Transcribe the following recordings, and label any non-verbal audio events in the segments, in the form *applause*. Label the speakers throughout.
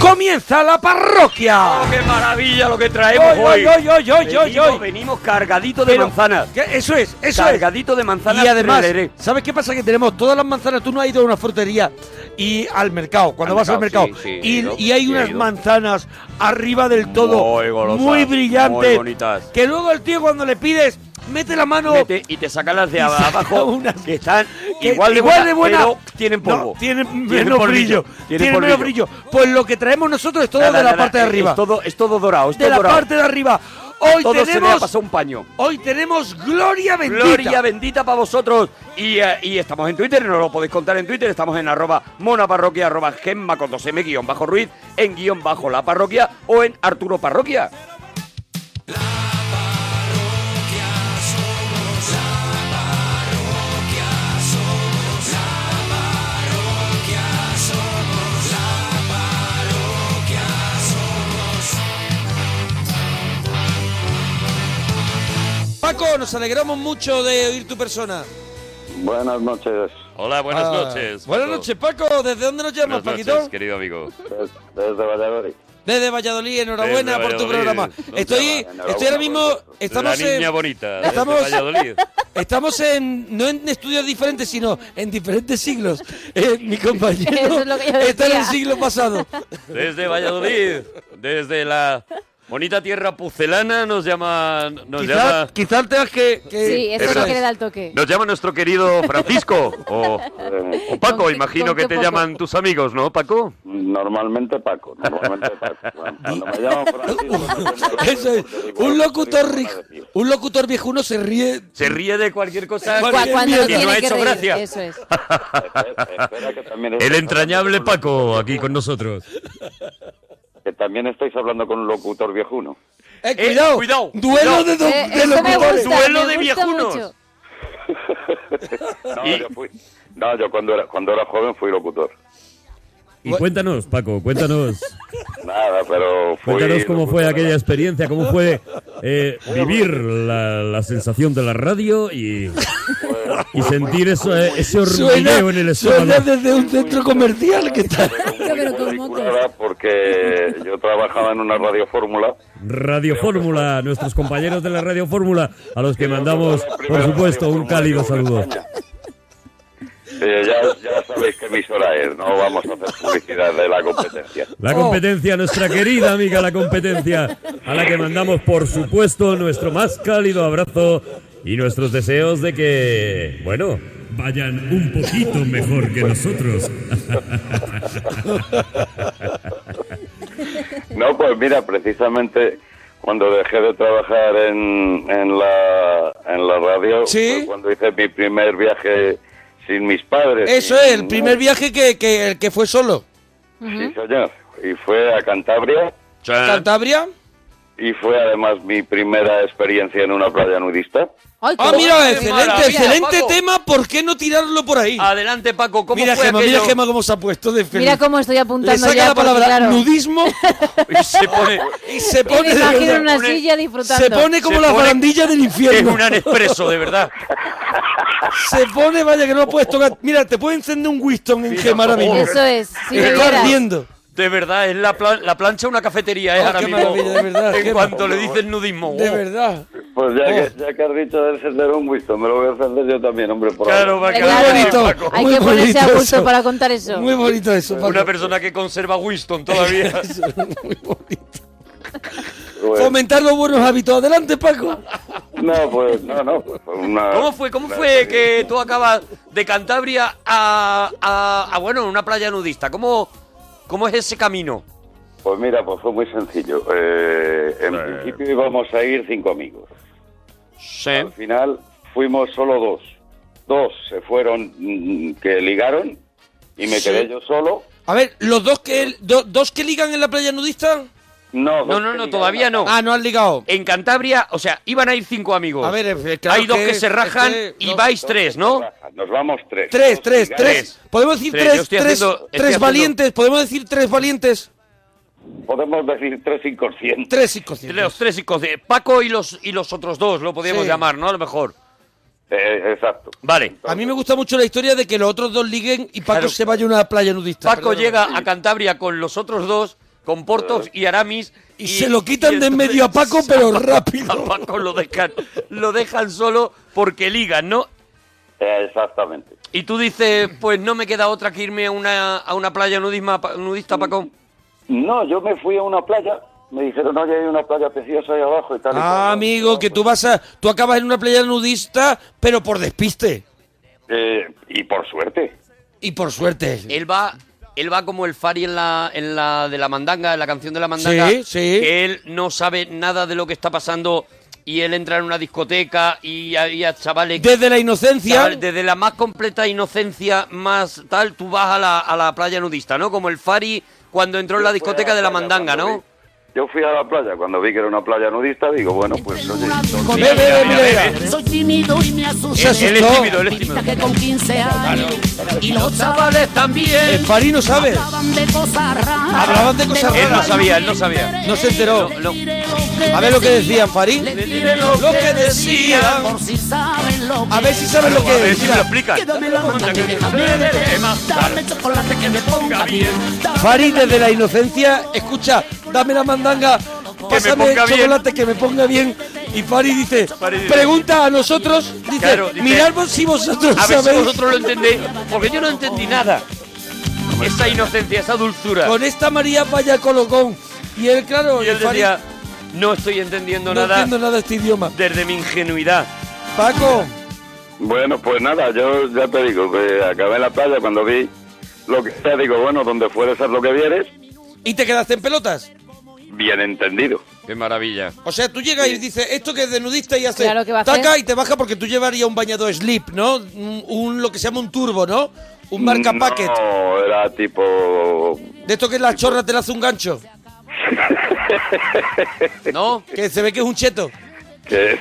Speaker 1: comienza la parroquia.
Speaker 2: Oh, ¡Qué maravilla lo que traemos
Speaker 1: Hoy,
Speaker 2: hoy!
Speaker 1: hoy, hoy, hoy, hoy,
Speaker 2: Venimos-
Speaker 1: hoy.
Speaker 2: Venimos cargadito de
Speaker 1: Pero-
Speaker 2: manzanas.
Speaker 1: Ya, Eso es, eso es.
Speaker 2: Cargadito de manzanas.
Speaker 1: Y además,
Speaker 2: Trelere.
Speaker 1: ¿sabes qué pasa? Que tenemos todas las manzanas. Tú no has ido a una frutería y al mercado, cuando
Speaker 2: Al
Speaker 1: vas
Speaker 2: mercado,
Speaker 1: al mercado.
Speaker 2: sí, sí,
Speaker 1: y,
Speaker 2: he ido,
Speaker 1: y hay
Speaker 2: sí, he
Speaker 1: unas
Speaker 2: ido.
Speaker 1: manzanas arriba del todo,
Speaker 2: Muy golosas,
Speaker 1: muy brillantes.
Speaker 2: muy bonitas.
Speaker 1: Que luego el tío, cuando le pides, mete la mano.
Speaker 2: Mete y te saca las de
Speaker 1: y saca
Speaker 2: abajo
Speaker 1: *laughs* unas-
Speaker 2: que están
Speaker 1: que-
Speaker 2: igual de buenas, pero tienen
Speaker 1: No,
Speaker 2: polvo.
Speaker 1: tienen menos brillo. Tienen, menos brillo. Pues lo que traemos nosotros es todo
Speaker 2: Nada,
Speaker 1: de la
Speaker 2: nada,
Speaker 1: parte de
Speaker 2: es-
Speaker 1: arriba.
Speaker 2: Es todo, es todo dorado. Es
Speaker 1: de
Speaker 2: todo
Speaker 1: la
Speaker 2: dorado.
Speaker 1: parte de arriba. Hoy
Speaker 2: todo se le ha
Speaker 1: tenemos.
Speaker 2: pasado un paño.
Speaker 1: Hoy tenemos Gloria Bendita.
Speaker 2: Gloria bendita para vosotros. Y, eh, y estamos en Twitter, nos lo podéis contar en Twitter. Estamos en arroba monaparroquia, arroba gemma con dos m, guión bajo ruiz, en guión bajo la parroquia o en Arturo Parroquia.
Speaker 3: Paco, nos alegramos mucho de oír tu persona.
Speaker 4: Buenas noches.
Speaker 5: Hola, buenas
Speaker 3: Ah,
Speaker 5: noches.
Speaker 3: Buenas
Speaker 5: Paco.
Speaker 3: noches, Paco. ¿Desde dónde nos llamas,
Speaker 5: Buenas noches,
Speaker 3: Paquito?
Speaker 5: querido amigo.
Speaker 4: Des- Desde Valladolid.
Speaker 3: Desde Valladolid, enhorabuena
Speaker 5: Desde
Speaker 3: por tu
Speaker 5: Valladolid.
Speaker 3: programa.
Speaker 5: ¿Dónde
Speaker 3: Estoy,
Speaker 4: vas?
Speaker 3: estoy ahora mismo.
Speaker 4: Enhorabuena.
Speaker 3: Estamos
Speaker 5: la niña
Speaker 3: en,
Speaker 5: bonita de
Speaker 3: estamos-
Speaker 5: Valladolid.
Speaker 3: *laughs* estamos en. No en estudios diferentes, sino en diferentes siglos. Eh, mi compañero
Speaker 6: Eso es lo que yo
Speaker 3: está en el
Speaker 6: decía. *laughs*
Speaker 3: siglo pasado.
Speaker 5: Desde Valladolid, desde la bonita tierra pucelana nos llama nos
Speaker 1: Quizás
Speaker 5: llama
Speaker 1: quizás tengas que.
Speaker 3: Que-
Speaker 6: Sí, eso es
Speaker 5: verdad.
Speaker 6: lo que le da el toque.
Speaker 5: nos llama nuestro querido Francisco o,
Speaker 4: Eh,
Speaker 5: o Paco,
Speaker 6: ¿Con qué-
Speaker 5: imagino
Speaker 6: con
Speaker 5: que
Speaker 6: qué
Speaker 5: te
Speaker 6: poco?
Speaker 5: llaman tus amigos, ¿no, Paco?
Speaker 4: normalmente Paco. Normalmente Paco. Bueno, Cuando me
Speaker 3: *laughs*
Speaker 4: llaman Francisco.
Speaker 3: Eso es. Un locutor, ri- un locutor viejuno se ríe.
Speaker 5: Se ríe de cualquier cosa
Speaker 6: Cu-
Speaker 5: que
Speaker 6: cuando
Speaker 5: no
Speaker 6: no tiene
Speaker 5: ha
Speaker 6: que
Speaker 5: hecho
Speaker 6: reír,
Speaker 5: gracia.
Speaker 6: Eso es.
Speaker 5: El entrañable Paco aquí con nosotros.
Speaker 4: Que también estáis hablando con un
Speaker 3: *laughs*
Speaker 4: locutor viejuno.
Speaker 3: Eh, cuidado,
Speaker 5: cuidado,
Speaker 3: Duelo
Speaker 5: cuidado.
Speaker 3: de, do-
Speaker 6: Eh,
Speaker 3: de
Speaker 6: eso me
Speaker 3: locutores.
Speaker 6: gusta,
Speaker 5: Duelo
Speaker 6: me
Speaker 5: de
Speaker 6: gusta
Speaker 5: viejunos.
Speaker 6: mucho.
Speaker 4: No,
Speaker 5: Y-
Speaker 4: yo fui. No, yo cuando era, cuando era joven fui locutor.
Speaker 5: Y cuéntanos, Paco, cuéntanos.
Speaker 4: Nada, pero fui.
Speaker 5: Cuéntanos cómo
Speaker 4: locutor
Speaker 5: fue
Speaker 4: de
Speaker 5: aquella experiencia, cómo fue eh, vivir la, la sensación de la radio y, y sentir eso, eh, ese
Speaker 3: Suena,
Speaker 5: hormigueo en el
Speaker 3: suena
Speaker 5: estómago.
Speaker 3: desde un centro comercial que está.
Speaker 4: la-
Speaker 6: Pero con
Speaker 4: curriculada Porque yo trabajaba en una radio fórmula.
Speaker 5: Radio Fórmula, nuestros compañeros de la Radio Fórmula, a los que mandamos,
Speaker 4: La primera
Speaker 5: por supuesto,
Speaker 4: radio
Speaker 5: un cálido
Speaker 4: fórmula que hubo
Speaker 5: saludo.
Speaker 4: en España. Eh, ya, ya sabéis qué emisora es, no vamos a hacer publicidad de la competencia.
Speaker 5: La
Speaker 3: Oh.
Speaker 5: competencia, nuestra querida amiga la competencia, a la que mandamos, por supuesto, nuestro más cálido abrazo y nuestros deseos de que, bueno, vayan un poquito mejor que nosotros.
Speaker 4: No, pues mira, precisamente cuando dejé de trabajar en, en, la, en la radio,
Speaker 3: Sí.
Speaker 4: fue cuando hice mi primer viaje sin mis padres.
Speaker 3: Eso
Speaker 4: sin-
Speaker 3: es, el primer viaje que, que, el que fue solo.
Speaker 4: Sí, señor. Y fue a Cantabria
Speaker 3: Cantabria.
Speaker 4: y fue además mi primera experiencia en una playa nudista.
Speaker 6: Ay,
Speaker 3: Ah,
Speaker 6: qué
Speaker 3: mira,
Speaker 6: bueno.
Speaker 3: excelente,
Speaker 2: maravilla,
Speaker 3: excelente
Speaker 2: Paco.
Speaker 3: tema. ¿Por qué no tirarlo por ahí?
Speaker 2: Adelante, Paco, ¿cómo
Speaker 3: mira,
Speaker 2: fue
Speaker 3: Gemma,
Speaker 2: aquello?
Speaker 3: mira, Gemma, cómo se ha puesto de feliz.
Speaker 6: Mira cómo estoy
Speaker 3: Le
Speaker 6: apuntando
Speaker 3: saca
Speaker 6: ya.
Speaker 3: la
Speaker 6: porque,
Speaker 3: palabra
Speaker 6: claro,
Speaker 3: nudismo
Speaker 2: Y se pone...
Speaker 3: *laughs* y
Speaker 6: *laughs*
Speaker 3: se
Speaker 6: yo me
Speaker 3: pone,
Speaker 6: imagino en una
Speaker 2: pone-
Speaker 6: silla disfrutando.
Speaker 3: se pone como
Speaker 2: Se
Speaker 3: la
Speaker 2: pone-
Speaker 3: barandilla del
Speaker 2: Es
Speaker 3: infierno.
Speaker 2: un expreso, de verdad.
Speaker 3: *laughs* Se pone, vaya, que no puedes tocar. Mira, te puede encender un Winston en Gemma ahora mismo.
Speaker 6: Eso es. Si
Speaker 3: Está
Speaker 6: me vieras.
Speaker 3: ardiendo.
Speaker 2: De verdad, es la, plan- la plancha una cafetería, es
Speaker 3: Oh,
Speaker 2: ahora
Speaker 3: qué
Speaker 2: mismo.
Speaker 3: maravilla, de verdad,
Speaker 2: en
Speaker 3: qué
Speaker 2: cuanto le dices nudismo.
Speaker 3: De
Speaker 2: oh.
Speaker 3: verdad.
Speaker 4: Pues ya, que, ya que has dicho de encender un Winston, me lo voy a encender yo también, hombre. Por
Speaker 2: Claro,
Speaker 4: ahora.
Speaker 2: va a
Speaker 6: Claro,
Speaker 2: quedar
Speaker 3: Muy bonito.
Speaker 2: Paco.
Speaker 6: Hay
Speaker 3: Muy
Speaker 6: que ponerse a
Speaker 3: bonito
Speaker 6: gusto
Speaker 3: eso.
Speaker 6: para contar eso.
Speaker 3: Muy bonito eso, Paco.
Speaker 2: *laughs* Una persona que conserva Winston todavía.
Speaker 4: *laughs*
Speaker 3: Muy bonito.
Speaker 4: Bueno,
Speaker 3: Fomentar los buenos hábitos. Adelante, Paco.
Speaker 4: no, pues no, no. pues fue una-
Speaker 2: ¿Cómo fue, cómo
Speaker 4: una
Speaker 2: fue
Speaker 4: experiencia.
Speaker 2: que tú acabas de Cantabria a, a- a, bueno, una playa nudista? ¿Cómo, ¿Cómo es ese camino?
Speaker 4: Pues mira, pues fue muy sencillo. Eh, en principio íbamos a ir cinco amigos.
Speaker 2: Sí.
Speaker 4: Al final fuimos solo dos. Dos se fueron mm, que ligaron y me quedé yo solo.
Speaker 3: A ver, los dos que, do- dos que ligan en la playa nudista.
Speaker 2: No,
Speaker 4: No, dos
Speaker 2: no,
Speaker 4: que
Speaker 2: no,
Speaker 4: ligaron.
Speaker 2: todavía no.
Speaker 3: Ah, no han ligado.
Speaker 2: En Cantabria, o sea, iban a ir cinco amigos.
Speaker 3: A ver, eh, claro
Speaker 2: Hay dos que, se rajan
Speaker 3: es que
Speaker 2: y
Speaker 3: dos-
Speaker 2: vais tres, ¿no?
Speaker 4: Nos vamos tres.
Speaker 3: Tres,
Speaker 4: Dos
Speaker 3: tres,
Speaker 4: ligaron.
Speaker 3: tres. Podemos decir
Speaker 2: Tres,
Speaker 3: tres,
Speaker 2: yo
Speaker 3: tres,
Speaker 2: estoy haciendo- estoy
Speaker 3: tres
Speaker 2: haciendo-
Speaker 3: valientes. Podemos decir tres valientes.
Speaker 4: Podemos decir tres inconscientes.
Speaker 3: Tres
Speaker 2: Los
Speaker 3: inconscientes.
Speaker 2: tres y de Paco y los, y los otros dos, lo podríamos
Speaker 3: Sí.
Speaker 2: llamar, ¿no? A lo mejor.
Speaker 4: Eh, exacto.
Speaker 2: Vale.
Speaker 3: A mí me gusta mucho la historia de que los otros dos liguen y Paco
Speaker 2: Claro.
Speaker 3: se vaya a una playa nudista.
Speaker 2: Paco
Speaker 3: Perdóname.
Speaker 2: llega a Cantabria con los otros dos con Portos y Aramis.
Speaker 3: Y se lo quitan de en medio a Paco, pero rápido.
Speaker 2: *laughs* A Paco lo dejan, lo dejan solo porque ligan, ¿no?
Speaker 4: Eh, exactamente.
Speaker 2: Y tú dices, pues no me queda otra que irme a una, a una playa nudisma, nudista, Paco.
Speaker 4: No, yo me fui a una playa. Me dijeron, oye, hay una playa preciosa ahí abajo y tal. y
Speaker 3: Ah,
Speaker 4: cual".
Speaker 3: amigo, que tú vas a. Tú acabas en una playa nudista, pero por despiste.
Speaker 4: Eh, y por suerte.
Speaker 3: Y por suerte.
Speaker 2: Él va, él va como el Fari en la, en la de la mandanga, en la canción de la mandanga.
Speaker 3: Sí, sí.
Speaker 2: Que él no sabe nada de lo que está pasando y él entra en una discoteca y había chavales...
Speaker 3: Desde la inocencia.
Speaker 2: chavales, desde la más completa inocencia, más tal, tú vas a la, a la playa nudista, ¿no? Como el Fari cuando entró en la
Speaker 4: Yo fui a
Speaker 2: discoteca de la
Speaker 4: playa
Speaker 2: mandanga,
Speaker 4: cuando
Speaker 2: ¿no?
Speaker 4: vi- Yo fui a la playa cuando vi que era una playa nudista, digo, bueno, pues oye,
Speaker 3: Ve, ve, ve, mira, mira.
Speaker 7: Soy tímido y me asusta.
Speaker 3: Se asustó. Él es
Speaker 2: tímido, él es tímido.
Speaker 7: Pibita que con 15 años. Y los chavales
Speaker 3: El
Speaker 7: también.
Speaker 3: Fari no sabe.
Speaker 7: Hablaban de cosas raras.
Speaker 3: Hablaban de cosas
Speaker 2: Eh. Él no
Speaker 3: raras.
Speaker 2: sabía, él no sabía.
Speaker 3: No se enteró.
Speaker 2: No, no.
Speaker 3: A ver lo que decían, Farid.
Speaker 7: Le diré lo,
Speaker 3: Lo que
Speaker 7: que
Speaker 3: decían.
Speaker 7: decían. Por si saben lo que
Speaker 3: A ver si sabes lo
Speaker 2: A
Speaker 3: que
Speaker 2: ver si me lo
Speaker 3: decían.
Speaker 2: explican.
Speaker 7: Dame la manga que me hable de tema. Dame chocolate que me ponga bien. Dame
Speaker 3: Fari, desde la inocencia, escucha, dame la mandanga, pásame
Speaker 2: ponga bien.
Speaker 3: chocolate que me ponga bien. Y Fari dice,
Speaker 2: Fari dice-
Speaker 3: pregunta a nosotros, dice,
Speaker 2: Claro, dice-
Speaker 3: mirad vos si vosotros
Speaker 2: A ver si
Speaker 3: sabéis.
Speaker 2: vosotros lo entendéis, porque yo no entendí nada. Esa inocencia, esa dulzura.
Speaker 3: Con esta María vaya colocón. Y él, claro,
Speaker 2: Y él
Speaker 3: el Fari,
Speaker 2: decía, no estoy entendiendo
Speaker 3: no
Speaker 2: nada
Speaker 3: entiendo nada de este idioma.
Speaker 2: desde mi ingenuidad.
Speaker 3: Paco,
Speaker 4: Bueno, pues nada, yo ya te digo, que acabé en la playa cuando vi lo que te digo, bueno, donde fueres ser lo que vieres,
Speaker 3: ¿y te quedaste en pelotas?
Speaker 4: bien entendido. Mm,
Speaker 2: Qué maravilla.
Speaker 3: O sea, tú llegas y dices, esto que es de nudista y hace
Speaker 6: Claro que va a
Speaker 3: taca
Speaker 6: hacer.
Speaker 3: y te baja porque tú llevarías un bañador slip, ¿no? Un, un- lo que se llama un turbo, ¿no? Un
Speaker 2: Mm,
Speaker 3: marca packet.
Speaker 4: No, era tipo...
Speaker 3: De esto que la chorra te la hace
Speaker 2: *laughs*
Speaker 3: un gancho.
Speaker 2: ¿No?
Speaker 3: Que se ve que es un cheto.
Speaker 4: que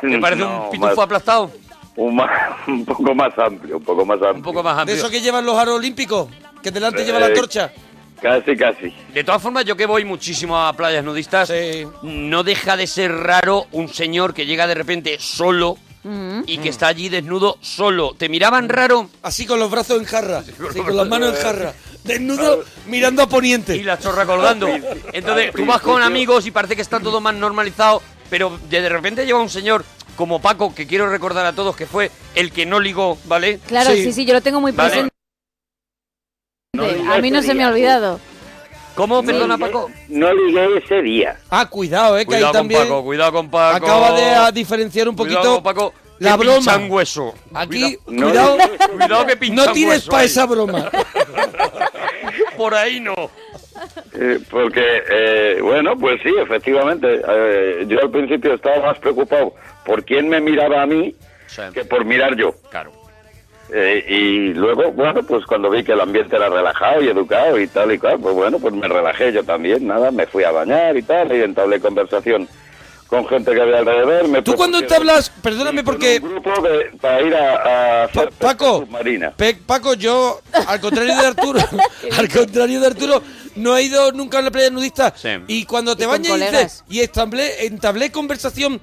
Speaker 2: ¿Te parece un
Speaker 4: *laughs* no,
Speaker 2: pitufo
Speaker 4: más-
Speaker 2: aplastado?
Speaker 4: un, ma- *laughs* un poco más amplio, un poco más amplio.
Speaker 2: Un poco más
Speaker 3: De
Speaker 2: amplio.
Speaker 3: eso que llevan los aros olímpicos. Que delante lleva la
Speaker 4: Eh,
Speaker 3: antorcha.
Speaker 4: Casi, casi.
Speaker 2: De todas formas, yo que voy muchísimo a playas nudistas,
Speaker 3: Sí.
Speaker 2: no deja de ser raro un señor que llega de repente solo
Speaker 6: Mm.
Speaker 7: ¿Mm?
Speaker 2: y que está allí desnudo solo. ¿Te miraban raro?
Speaker 3: Así con los brazos
Speaker 2: *laughs*
Speaker 3: en jarra. Sí, con las manos en jarra. Desnudo mirando a
Speaker 2: y
Speaker 3: poniente.
Speaker 2: la chorra colgando. Entonces, tú vas con amigos y parece que está todo más normalizado, pero de de repente lleva un señor como Paco, que quiero recordar a todos que fue el que no ligó, ¿vale?
Speaker 6: Claro,
Speaker 3: Sí.
Speaker 6: sí, sí, yo lo tengo muy
Speaker 2: Vale.
Speaker 6: presente.
Speaker 4: No ligué
Speaker 6: a mí no
Speaker 4: ese
Speaker 6: se me
Speaker 4: día.
Speaker 6: ha olvidado.
Speaker 2: ¿Cómo? Perdona,
Speaker 4: ligué-
Speaker 2: Paco.
Speaker 4: No ligué ese día.
Speaker 3: Ah, cuidado, eh, que ahí
Speaker 2: Cuidado con
Speaker 3: también.
Speaker 2: Paco, cuidado con Paco.
Speaker 3: Acaba de ah, diferenciar un poquito.
Speaker 2: Cuidado con Paco. que
Speaker 3: la broma.
Speaker 2: pinchan hueso.
Speaker 3: Aquí,
Speaker 4: No
Speaker 3: cuidado.
Speaker 4: ligué ese día.
Speaker 2: Cuidado que pinchan
Speaker 3: No tienes
Speaker 2: hueso
Speaker 3: pa'
Speaker 2: ahí.
Speaker 3: esa broma.
Speaker 2: *laughs* Por ahí no.
Speaker 4: Eh, porque, eh, bueno, pues sí, efectivamente. eh, yo al principio estaba más preocupado por quién me miraba a mí que por mirar yo.
Speaker 2: Claro.
Speaker 4: Eh, y luego, bueno, pues cuando vi que el ambiente era relajado y educado y tal y cual, pues bueno, pues me relajé yo también, nada, me fui a bañar y tal, y entablé conversación con gente que había alrededor. Me
Speaker 3: Tú cuando
Speaker 4: propusieron-
Speaker 3: entablas, perdóname
Speaker 4: y con
Speaker 3: porque-
Speaker 4: Un grupo de- para ir a, a
Speaker 3: Pa-
Speaker 4: hacer pesca
Speaker 3: Paco,
Speaker 4: submarina.
Speaker 3: Pe- Paco, yo, al contrario
Speaker 6: *laughs*
Speaker 3: de Arturo, *laughs* al contrario de Arturo, no he ido nunca a la playa nudista.
Speaker 2: Sí.
Speaker 3: Y cuando te
Speaker 6: Y con
Speaker 3: bañas y dices,
Speaker 6: colegas.
Speaker 3: y establé, entablé conversación,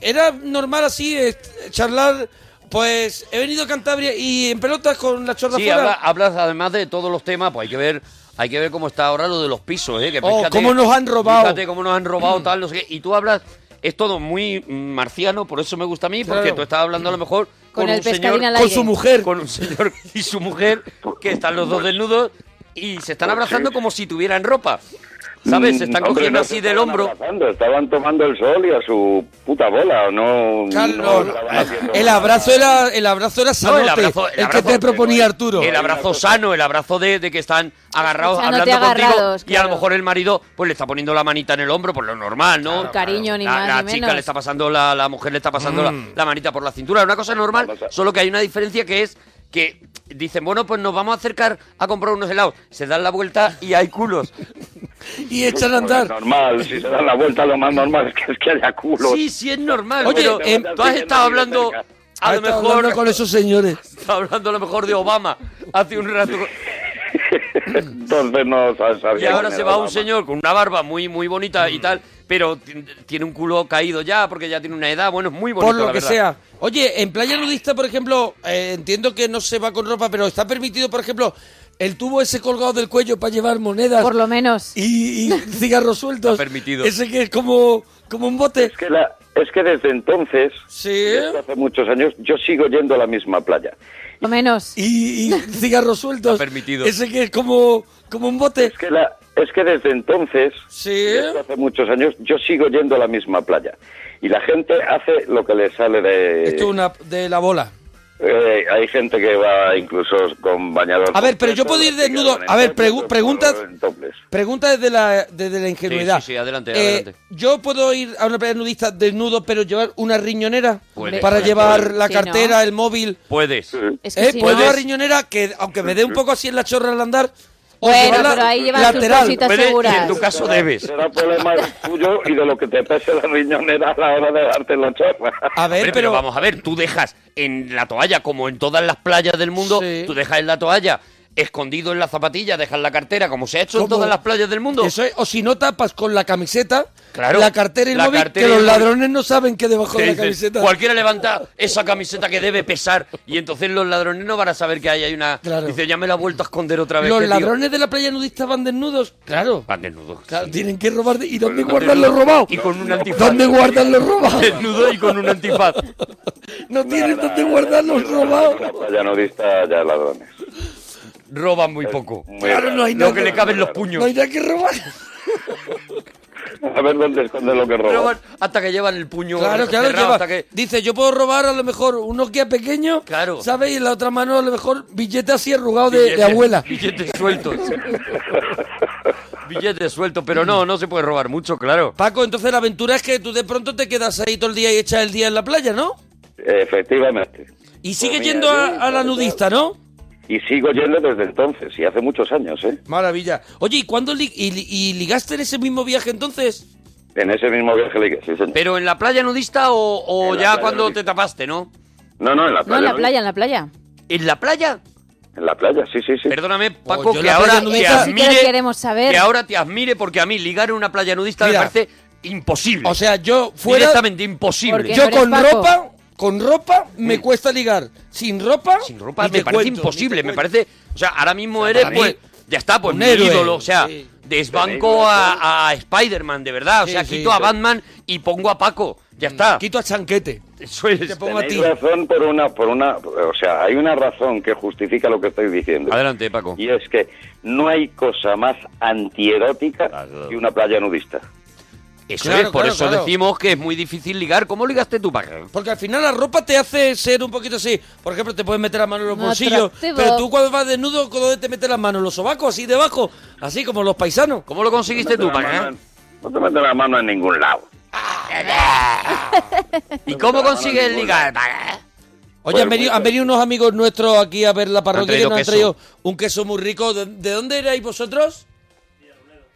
Speaker 3: era normal así eh, charlar, pues he venido a Cantabria y en pelotas con la chorra
Speaker 2: Sí,
Speaker 3: fuera.
Speaker 2: habla- hablas además de todos los temas, pues hay que ver, hay que ver cómo está ahora lo de los pisos, ¿eh? Que
Speaker 3: Oh, cómo nos han robado. Mm.
Speaker 2: Fíjate cómo nos han robado, tal, no sé qué. Y tú hablas, es todo muy mm, marciano, por eso me gusta a mí, porque
Speaker 3: Claro.
Speaker 2: tú estás hablando a lo mejor con,
Speaker 6: Con el
Speaker 2: un señor,
Speaker 6: pescadín al
Speaker 3: con
Speaker 6: aire.
Speaker 3: su mujer.
Speaker 2: con un señor y su mujer, que están los dos desnudos y se están abrazando como si tuvieran ropa. ¿Sabes? Se están
Speaker 4: Mm, hombre,
Speaker 2: cogiendo
Speaker 4: no
Speaker 2: así
Speaker 4: se
Speaker 2: del
Speaker 4: estaban
Speaker 2: hombro.
Speaker 4: abrazando, estaban tomando el sol y a su puta bola, no.
Speaker 3: Carlos,
Speaker 4: no estaban haciendo
Speaker 3: el
Speaker 4: nada.
Speaker 3: abrazo era, el abrazo era sanote, el,
Speaker 2: abrazo- el
Speaker 3: que
Speaker 2: abrazo-
Speaker 3: te proponía Arturo.
Speaker 2: El abrazo sano, el abrazo de, de que están agarrados,
Speaker 6: Escuchándote
Speaker 2: hablando contigo.
Speaker 6: agarrados,
Speaker 2: Y a lo
Speaker 6: claro.
Speaker 2: mejor el marido pues le está poniendo la manita en el hombro, por lo normal, ¿no?
Speaker 6: Por cariño, ni
Speaker 2: la,
Speaker 6: más
Speaker 2: la
Speaker 6: ni
Speaker 2: chica
Speaker 6: menos.
Speaker 2: le está pasando, la, la mujer le está pasando la,
Speaker 3: Mm.
Speaker 2: la manita por la cintura. Una cosa normal,
Speaker 4: Vamos a-
Speaker 2: solo que hay una diferencia que es que dicen, bueno, pues nos vamos a acercar a comprar unos helados. Se dan la vuelta y hay culos.
Speaker 3: *laughs* y echan a
Speaker 4: Pues
Speaker 3: andar.
Speaker 4: Normal, si se dan la vuelta, lo más normal es que, es que haya culos.
Speaker 2: sí, sí, es normal.
Speaker 3: Oye,
Speaker 2: pero eh,
Speaker 3: em,
Speaker 2: tú has estado hablando... A
Speaker 3: Ah,
Speaker 2: lo
Speaker 3: está
Speaker 2: mejor
Speaker 3: hablando
Speaker 2: *laughs*
Speaker 3: con esos señores.
Speaker 2: está hablando a lo mejor de Obama hace un rato.
Speaker 4: *laughs* Entonces no sa- sabía
Speaker 2: Y ahora
Speaker 4: quién
Speaker 2: se
Speaker 4: era
Speaker 2: va
Speaker 4: Obama.
Speaker 2: un señor con una barba muy muy bonita y tal, pero ti- tiene un culo caído ya porque ya tiene una edad, bueno, es muy bonito.
Speaker 3: por lo
Speaker 2: la
Speaker 3: que
Speaker 2: verdad.
Speaker 3: sea. Oye, en playa nudista, por ejemplo, eh, entiendo que no se va con ropa, pero está permitido, por ejemplo, el tubo ese colgado del cuello para llevar monedas
Speaker 6: Por lo menos.
Speaker 3: y, y cigarros sueltos.
Speaker 2: Está permitido.
Speaker 3: Ese que es como, como un bote.
Speaker 4: Es que, la- es que desde entonces,
Speaker 3: Sí.
Speaker 4: desde hace muchos años, yo sigo yendo a la misma playa.
Speaker 6: Por lo menos.
Speaker 3: Y, y cigarros sueltos.
Speaker 2: Está permitido.
Speaker 3: Ese que es como, como un bote.
Speaker 4: Es que, la, es que desde entonces,
Speaker 3: Sí.
Speaker 4: desde hace muchos años, yo sigo yendo a la misma playa. Y la gente hace lo que le sale de...
Speaker 3: Esto es una de la bola.
Speaker 4: Eh, hay gente que va incluso con bañador.
Speaker 3: A ver, pero yo puedo ir desnudo. A ver, pregu- preguntas-
Speaker 4: preguntas.
Speaker 3: Pregunta desde la, desde la ingenuidad.
Speaker 2: Sí, sí, sí, adelante,
Speaker 3: Eh,
Speaker 2: adelante.
Speaker 3: Yo puedo ir a una playa nudista desnudo, pero llevar una riñonera
Speaker 2: Puede.
Speaker 3: para
Speaker 6: Hombre,
Speaker 2: pues,
Speaker 3: llevar la
Speaker 6: sí,
Speaker 3: cartera,
Speaker 6: ¿no?
Speaker 3: el móvil.
Speaker 2: Puedes.
Speaker 6: Es que
Speaker 3: ¿Eh?
Speaker 6: si
Speaker 3: Puedo
Speaker 6: no-
Speaker 3: llevar riñonera que, aunque me dé un poco así en la chorra al andar. o
Speaker 6: Bueno,
Speaker 3: llevarla
Speaker 6: pero ahí llevan sus
Speaker 3: lateral.
Speaker 6: cositas
Speaker 2: Puedes, y en
Speaker 6: seguras.
Speaker 2: tu caso debes.
Speaker 4: Será problema tuyo y de lo que te pese la riñonera a la hora de darte la chorra.
Speaker 3: A ver,
Speaker 2: Hombre, pero,
Speaker 3: pero,
Speaker 2: vamos a ver, tú dejas en la toalla, como en todas las playas del mundo,
Speaker 3: Sí.
Speaker 2: tú dejas en la toalla, escondido en la zapatilla, dejas la cartera, como se ha hecho en
Speaker 3: ¿Cómo?
Speaker 2: todas las playas del mundo.
Speaker 3: eso es- o si no tapas con la camiseta,
Speaker 2: Claro,
Speaker 3: la cartera y el
Speaker 2: la
Speaker 3: móvil,
Speaker 2: cartera y
Speaker 3: que los
Speaker 2: el móvil.
Speaker 3: ladrones no saben que debajo
Speaker 2: Que
Speaker 3: de la
Speaker 2: dices,
Speaker 3: camiseta.
Speaker 2: Cualquiera levanta esa camiseta que debe pesar y entonces los ladrones no van a saber que hay, hay una...
Speaker 3: Claro.
Speaker 2: Dice, ya me la he vuelto a esconder otra vez.
Speaker 3: Los
Speaker 2: que digo,
Speaker 3: ladrones de la playa nudista van desnudos. Claro.
Speaker 2: Van desnudos.
Speaker 3: Claro, tienen que robar. de- ¿Y dónde
Speaker 2: Van
Speaker 3: guardan los
Speaker 2: desnudos.
Speaker 3: robados?
Speaker 2: Y con un antifaz.
Speaker 3: ¿Dónde guardan los robados?
Speaker 2: Desnudo y con un antifaz.
Speaker 3: *laughs* No tienen dónde guardar los robados.
Speaker 4: La playa nudista ya ladrones.
Speaker 2: Roban muy poco.
Speaker 4: Muy
Speaker 3: Claro,
Speaker 4: raro.
Speaker 3: no hay
Speaker 2: Lo
Speaker 3: nada.
Speaker 2: que le caben los puños.
Speaker 3: No hay nada que robar.
Speaker 4: A ver dónde esconde lo que roban.
Speaker 2: Roban hasta que llevan el puño
Speaker 3: Claro, claro,
Speaker 2: cerrado,
Speaker 3: lleva.
Speaker 2: hasta que...
Speaker 3: Dice, yo puedo robar a lo mejor un Nokia pequeño,
Speaker 2: Claro.
Speaker 3: ¿sabes? Y en la otra mano a lo mejor billete así arrugado de, de abuela.
Speaker 2: Billetes sueltos. Billetes sueltos, pero no, no se puede robar mucho, claro.
Speaker 3: Paco, entonces la aventura es que tú de pronto te quedas ahí todo el día y echas el día en la playa, ¿no?
Speaker 4: Efectivamente.
Speaker 2: Pues
Speaker 3: Y sigues
Speaker 4: mira,
Speaker 3: yendo
Speaker 4: sí,
Speaker 3: a, a la
Speaker 4: claro,
Speaker 3: nudista, ¿no?
Speaker 4: Y sigo yendo desde entonces, y hace muchos años, ¿eh?
Speaker 3: Maravilla. Oye, ¿y cuándo li- y, li- y ligaste en ese mismo viaje entonces?
Speaker 4: En ese mismo viaje le sí, señor.
Speaker 2: Pero en la playa nudista o, o
Speaker 4: En la
Speaker 2: ya
Speaker 4: playa
Speaker 2: cuando
Speaker 4: nudista.
Speaker 2: te tapaste, ¿no?
Speaker 4: No, no, en la
Speaker 6: No,
Speaker 4: playa.
Speaker 6: en la
Speaker 4: ¿no?
Speaker 6: playa, en la playa.
Speaker 2: ¿En la playa?
Speaker 4: En la playa, sí, sí, sí.
Speaker 2: Perdóname, Paco,
Speaker 3: Oh, yo
Speaker 2: que
Speaker 3: la
Speaker 2: ahora
Speaker 3: playa
Speaker 2: te
Speaker 3: nudista-
Speaker 6: Eso sí que lo
Speaker 2: admire.
Speaker 6: queremos saber.
Speaker 2: Que ahora te admire porque a mí ligar en una playa nudista
Speaker 3: Mira,
Speaker 2: me parece imposible.
Speaker 3: O sea, yo fuera...
Speaker 2: Directamente imposible. Mm.
Speaker 6: Porque-
Speaker 3: Yo
Speaker 6: eres
Speaker 3: con
Speaker 6: Paco.
Speaker 3: ropa, con ropa me cuesta ligar. Sin ropa,
Speaker 2: Sin ropa
Speaker 3: ni
Speaker 2: me
Speaker 3: te
Speaker 2: parece
Speaker 3: cuento, ni
Speaker 2: imposible,
Speaker 3: te
Speaker 2: me
Speaker 3: cuento.
Speaker 2: parece... O sea, ahora mismo eres,
Speaker 3: para
Speaker 2: pues...
Speaker 3: mí,
Speaker 2: Ya está, pues
Speaker 3: un
Speaker 2: mi
Speaker 3: héroe,
Speaker 2: ídolo, o sea,
Speaker 3: sí.
Speaker 2: desbanco a, a Spider-Man, de verdad. O
Speaker 3: Sí,
Speaker 2: sea,
Speaker 3: sí,
Speaker 2: quito a
Speaker 3: sí.
Speaker 2: Batman y pongo a Paco. Ya está.
Speaker 3: Quito a Chanquete.
Speaker 2: Eso es.
Speaker 3: Te pongo a
Speaker 4: Tenéis
Speaker 3: ti.
Speaker 4: razón por una, por una, o sea, hay una razón que justifica lo que estoy diciendo.
Speaker 2: Adelante, Paco.
Speaker 4: Y es que no hay cosa más antierótica
Speaker 2: Claro.
Speaker 4: que una playa nudista.
Speaker 2: Eso
Speaker 3: Claro,
Speaker 2: es, por
Speaker 3: claro,
Speaker 2: eso
Speaker 3: claro.
Speaker 2: decimos que es muy difícil ligar. ¿Cómo ligaste tú, Paco?
Speaker 3: Porque al final la ropa te hace ser un poquito así. Por ejemplo, te puedes meter la mano en los
Speaker 6: No
Speaker 3: bolsillos.
Speaker 6: atractivo.
Speaker 3: Pero tú cuando vas desnudo, ¿dónde te metes las manos? ¿En ¿Los sobacos? Así debajo. Así como los paisanos.
Speaker 2: ¿Cómo lo conseguiste tú,
Speaker 4: No te la
Speaker 2: Paco?
Speaker 4: mano en- No te metes la mano en ningún lado.
Speaker 2: *laughs* ¿Y cómo
Speaker 4: No, no,
Speaker 2: consigues
Speaker 4: ninguna.
Speaker 2: ligar, Paco?
Speaker 3: Oye, han venido, han venido unos amigos nuestros aquí a ver la parroquia que
Speaker 2: pues, traído
Speaker 3: nos han
Speaker 2: queso.
Speaker 3: traído un queso muy rico. ¿De, de dónde erais vosotros?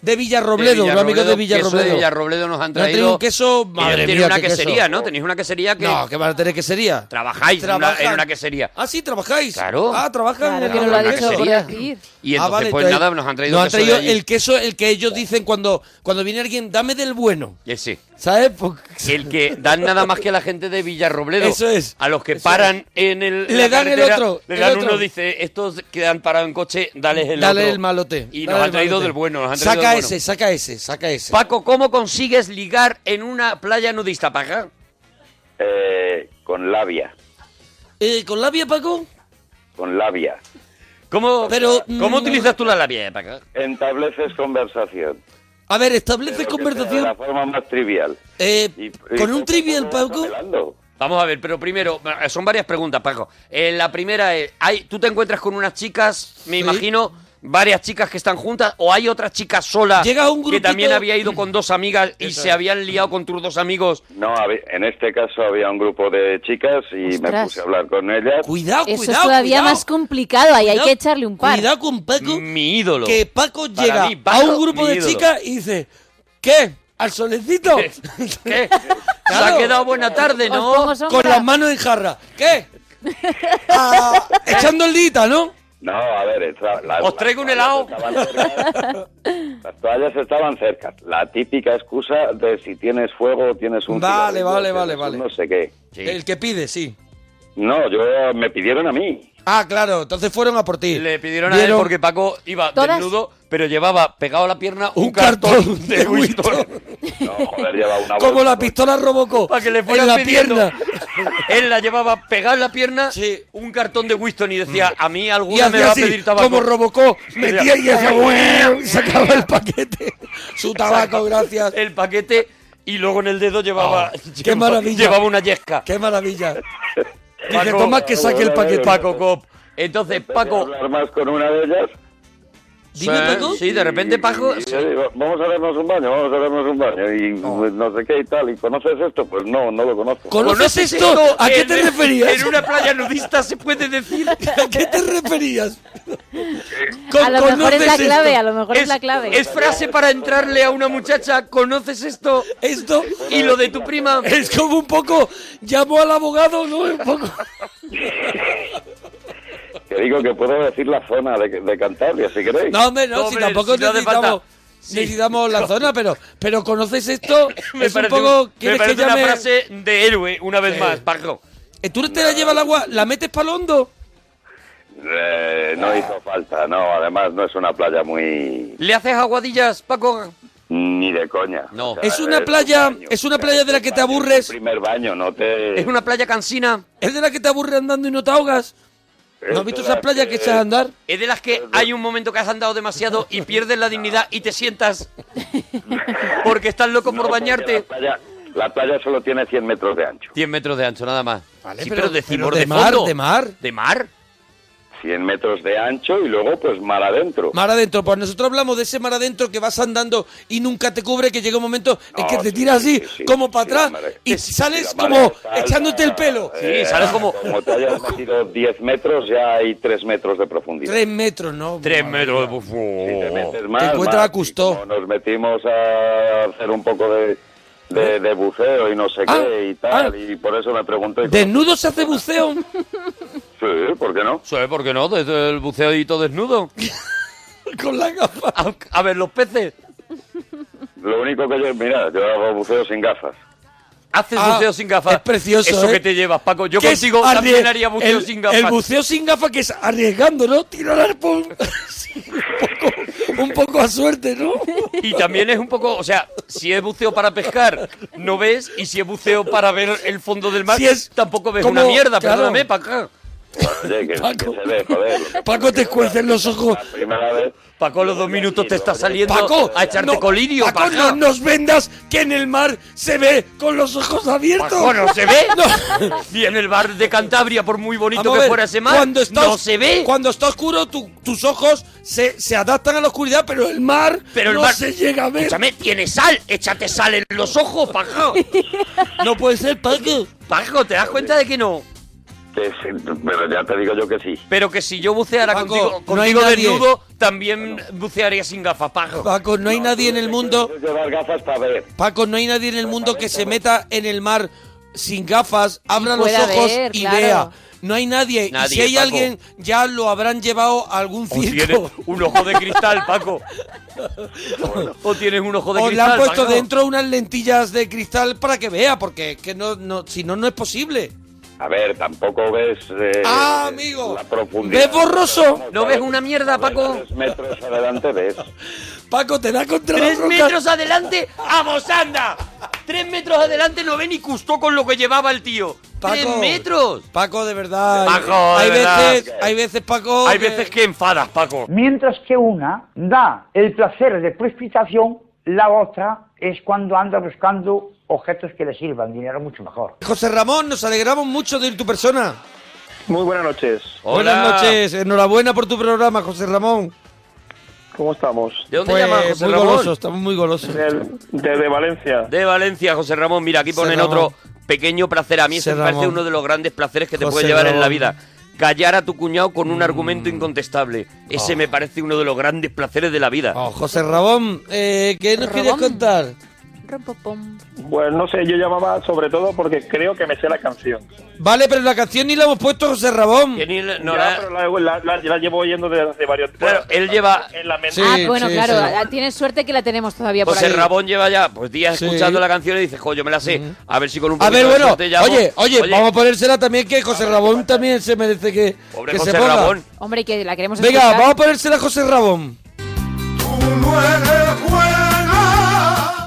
Speaker 3: De Villarrobledo,
Speaker 2: De
Speaker 3: los amigos eh,
Speaker 2: queso
Speaker 3: de Villarrobledo.
Speaker 2: De Villarrobledo nos han
Speaker 3: Nos han
Speaker 2: traído.
Speaker 3: traído un queso, madre
Speaker 2: Tiene
Speaker 3: mía,
Speaker 2: una
Speaker 3: qué queso.
Speaker 2: quesería, ¿no? Tenéis una quesería que.
Speaker 3: No, que van a tener quesería.
Speaker 2: Trabajáis en una-
Speaker 3: Trabajan.
Speaker 2: en una quesería.
Speaker 3: Ah, sí, trabajáis.
Speaker 2: Claro.
Speaker 3: Ah, trabajan.
Speaker 6: Claro que no lo
Speaker 2: una
Speaker 6: ha dicho por
Speaker 2: quesería.
Speaker 6: decir.
Speaker 2: Y entonces,
Speaker 3: Ah, vale,
Speaker 2: pues
Speaker 3: entonces,
Speaker 2: nada, nos han traído
Speaker 3: nos
Speaker 2: queso de allí.
Speaker 3: el queso, el que ellos dicen cuando, cuando viene alguien, dame del bueno.
Speaker 2: Ese.
Speaker 3: ¿Sabes? Pues-
Speaker 2: Eh, El que dan nada más que a la gente de Villarrobledo.
Speaker 3: Eso es.
Speaker 2: A los que
Speaker 3: Eso
Speaker 2: paran en el. en la
Speaker 3: Le dan el
Speaker 2: carretera,
Speaker 3: otro,
Speaker 2: Le
Speaker 3: el
Speaker 2: dan
Speaker 3: otro.
Speaker 2: uno, dice, estos que han parado en coche, dales el
Speaker 3: Dale
Speaker 2: otro.
Speaker 3: el malote.
Speaker 2: Y
Speaker 3: dale
Speaker 2: nos han
Speaker 3: el
Speaker 2: traído
Speaker 3: malote.
Speaker 2: del bueno. Nos han traído
Speaker 3: saca
Speaker 2: del bueno.
Speaker 3: ese, saca ese, saca ese.
Speaker 2: Paco, ¿cómo consigues ligar en una playa nudista, Paco?
Speaker 4: Eh, con labia,
Speaker 3: Eh, ¿Con labia, Paco?
Speaker 4: con labia.
Speaker 2: ¿Cómo,
Speaker 3: Pero,
Speaker 2: ¿cómo
Speaker 3: mm,
Speaker 2: utilizas tú la labia, Paco?
Speaker 4: Estableces conversación.
Speaker 3: A ver, estableces
Speaker 4: Pero que sea De la
Speaker 3: conversación.
Speaker 4: forma más trivial.
Speaker 3: Eh,
Speaker 4: Y- y
Speaker 3: ¿Con
Speaker 4: poco
Speaker 3: un
Speaker 4: a
Speaker 3: trivial,
Speaker 4: poco vas
Speaker 3: Paco?
Speaker 4: apelando.
Speaker 2: Vamos a ver, pero primero, son varias preguntas, Paco. Eh, la primera es, hay, tú te encuentras con unas chicas, me
Speaker 3: Sí.
Speaker 2: imagino, varias chicas que están juntas, o hay otra chica sola
Speaker 3: Llega un
Speaker 2: que
Speaker 3: grupito-
Speaker 2: también había ido con dos amigas y se habían liado con tus dos amigos.
Speaker 4: No, había- en este caso había un grupo de chicas y me
Speaker 6: Ostras.
Speaker 4: puse a hablar con ellas.
Speaker 3: Cuidado,
Speaker 6: Eso
Speaker 3: cuidado.
Speaker 6: es todavía
Speaker 3: cuidado.
Speaker 6: más complicado. Ahí hay
Speaker 3: Cuidado,
Speaker 6: que echarle un par.
Speaker 3: Cuidado con Paco,
Speaker 2: Mi ídolo.
Speaker 3: que Paco
Speaker 2: Para
Speaker 3: llega
Speaker 2: mí, Paco,
Speaker 3: a un grupo
Speaker 2: mi
Speaker 3: de
Speaker 2: ídolo.
Speaker 3: chicas y dice, ¿qué? ¿Al solecito? *laughs*
Speaker 2: ¿Qué? Se
Speaker 3: Claro.
Speaker 2: ha quedado buena tarde,
Speaker 6: Os
Speaker 2: ¿no?
Speaker 6: pongo sombra.
Speaker 3: con las manos en jarra.
Speaker 6: *laughs*
Speaker 3: ¿Qué? Ah, echando el dita, ¿no?
Speaker 4: No, a ver, esta- la-
Speaker 2: Os traigo un helado.
Speaker 4: Las toallas, estaban cerca. Las toallas estaban cerca. La típica excusa de si tienes fuego, tienes un.
Speaker 3: Vale,
Speaker 4: cigarrillo,
Speaker 3: vale,
Speaker 4: tienes
Speaker 3: vale,
Speaker 4: un
Speaker 3: vale.
Speaker 4: Eh, No sé qué.
Speaker 2: Sí.
Speaker 3: El que pide, sí.
Speaker 4: No, yo me pidieron a mí.
Speaker 3: Ah, claro, entonces fueron a por ti.
Speaker 2: Le pidieron a él
Speaker 3: Vieron
Speaker 2: porque Paco iba
Speaker 6: Todas- *laughs*
Speaker 2: desnudo, pero llevaba pegado a la pierna un,
Speaker 3: un cartón de
Speaker 2: Winston.
Speaker 3: Winston.
Speaker 4: No, joder, lleva una
Speaker 3: Como
Speaker 4: bolsa.
Speaker 3: la pistola Robocop.
Speaker 2: Para que le fuera
Speaker 3: en la
Speaker 2: pidiendo.
Speaker 3: pierna.
Speaker 2: Él la llevaba pegada en la pierna,
Speaker 3: Sí. Mm.
Speaker 2: un cartón de Winston y decía, a mí
Speaker 3: Y
Speaker 2: alguna me
Speaker 3: hacía
Speaker 2: va a
Speaker 3: así,
Speaker 2: pedir tabaco. *laughs*
Speaker 3: como Robocop, metía y hacía
Speaker 2: Exacto.
Speaker 3: "Bueu", y sacaba el paquete. Su tabaco, gracias. Oh,
Speaker 2: el paquete y luego en el dedo llevaba, *laughs*
Speaker 3: qué
Speaker 2: llevaba-
Speaker 3: maravilla.
Speaker 2: llevaba una yesca.
Speaker 3: Qué maravilla. Dije,
Speaker 2: Paco-
Speaker 3: toma que saque el paquete.
Speaker 2: Paco Cop. Entonces, Paco...
Speaker 4: hablar más con una de ellas.
Speaker 3: Dime,
Speaker 2: Sí,
Speaker 3: Paco.
Speaker 2: Sí, de repente
Speaker 4: y-
Speaker 2: Paco...
Speaker 4: y yo digo, vamos a darnos un baño, vamos a darnos un baño. Y pues, no sé qué y tal. ¿Y conoces esto? Pues no, no lo conozco.
Speaker 3: ¿Conoces esto? ¿A qué te
Speaker 2: En-
Speaker 3: referías?
Speaker 2: En una playa nudista se puede decir...
Speaker 3: *laughs* ¿A qué te referías?
Speaker 6: A lo mejor es la
Speaker 3: ¿Conoces
Speaker 6: clave,
Speaker 3: esto?
Speaker 6: a lo mejor es la clave.
Speaker 2: es frase para entrarle a una muchacha, ¿conoces esto?
Speaker 3: Esto
Speaker 2: Y lo de tu prima...
Speaker 3: es como un poco. Llamo al abogado, ¿no? Un poco.
Speaker 4: Que digo que puedo decir la zona de, de Cantabria, si queréis.
Speaker 3: No, hombre, no,
Speaker 2: No,
Speaker 3: si
Speaker 2: hombre,
Speaker 3: tampoco
Speaker 2: si no hace
Speaker 3: necesitamos,
Speaker 2: falta. Sí.
Speaker 3: necesitamos la zona, pero, pero conoces esto,
Speaker 2: *coughs* *laughs* Me
Speaker 3: es un
Speaker 2: parece,
Speaker 3: poco.
Speaker 2: un- me
Speaker 3: ¿Quieres que
Speaker 2: parece
Speaker 3: llame?
Speaker 2: una frase de héroe, una vez
Speaker 3: Sí.
Speaker 2: más, Paco.
Speaker 3: Eh, ¿Tú te la llevas al agua? ¿La metes para hondo?
Speaker 4: Eh, no
Speaker 2: Ah.
Speaker 4: hizo falta, no. Además, no es una playa muy.
Speaker 2: ¿Le haces aguadillas, Paco?
Speaker 4: ni de coña.
Speaker 2: No.
Speaker 3: Es una
Speaker 4: un
Speaker 3: playa-
Speaker 4: baño,
Speaker 3: es una playa de la que te aburres.
Speaker 4: Es un primer baño, no te.
Speaker 2: Es una playa cansina.
Speaker 3: ¿Es de la que te aburre andando y no te ahogas? ¿No has visto esas playas que echas a andar?
Speaker 2: Es de las que hay un momento que has andado demasiado y pierdes la dignidad y te sientas porque estás loco
Speaker 4: No,
Speaker 2: por
Speaker 4: porque La
Speaker 2: bañarte.
Speaker 4: playa, la playa solo tiene 100 metros de ancho.
Speaker 2: 10 metros de ancho, nada más.
Speaker 3: Vale,
Speaker 2: Sí,
Speaker 3: Eh, pero-
Speaker 2: pero, de
Speaker 3: pero
Speaker 2: cibor
Speaker 3: de
Speaker 2: de,
Speaker 3: mar,
Speaker 2: fondo.
Speaker 3: de mar.
Speaker 2: ¿De mar?
Speaker 4: 100 metros de ancho y luego, pues, mar adentro.
Speaker 3: Mar adentro, pues nosotros hablamos de ese mar adentro que vas andando y nunca te cubre, que llega un momento en
Speaker 4: No,
Speaker 3: que te
Speaker 4: sí,
Speaker 3: tiras así,
Speaker 4: sí, sí,
Speaker 3: como
Speaker 4: sí,
Speaker 3: para
Speaker 4: la
Speaker 3: atrás,
Speaker 4: madre-
Speaker 3: y
Speaker 4: sí,
Speaker 3: sales
Speaker 4: la
Speaker 3: como
Speaker 4: madre salta,
Speaker 3: echándote el pelo.
Speaker 2: Sí, sales como-
Speaker 4: Eh, Como te hayas metido 10 metros, ya hay 3 metros de profundidad.
Speaker 3: Tres metros, ¿no?
Speaker 2: 3
Speaker 3: Madre.
Speaker 2: metros de
Speaker 4: Si te metes más,
Speaker 3: encuentras
Speaker 4: más.
Speaker 3: a Cousteau.
Speaker 4: Y como Nos metimos a hacer un poco de,
Speaker 2: ¿Eh?
Speaker 4: de, de buceo y no sé
Speaker 3: Ah,
Speaker 4: qué y tal,
Speaker 3: ah.
Speaker 4: y por eso me pregunté.
Speaker 3: ¿Desnudo se hace buceo?
Speaker 4: Sí, ¿por qué no?
Speaker 2: ¿Sabes por qué no? Desde el buceadito desnudo.
Speaker 3: *laughs* Con la gafa.
Speaker 2: A, a ver, los peces.
Speaker 4: Lo único que yo, mira, yo hago buceo sin gafas.
Speaker 2: Haces
Speaker 3: Ah,
Speaker 2: buceo sin gafas.
Speaker 3: es precioso,
Speaker 2: Eso
Speaker 3: ¿eh?
Speaker 2: que te llevas, Paco. Yo
Speaker 3: ¿Qué es
Speaker 2: consigo
Speaker 3: arrie-
Speaker 2: también haría buceo
Speaker 3: el, *laughs*
Speaker 2: sin gafas.
Speaker 3: El buceo sin gafas que es arriesgando, ¿no? Tirar al pon. *laughs* Sí, un, poco, un poco a suerte, ¿no?
Speaker 2: Y también es un poco, o sea, si es buceo para pescar, no ves, y si es buceo para ver el fondo del mar,
Speaker 3: Si es
Speaker 2: tampoco ves
Speaker 3: como-
Speaker 2: una mierda,
Speaker 3: claro.
Speaker 2: perdóname, Paco.
Speaker 4: Oye, *laughs* que, que
Speaker 3: Paco.
Speaker 4: se ve, joder. lo que-
Speaker 3: *laughs* Paco, te escuercen los ojos.
Speaker 4: La primera vez.
Speaker 2: Paco, a los dos minutos te está saliendo
Speaker 3: Paco,
Speaker 2: a echarte
Speaker 3: no,
Speaker 2: colirio,
Speaker 3: Paco,
Speaker 2: Paco.
Speaker 3: no nos vendas que en el mar se ve con los ojos abiertos.
Speaker 2: Paco, no se ve.
Speaker 3: *laughs* No.
Speaker 2: Y en el bar de Cantabria, por muy bonito
Speaker 3: Vamos a
Speaker 2: que
Speaker 3: ver,
Speaker 2: fuera ese mar,
Speaker 3: cuando está
Speaker 2: no
Speaker 3: os-
Speaker 2: se ve.
Speaker 3: Cuando está oscuro, tu- tus ojos se, se adaptan a la oscuridad, pero el mar
Speaker 2: Pero el
Speaker 3: no
Speaker 2: mar-
Speaker 3: se llega a ver.
Speaker 2: Escúchame, tiene sal, échate sal en los ojos, Paco.
Speaker 3: *laughs* No puede ser, Paco.
Speaker 2: Paco, ¿te das cuenta de que no?
Speaker 4: que se- pero ya te digo yo que sí.
Speaker 2: Pero que si yo buceara
Speaker 3: Paco,
Speaker 2: contigo,
Speaker 3: no hay
Speaker 2: contigo
Speaker 3: nadie.
Speaker 2: desnudo, también bucearía sin gafas, Paco.
Speaker 3: Paco, no hay nadie en el mundo.
Speaker 4: Yo llevar gafas para ver.
Speaker 3: Paco, no hay nadie en el mundo que se meta en el mar sin gafas, abra los
Speaker 6: pueda
Speaker 3: ojos
Speaker 6: ver,
Speaker 3: y
Speaker 6: claro.
Speaker 3: vea. No hay nadie. Y
Speaker 2: Nadie,
Speaker 3: si hay
Speaker 2: Paco.
Speaker 3: alguien, ya lo habrán llevado a algún
Speaker 2: O tienes
Speaker 3: circo.
Speaker 2: un ojo de cristal, Paco. O tienes un ojo de
Speaker 3: O le
Speaker 2: cristal.
Speaker 3: han puesto
Speaker 2: Paco.
Speaker 3: dentro unas lentillas de cristal para que vea, porque es que no, no, si no, no es posible.
Speaker 4: A ver, tampoco ves. eh,
Speaker 3: Ah, amigo.
Speaker 4: La profundidad.
Speaker 3: ¿Ves borroso?
Speaker 2: ¿No ves una mierda, Paco?
Speaker 4: Tres metros adelante ves.
Speaker 3: Paco, te da contra
Speaker 2: Tres
Speaker 3: las rocas.
Speaker 2: metros adelante, ¡vamos, anda! Tres metros adelante no ve ni custó con lo que llevaba el tío.
Speaker 3: Paco,
Speaker 2: ¡Tres metros!
Speaker 3: Paco, de verdad.
Speaker 2: Paco, de
Speaker 3: hay
Speaker 2: verdad.
Speaker 3: veces, hay veces, Paco.
Speaker 2: Hay veces que enfadas, Paco.
Speaker 8: Mientras que una da el placer de precipitación, la otra es cuando anda buscando objetos que le sirvan, dinero mucho mejor.
Speaker 3: José Ramón, nos alegramos mucho de ir tu persona.
Speaker 9: Muy buenas noches.
Speaker 2: Hola.
Speaker 3: Buenas noches, enhorabuena por tu programa, José Ramón.
Speaker 9: ¿Cómo estamos?
Speaker 2: ¿De dónde
Speaker 3: Pues,
Speaker 2: llamas, José
Speaker 3: muy
Speaker 2: Ramón?
Speaker 3: golosos, estamos muy golosos.
Speaker 9: Del- Desde Valencia.
Speaker 2: De Valencia, José Ramón. Mira, aquí
Speaker 3: José
Speaker 2: ponen
Speaker 3: Ramón.
Speaker 2: otro pequeño placer. A mí ese
Speaker 3: José
Speaker 2: me parece
Speaker 3: Ramón.
Speaker 2: uno de los grandes placeres que te
Speaker 3: José
Speaker 2: puede llevar en la
Speaker 3: Ramón. Mm.
Speaker 2: vida. Callar a tu cuñado con un argumento incontestable. Ese me parece uno de los grandes placeres de la vida.
Speaker 3: Oh, José Ramón, eh, ¿qué nos
Speaker 6: Ramón.
Speaker 3: querías contar?
Speaker 6: Rompopom.
Speaker 9: Pues no sé, yo llamaba sobre todo porque creo que me sé la canción.
Speaker 3: Vale, pero la canción ni la hemos puesto José Rabón.
Speaker 2: Que ni la- no,
Speaker 9: Ya,
Speaker 2: la-
Speaker 9: pero la, la- la- la llevo oyendo desde hace varios Claro,
Speaker 2: él lleva.
Speaker 9: En la mente.
Speaker 6: ah, bueno, claro. ah, Tienes suerte que la tenemos todavía por
Speaker 2: José
Speaker 6: aquí.
Speaker 2: Rabón lleva ya pues días
Speaker 3: Sí. Mm.
Speaker 2: escuchando la canción y dice, jo, yo me la sé. A ver si con un
Speaker 3: A
Speaker 2: poquito
Speaker 3: ver,
Speaker 2: de
Speaker 3: bueno,
Speaker 2: suerte llamo".
Speaker 3: oye, oye, vamos a ponérsela también que José Rabón también se merece que,
Speaker 2: Pobre
Speaker 3: que
Speaker 2: José
Speaker 3: se ponga.
Speaker 2: Rabón.
Speaker 6: Hombre, que la queremos
Speaker 3: Venga,
Speaker 6: escuchar.
Speaker 3: vamos a ponérsela a José Rabón.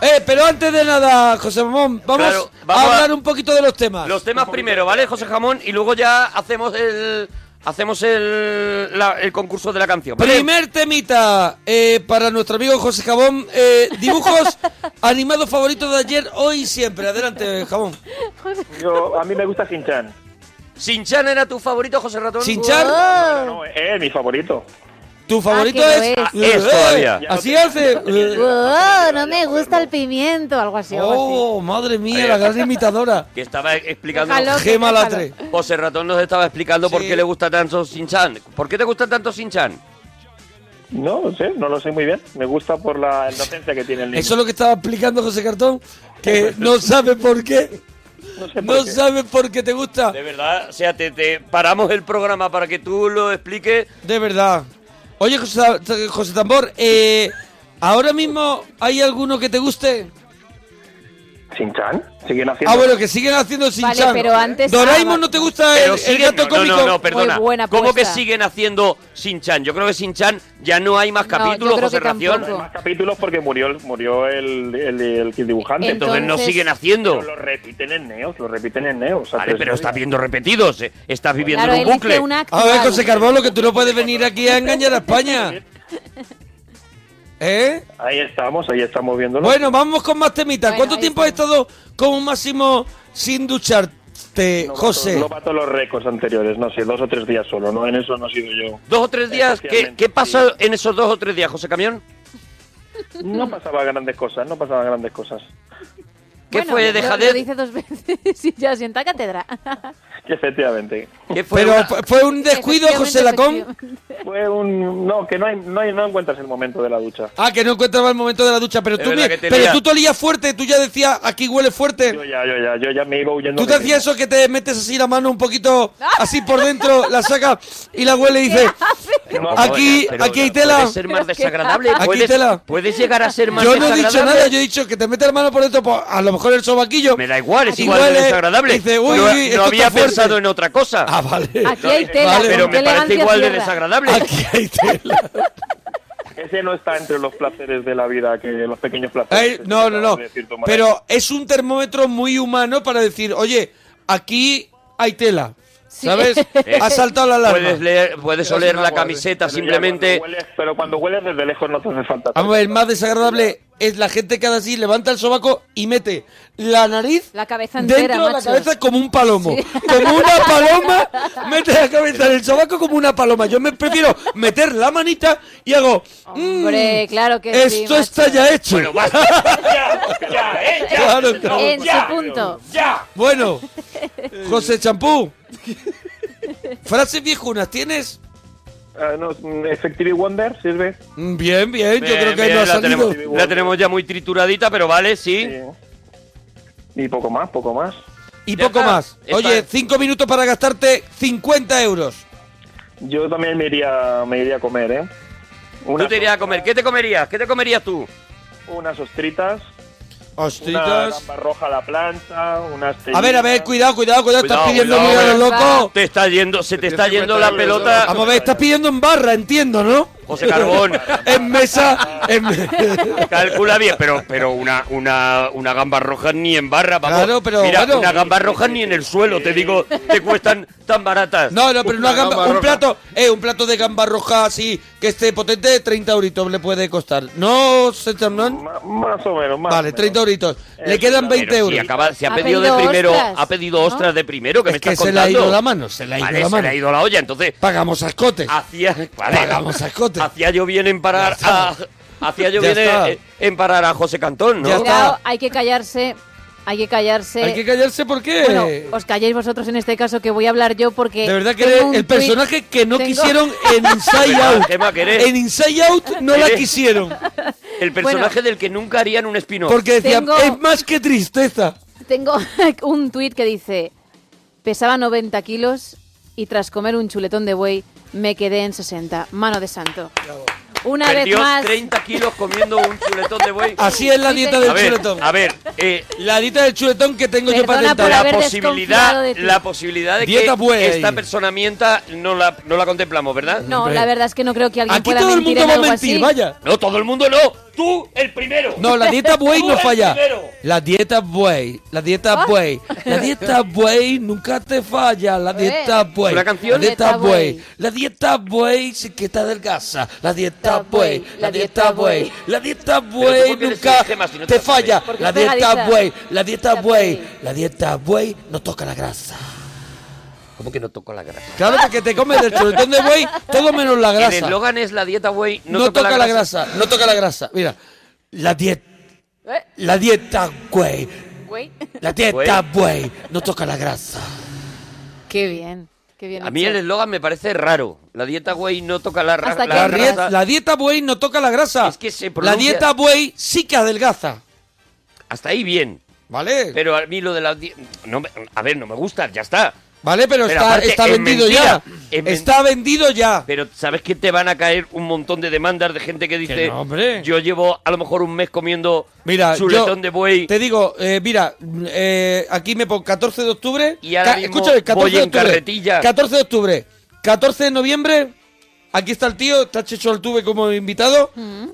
Speaker 3: Eh, pero antes de nada, José Ramón, vamos,
Speaker 2: Claro, vamos
Speaker 3: a
Speaker 2: a-
Speaker 3: hablar un poquito de los temas.
Speaker 2: Los temas primero, ¿vale, José Jamón? Y luego ya hacemos el hacemos el, la- el concurso de la canción. ¿vale?
Speaker 3: Primer temita eh, para nuestro amigo José Jabón. eh,
Speaker 2: *laughs*
Speaker 3: dibujos animados favoritos de ayer, hoy y siempre. Adelante, Jabón.
Speaker 9: Yo, a mí me gusta Sinchan.
Speaker 2: ¿Sinchan era tu favorito, José Ratón?
Speaker 3: ¿Sinchan?
Speaker 9: No, eh, es mi favorito.
Speaker 3: Tu favorito
Speaker 6: Ah, que
Speaker 3: es... Eh,
Speaker 6: lo es.
Speaker 2: Ah, es todavía.
Speaker 3: Así hace... eh.
Speaker 6: Wow, no me gusta el pimiento, algo así. algo
Speaker 3: Oh, madre mía, la gran imitadora.
Speaker 2: *laughs* Que estaba explicando...
Speaker 6: Déjalo, que
Speaker 3: Gema
Speaker 6: déjalo.
Speaker 3: Latre.
Speaker 2: José Ratón nos estaba explicando por
Speaker 3: Sí.
Speaker 2: qué le gusta tanto Sinchan. ¿Por qué te gusta tanto Sinchan?
Speaker 9: No, no sé, no lo sé muy bien. Me gusta por la inocencia que tiene el niño. Pues,
Speaker 3: Eso es lo que estaba explicando José Cartón, que no sabe por qué.
Speaker 9: no sé por
Speaker 3: No
Speaker 9: qué.
Speaker 3: sabe por qué te gusta.
Speaker 2: De verdad, o sea, te, te paramos el programa para que tú lo expliques.
Speaker 3: De verdad. Oye, José, José Tambor, eh, ¿ahora mismo hay alguno que te guste?
Speaker 9: ¿Sinchan? ¿Siguen haciendo?
Speaker 3: Ah, bueno, que siguen haciendo sin
Speaker 6: Vale, pero antes-
Speaker 3: Doraemon
Speaker 6: ah,
Speaker 3: no te gusta el,
Speaker 2: Pero
Speaker 3: el
Speaker 2: siguen-
Speaker 3: gato
Speaker 2: no,
Speaker 3: cómico.
Speaker 2: no, no, perdona.
Speaker 6: Muy buena
Speaker 2: ¿Cómo que
Speaker 6: apuesta.
Speaker 2: siguen haciendo Sinchan? Yo creo que Sinchan ya no hay más
Speaker 6: No, yo
Speaker 2: capítulos,
Speaker 6: creo
Speaker 2: José
Speaker 6: que
Speaker 2: Ratón.
Speaker 6: tampoco.
Speaker 9: Más capítulos porque murió, el- murió el, el, el- el dibujante.
Speaker 6: Entonces-
Speaker 2: Entonces no siguen haciendo.
Speaker 9: Pero lo repiten en Neos, lo repiten en Neos. O sea,
Speaker 2: Vale, pero
Speaker 9: no-
Speaker 2: estás viendo repetidos, eh, estás viviendo
Speaker 6: Claro,
Speaker 2: en un
Speaker 6: él
Speaker 2: bucle.
Speaker 6: dice una
Speaker 3: A ver,
Speaker 6: actual.
Speaker 3: José Carbolo, que tú no puedes venir aquí a engañar
Speaker 6: *laughs*
Speaker 3: a España. ¿Eh?
Speaker 9: Ahí estamos, ahí estamos viéndolo.
Speaker 3: Bueno, vamos con más temitas.
Speaker 6: Bueno,
Speaker 3: ¿Cuánto
Speaker 6: ahí
Speaker 3: tiempo has estado como máximo sin ducharte,
Speaker 9: no
Speaker 3: José?
Speaker 9: Bato, no bato los récords anteriores, no sé, dos o tres días solo, ¿no? En eso no he sido yo.
Speaker 2: Dos o tres días, ¿qué,
Speaker 9: Especialmente,
Speaker 2: qué pasa
Speaker 9: sí.
Speaker 2: en esos dos o tres días, José Camión?
Speaker 9: No pasaba grandes cosas, no pasaba grandes cosas. *laughs*
Speaker 2: ¿Qué
Speaker 6: Bueno,
Speaker 2: fue
Speaker 6: lo-
Speaker 2: dejadez?
Speaker 6: Lo dice dos veces *laughs* y ya sienta cátedra.
Speaker 9: Efectivamente.
Speaker 2: ¿Qué fue
Speaker 3: Pero
Speaker 2: una-
Speaker 3: fue- fue un descuido, José Lacón.
Speaker 9: Fue un... No, que no, hay, no, hay- no encuentras el momento de la ducha.
Speaker 3: Ah, que no encontraba el momento de la ducha, pero
Speaker 2: Es
Speaker 3: tú,
Speaker 2: verdad
Speaker 3: me-
Speaker 2: que te
Speaker 3: pero
Speaker 2: lía.
Speaker 3: tú te olías fuerte, tú ya decías, aquí huele
Speaker 9: Yo
Speaker 3: fuerte.
Speaker 9: ya, yo ya, yo ya me iba huyendo.
Speaker 3: Tú te
Speaker 9: de-
Speaker 3: hacías eso que te metes así la mano un poquito, así por dentro, la sacas y la huele
Speaker 6: *laughs*
Speaker 3: y dices,
Speaker 2: Pero,
Speaker 3: aquí-
Speaker 2: pero
Speaker 3: aquí hay tela.
Speaker 2: Puede ser más
Speaker 6: Pero qué
Speaker 2: desagradable.
Speaker 3: Aquí hay
Speaker 2: puedes-
Speaker 3: tela.
Speaker 2: Puedes llegar a ser más
Speaker 3: yo no he
Speaker 2: desagradable.
Speaker 3: dicho nada, yo he dicho que te metes la mano por dentro, pues, a lo mejor el sobaquillo.
Speaker 2: Me da igual, es
Speaker 3: y
Speaker 2: igual de
Speaker 3: huele,
Speaker 2: desagradable.
Speaker 3: y dices, uy,
Speaker 2: no
Speaker 3: uy,
Speaker 2: no
Speaker 3: esto está
Speaker 2: había
Speaker 3: fuerte".
Speaker 2: pensado en otra cosa.
Speaker 3: Ah, vale.
Speaker 6: Aquí hay tela.
Speaker 3: vale,
Speaker 6: con
Speaker 2: pero
Speaker 3: con
Speaker 2: me
Speaker 6: qué
Speaker 2: parece
Speaker 6: elegancia
Speaker 2: igual de
Speaker 6: cierra.
Speaker 2: desagradable.
Speaker 3: Aquí hay tela.
Speaker 9: Ese no está entre los placeres de la vida, que los pequeños
Speaker 3: Ay,
Speaker 9: placeres.
Speaker 3: no, no, no.
Speaker 9: De cierta manera.
Speaker 3: Pero es un termómetro muy humano para decir, oye, aquí hay tela.
Speaker 6: Sí. *laughs*
Speaker 3: ¿Sabes? *laughs* Ha saltado la alarma.
Speaker 2: Puedes, leer, Eh, puedes
Speaker 9: Pero
Speaker 2: oler
Speaker 9: sí, no,
Speaker 2: la
Speaker 9: pues,
Speaker 2: camiseta
Speaker 9: pero ya
Speaker 2: simplemente.
Speaker 9: cuando hueles- pero cuando hueles desde lejos no te hace falta.
Speaker 3: Vamos, el más desagradable es la gente que hace así, levanta el sobaco y mete la nariz
Speaker 6: La cabeza entera,
Speaker 3: dentro de la
Speaker 6: macho.
Speaker 3: cabeza como un palomo. *laughs* Como una paloma, mete la cabeza en el sobaco como una paloma. Yo me prefiero meter la manita y hago... "Mm,
Speaker 6: Hombre, claro que sí,
Speaker 3: esto
Speaker 6: macho.
Speaker 3: está ya hecho.
Speaker 2: Bueno,
Speaker 3: *laughs*
Speaker 2: va-
Speaker 9: Ya, eh, ya.
Speaker 3: Claro, claro.
Speaker 6: En su punto.
Speaker 3: Bueno,
Speaker 2: Eh.
Speaker 3: José Champú. Frases viejunas, ¿tienes?
Speaker 9: Ah, no, mm, Effective Wonder sirve.
Speaker 3: Mm, Bien, bien, yo
Speaker 2: Bien,
Speaker 3: creo que
Speaker 2: bien,
Speaker 3: no ha
Speaker 2: la,
Speaker 3: salido.
Speaker 2: tenemos, la tenemos ya muy trituradita, pero vale, sí.
Speaker 9: Sí. Y poco más, poco más.
Speaker 3: Y
Speaker 2: Ya
Speaker 3: poco
Speaker 2: está,
Speaker 3: más.
Speaker 2: está.
Speaker 3: Oye, cinco minutos para gastarte 50 euros.
Speaker 9: Yo también me iría, me iría a comer, ¿eh?
Speaker 2: Tú te irías a comer. ¿Qué te comerías? ¿Qué te comerías tú?
Speaker 9: Unas ostritas, una
Speaker 3: Hostitas.
Speaker 9: gamba roja a la plancha, unas
Speaker 3: A ver, a ver, Eh, cuidado, cuidado, cuidado.
Speaker 2: Cuidado,
Speaker 3: estás pidiendo
Speaker 2: cuidado, eh.
Speaker 3: dinero,
Speaker 6: cuidado.
Speaker 3: loco.
Speaker 2: Te está yendo, se te está
Speaker 7: tienes que
Speaker 2: yendo la
Speaker 7: meter los
Speaker 2: pelota.
Speaker 3: Vamos a ver, estás pidiendo en barra, entiendo, ¿no?
Speaker 2: José Carbón,
Speaker 3: *laughs* En mesa. En...
Speaker 2: calcula bien, pero, pero una, una, una gamba roja ni en barra, vamos.
Speaker 3: Claro, pero
Speaker 2: Mira,
Speaker 3: bueno.
Speaker 2: una gamba roja ni en el suelo, te digo, te cuestan tan baratas.
Speaker 3: *laughs* No, no, pero una
Speaker 7: Una
Speaker 3: gamba-
Speaker 7: gamba
Speaker 3: un
Speaker 7: roja.
Speaker 3: plato, eh, un plato de gamba roja así, que esté potente, 30 euritos le puede costar. ¿No, Setamnón?
Speaker 9: Ma- más o menos, más.
Speaker 3: Vale, 30 euritos. Le
Speaker 9: Eso,
Speaker 3: quedan
Speaker 9: pero
Speaker 3: 20
Speaker 2: Pero si
Speaker 3: euros.
Speaker 2: acaba- se ha,
Speaker 6: Ha
Speaker 2: pedido,
Speaker 6: pedido
Speaker 2: de primero,
Speaker 6: ostras,
Speaker 2: ha pedido ostras
Speaker 6: ¿no?
Speaker 2: de primero, que
Speaker 3: Es
Speaker 2: me
Speaker 3: que
Speaker 2: estás
Speaker 3: se le
Speaker 2: contando.
Speaker 3: ha ido la mano, se le ha ido
Speaker 2: Vale,
Speaker 3: la
Speaker 2: se
Speaker 3: mano.
Speaker 2: le ha ido la olla, entonces
Speaker 3: Pagamos a escotes.
Speaker 2: hacía vale,
Speaker 3: Pagamos a escote.
Speaker 2: Hacía yo bien en parar
Speaker 3: Ya
Speaker 2: a hacía yo
Speaker 3: Ya
Speaker 2: bien
Speaker 3: está.
Speaker 2: en, en parar a José Cantón, ¿no?
Speaker 3: Ya está.
Speaker 6: Cuidado, hay que callarse. Hay que callarse.
Speaker 3: Hay que callarse porque...
Speaker 6: Bueno, os calléis vosotros en este caso que voy a hablar yo porque...
Speaker 3: De verdad que
Speaker 6: tengo
Speaker 3: eres
Speaker 6: un
Speaker 3: el
Speaker 6: tuit-
Speaker 3: personaje que no
Speaker 6: tengo-
Speaker 2: *laughs*
Speaker 3: quisieron en Inside
Speaker 2: verdad,
Speaker 3: Out.
Speaker 2: Gemma, que eres-
Speaker 3: En Inside Out no la
Speaker 2: Eres-
Speaker 3: quisieron.
Speaker 2: El personaje del que nunca harían un spin-off.
Speaker 3: Porque decía,
Speaker 6: Tengo-
Speaker 3: es más que tristeza.
Speaker 6: Tengo *laughs* un tuit que dice, pesaba 90 kilos y tras comer un chuletón de buey me quedé en 60. Mano de santo. Una
Speaker 2: Perdió
Speaker 6: vez más,
Speaker 2: 30 kilos comiendo un chuletón de buey.
Speaker 3: Así es la dieta del
Speaker 2: A ver,
Speaker 3: chuletón.
Speaker 2: A ver, eh,
Speaker 3: La dieta del chuletón que tengo yo
Speaker 6: Perdona por
Speaker 3: patentada.
Speaker 6: haber
Speaker 2: la
Speaker 6: desconfiado
Speaker 2: posibilidad,
Speaker 6: de ti.
Speaker 2: la posibilidad de
Speaker 3: Dieta
Speaker 2: que
Speaker 3: buey.
Speaker 2: esta personamienta no la, no la contemplamos, ¿verdad?
Speaker 6: no, la verdad es que no creo que alguien
Speaker 3: Aquí
Speaker 6: pueda
Speaker 3: todo el
Speaker 6: mentir
Speaker 3: mundo
Speaker 6: en
Speaker 3: va a
Speaker 6: algo
Speaker 3: mentir,
Speaker 6: así.
Speaker 3: vaya.
Speaker 2: No, todo el mundo no. Tú, el primero.
Speaker 3: No, la dieta buey
Speaker 2: *laughs*
Speaker 3: no
Speaker 2: Tú el
Speaker 3: falla.
Speaker 2: primero.
Speaker 3: La dieta buey, la dieta
Speaker 6: Ah.
Speaker 3: buey, *laughs* la dieta buey nunca te falla. La dieta buey,
Speaker 2: ¿Una canción?
Speaker 3: la dieta
Speaker 6: Dieta buey.
Speaker 3: buey, la dieta buey sí que está delgaza. La dieta
Speaker 6: Dieta buey,
Speaker 3: buey, la dieta buey, la dieta
Speaker 2: Pero tú
Speaker 3: buey
Speaker 2: por qué eres
Speaker 3: nunca
Speaker 2: el Gema si no te
Speaker 3: te
Speaker 2: la sabes.
Speaker 3: falla.
Speaker 6: Porque
Speaker 3: La
Speaker 6: es
Speaker 3: dieta
Speaker 6: pegadita.
Speaker 3: buey, la dieta
Speaker 6: Dieta
Speaker 3: buey,
Speaker 6: buey.
Speaker 3: la dieta buey no toca la grasa.
Speaker 2: ¿Cómo que no tocó la grasa?
Speaker 3: Claro, porque te comes del chuletón de buey todo
Speaker 2: *laughs*
Speaker 3: menos la
Speaker 2: El
Speaker 3: grasa.
Speaker 2: eslogan es la dieta buey no,
Speaker 3: No, toca la grasa. no toca la grasa. Mira, la dieta,
Speaker 6: ¿Eh?
Speaker 3: la dieta buey.
Speaker 6: Buey.
Speaker 3: La dieta buey no toca la grasa.
Speaker 6: Qué bien, qué bien.
Speaker 2: A mí
Speaker 6: hecho.
Speaker 2: el eslogan me parece raro. La dieta buey no toca la, ra-
Speaker 6: Hasta
Speaker 2: la
Speaker 6: que-
Speaker 3: La,
Speaker 6: La
Speaker 3: rie-
Speaker 2: grasa.
Speaker 3: la dieta buey no toca la grasa.
Speaker 2: Es que se pronuncia-
Speaker 3: La dieta buey sí que adelgaza.
Speaker 2: Hasta ahí bien.
Speaker 3: ¿Vale?
Speaker 2: Pero a mí lo de la... di- No me- a ver, no me gusta, ya está.
Speaker 3: vale, pero,
Speaker 2: pero
Speaker 3: está,
Speaker 2: aparte,
Speaker 3: está
Speaker 2: es
Speaker 3: vendido
Speaker 2: mentira.
Speaker 3: ya.
Speaker 2: Es men-
Speaker 3: Está vendido ya.
Speaker 2: Pero ¿sabes que te van a caer un montón de demandas de gente que dice...
Speaker 3: no, hombre.
Speaker 2: Yo llevo a lo mejor un mes comiendo
Speaker 3: Mira,
Speaker 2: chuletón
Speaker 3: yo
Speaker 2: de buey
Speaker 3: Te digo, eh, mira, eh, aquí me pongo 14 de octubre.
Speaker 2: Y ahora
Speaker 3: Ca-
Speaker 2: mismo
Speaker 3: escúchame, 14
Speaker 2: voy
Speaker 3: de
Speaker 2: en
Speaker 3: octubre.
Speaker 2: carretilla.
Speaker 3: 14 de octubre. 14 de noviembre. Aquí está el tío, está Checho Altuve como invitado.
Speaker 7: Mm.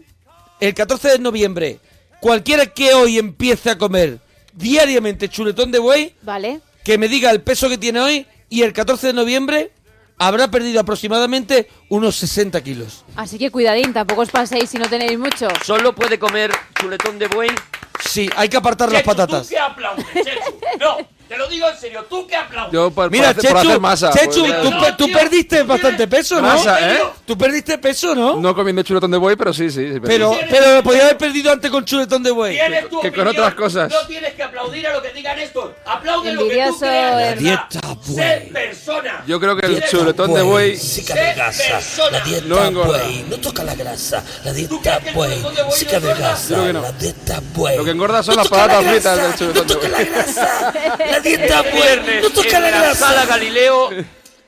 Speaker 3: El 14 de noviembre. Cualquiera que hoy empiece a comer diariamente chuletón de buey,
Speaker 6: Vale.
Speaker 3: que me diga el peso que tiene hoy y el 14 de noviembre habrá perdido aproximadamente unos 60 kilos.
Speaker 6: Así que cuidadín, tampoco os paséis si no tenéis mucho.
Speaker 2: Solo puede comer chuletón de buey.
Speaker 3: Sí, hay que apartar las patatas.
Speaker 2: aplaudes, No, te lo digo en serio, tú que aplaudes.
Speaker 10: Yo pues, por, por
Speaker 3: Mira,
Speaker 10: hacer, por
Speaker 3: Chechu,
Speaker 10: hacer masa.
Speaker 3: Chechu,
Speaker 10: pues,
Speaker 3: tú,
Speaker 2: No,
Speaker 3: pe- tú
Speaker 2: tío,
Speaker 3: perdiste
Speaker 2: tienes
Speaker 3: bastante peso, ¿no?
Speaker 10: masa, ¿eh?
Speaker 3: Tú perdiste peso, ¿no?
Speaker 10: No comiendo chuletón de buey, pero sí, sí. sí,
Speaker 3: Pero, pero lo podía haber perdido antes con chuletón de buey.
Speaker 10: Que- tu que con opinión, otras cosas. no
Speaker 2: tienes que aplaudir a lo que digan estos. Aplaude
Speaker 6: lo que tú Envidioso creas,
Speaker 7: eh,
Speaker 6: de
Speaker 3: eres. verdad. Dieta, Sé güey.
Speaker 2: persona.
Speaker 10: Yo creo que el
Speaker 2: Dieta
Speaker 10: chuletón de buey...
Speaker 7: Sí que
Speaker 2: Sé
Speaker 7: adelgaza.
Speaker 2: persona.
Speaker 7: La
Speaker 10: No
Speaker 7: dieta
Speaker 10: engorda.
Speaker 7: buey no toca la grasa. La
Speaker 2: ¿Tú crees
Speaker 7: dieta
Speaker 2: que el
Speaker 7: buey
Speaker 2: chuletón de buey
Speaker 7: sí
Speaker 2: no
Speaker 7: que
Speaker 2: engorda?
Speaker 10: Yo creo
Speaker 7: adelgaza.
Speaker 10: que no.
Speaker 7: La dieta buey.
Speaker 10: Lo que engorda son
Speaker 7: no
Speaker 10: las
Speaker 7: toca la
Speaker 10: patatas fritas
Speaker 7: grasa,
Speaker 10: del chuletón de
Speaker 7: No toca la
Speaker 10: buey.
Speaker 7: grasa. La dieta
Speaker 2: Este
Speaker 7: buey no
Speaker 2: viernes
Speaker 7: toca la
Speaker 2: en la
Speaker 7: grasa.
Speaker 2: sala Galileo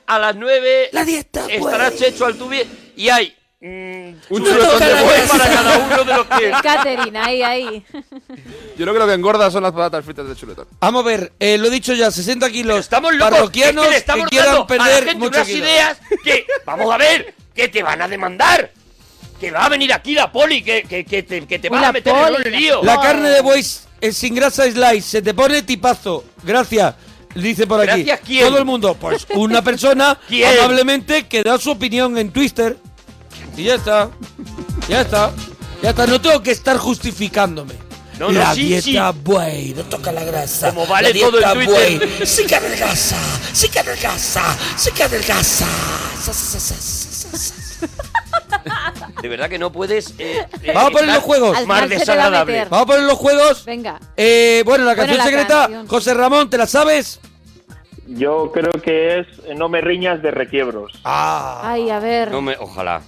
Speaker 2: a las 9
Speaker 7: La dieta pues.
Speaker 2: estará
Speaker 7: buey.
Speaker 2: Checho Altuve y hay mm,
Speaker 10: Un
Speaker 2: chuletón
Speaker 10: chuletón
Speaker 2: de
Speaker 10: de
Speaker 2: buey
Speaker 10: buey.
Speaker 2: para cada uno de los que
Speaker 6: Catherine, ahí, ahí.
Speaker 10: *laughs* Yo creo que lo que engorda son las patatas fritas del chuletón.
Speaker 3: Vamos a ver, eh, lo he dicho ya, 60 kilos
Speaker 2: estamos locos.
Speaker 3: parroquianos
Speaker 2: es que le estamos
Speaker 3: que quieran
Speaker 2: dando a la
Speaker 3: perder
Speaker 2: gente
Speaker 3: muchos
Speaker 2: unas
Speaker 3: kilos.
Speaker 2: ideas que vamos a ver que te van a demandar. Que va a venir aquí la poli, que, que, que te, que te
Speaker 6: Uy,
Speaker 2: van a
Speaker 6: la
Speaker 2: meter en
Speaker 6: poli.
Speaker 2: un lío.
Speaker 3: La carne de buey es sin grasa slice, se te pone tipazo. Gracias. Dice por aquí.
Speaker 2: Gracias, ¿quién?
Speaker 3: Todo el mundo. Pues
Speaker 2: *laughs*
Speaker 3: una persona
Speaker 2: ¿Quién?
Speaker 3: amablemente que da su opinión en Twitter. Y ya está. Ya está. Ya está. No tengo que estar justificándome.
Speaker 2: No, no,
Speaker 3: la
Speaker 2: sí,
Speaker 3: dieta
Speaker 2: sí.
Speaker 3: buey no toca la grasa.
Speaker 2: Como vale
Speaker 3: la dieta
Speaker 2: todo en Twitter.
Speaker 3: buey sí que adelgaza, sí que adelgaza, sí que adelgaza. Sa, sa, sa, sa, sa, sa.
Speaker 2: De verdad que no puedes. eh, eh,
Speaker 3: Vamos a poner
Speaker 2: estar
Speaker 3: los juegos.
Speaker 6: Al
Speaker 2: Más
Speaker 6: final se te va a
Speaker 2: desagradable.
Speaker 6: meter.
Speaker 3: Vamos a poner los juegos.
Speaker 6: Venga.
Speaker 3: Eh, bueno, la
Speaker 6: Bueno,
Speaker 3: canción
Speaker 6: la
Speaker 3: secreta,
Speaker 6: canción.
Speaker 3: José Ramón, ¿te la sabes?
Speaker 9: Yo creo que es eh, No me riñas de requiebros.
Speaker 3: Ah.
Speaker 6: Ay, a ver.
Speaker 2: No me, ojalá.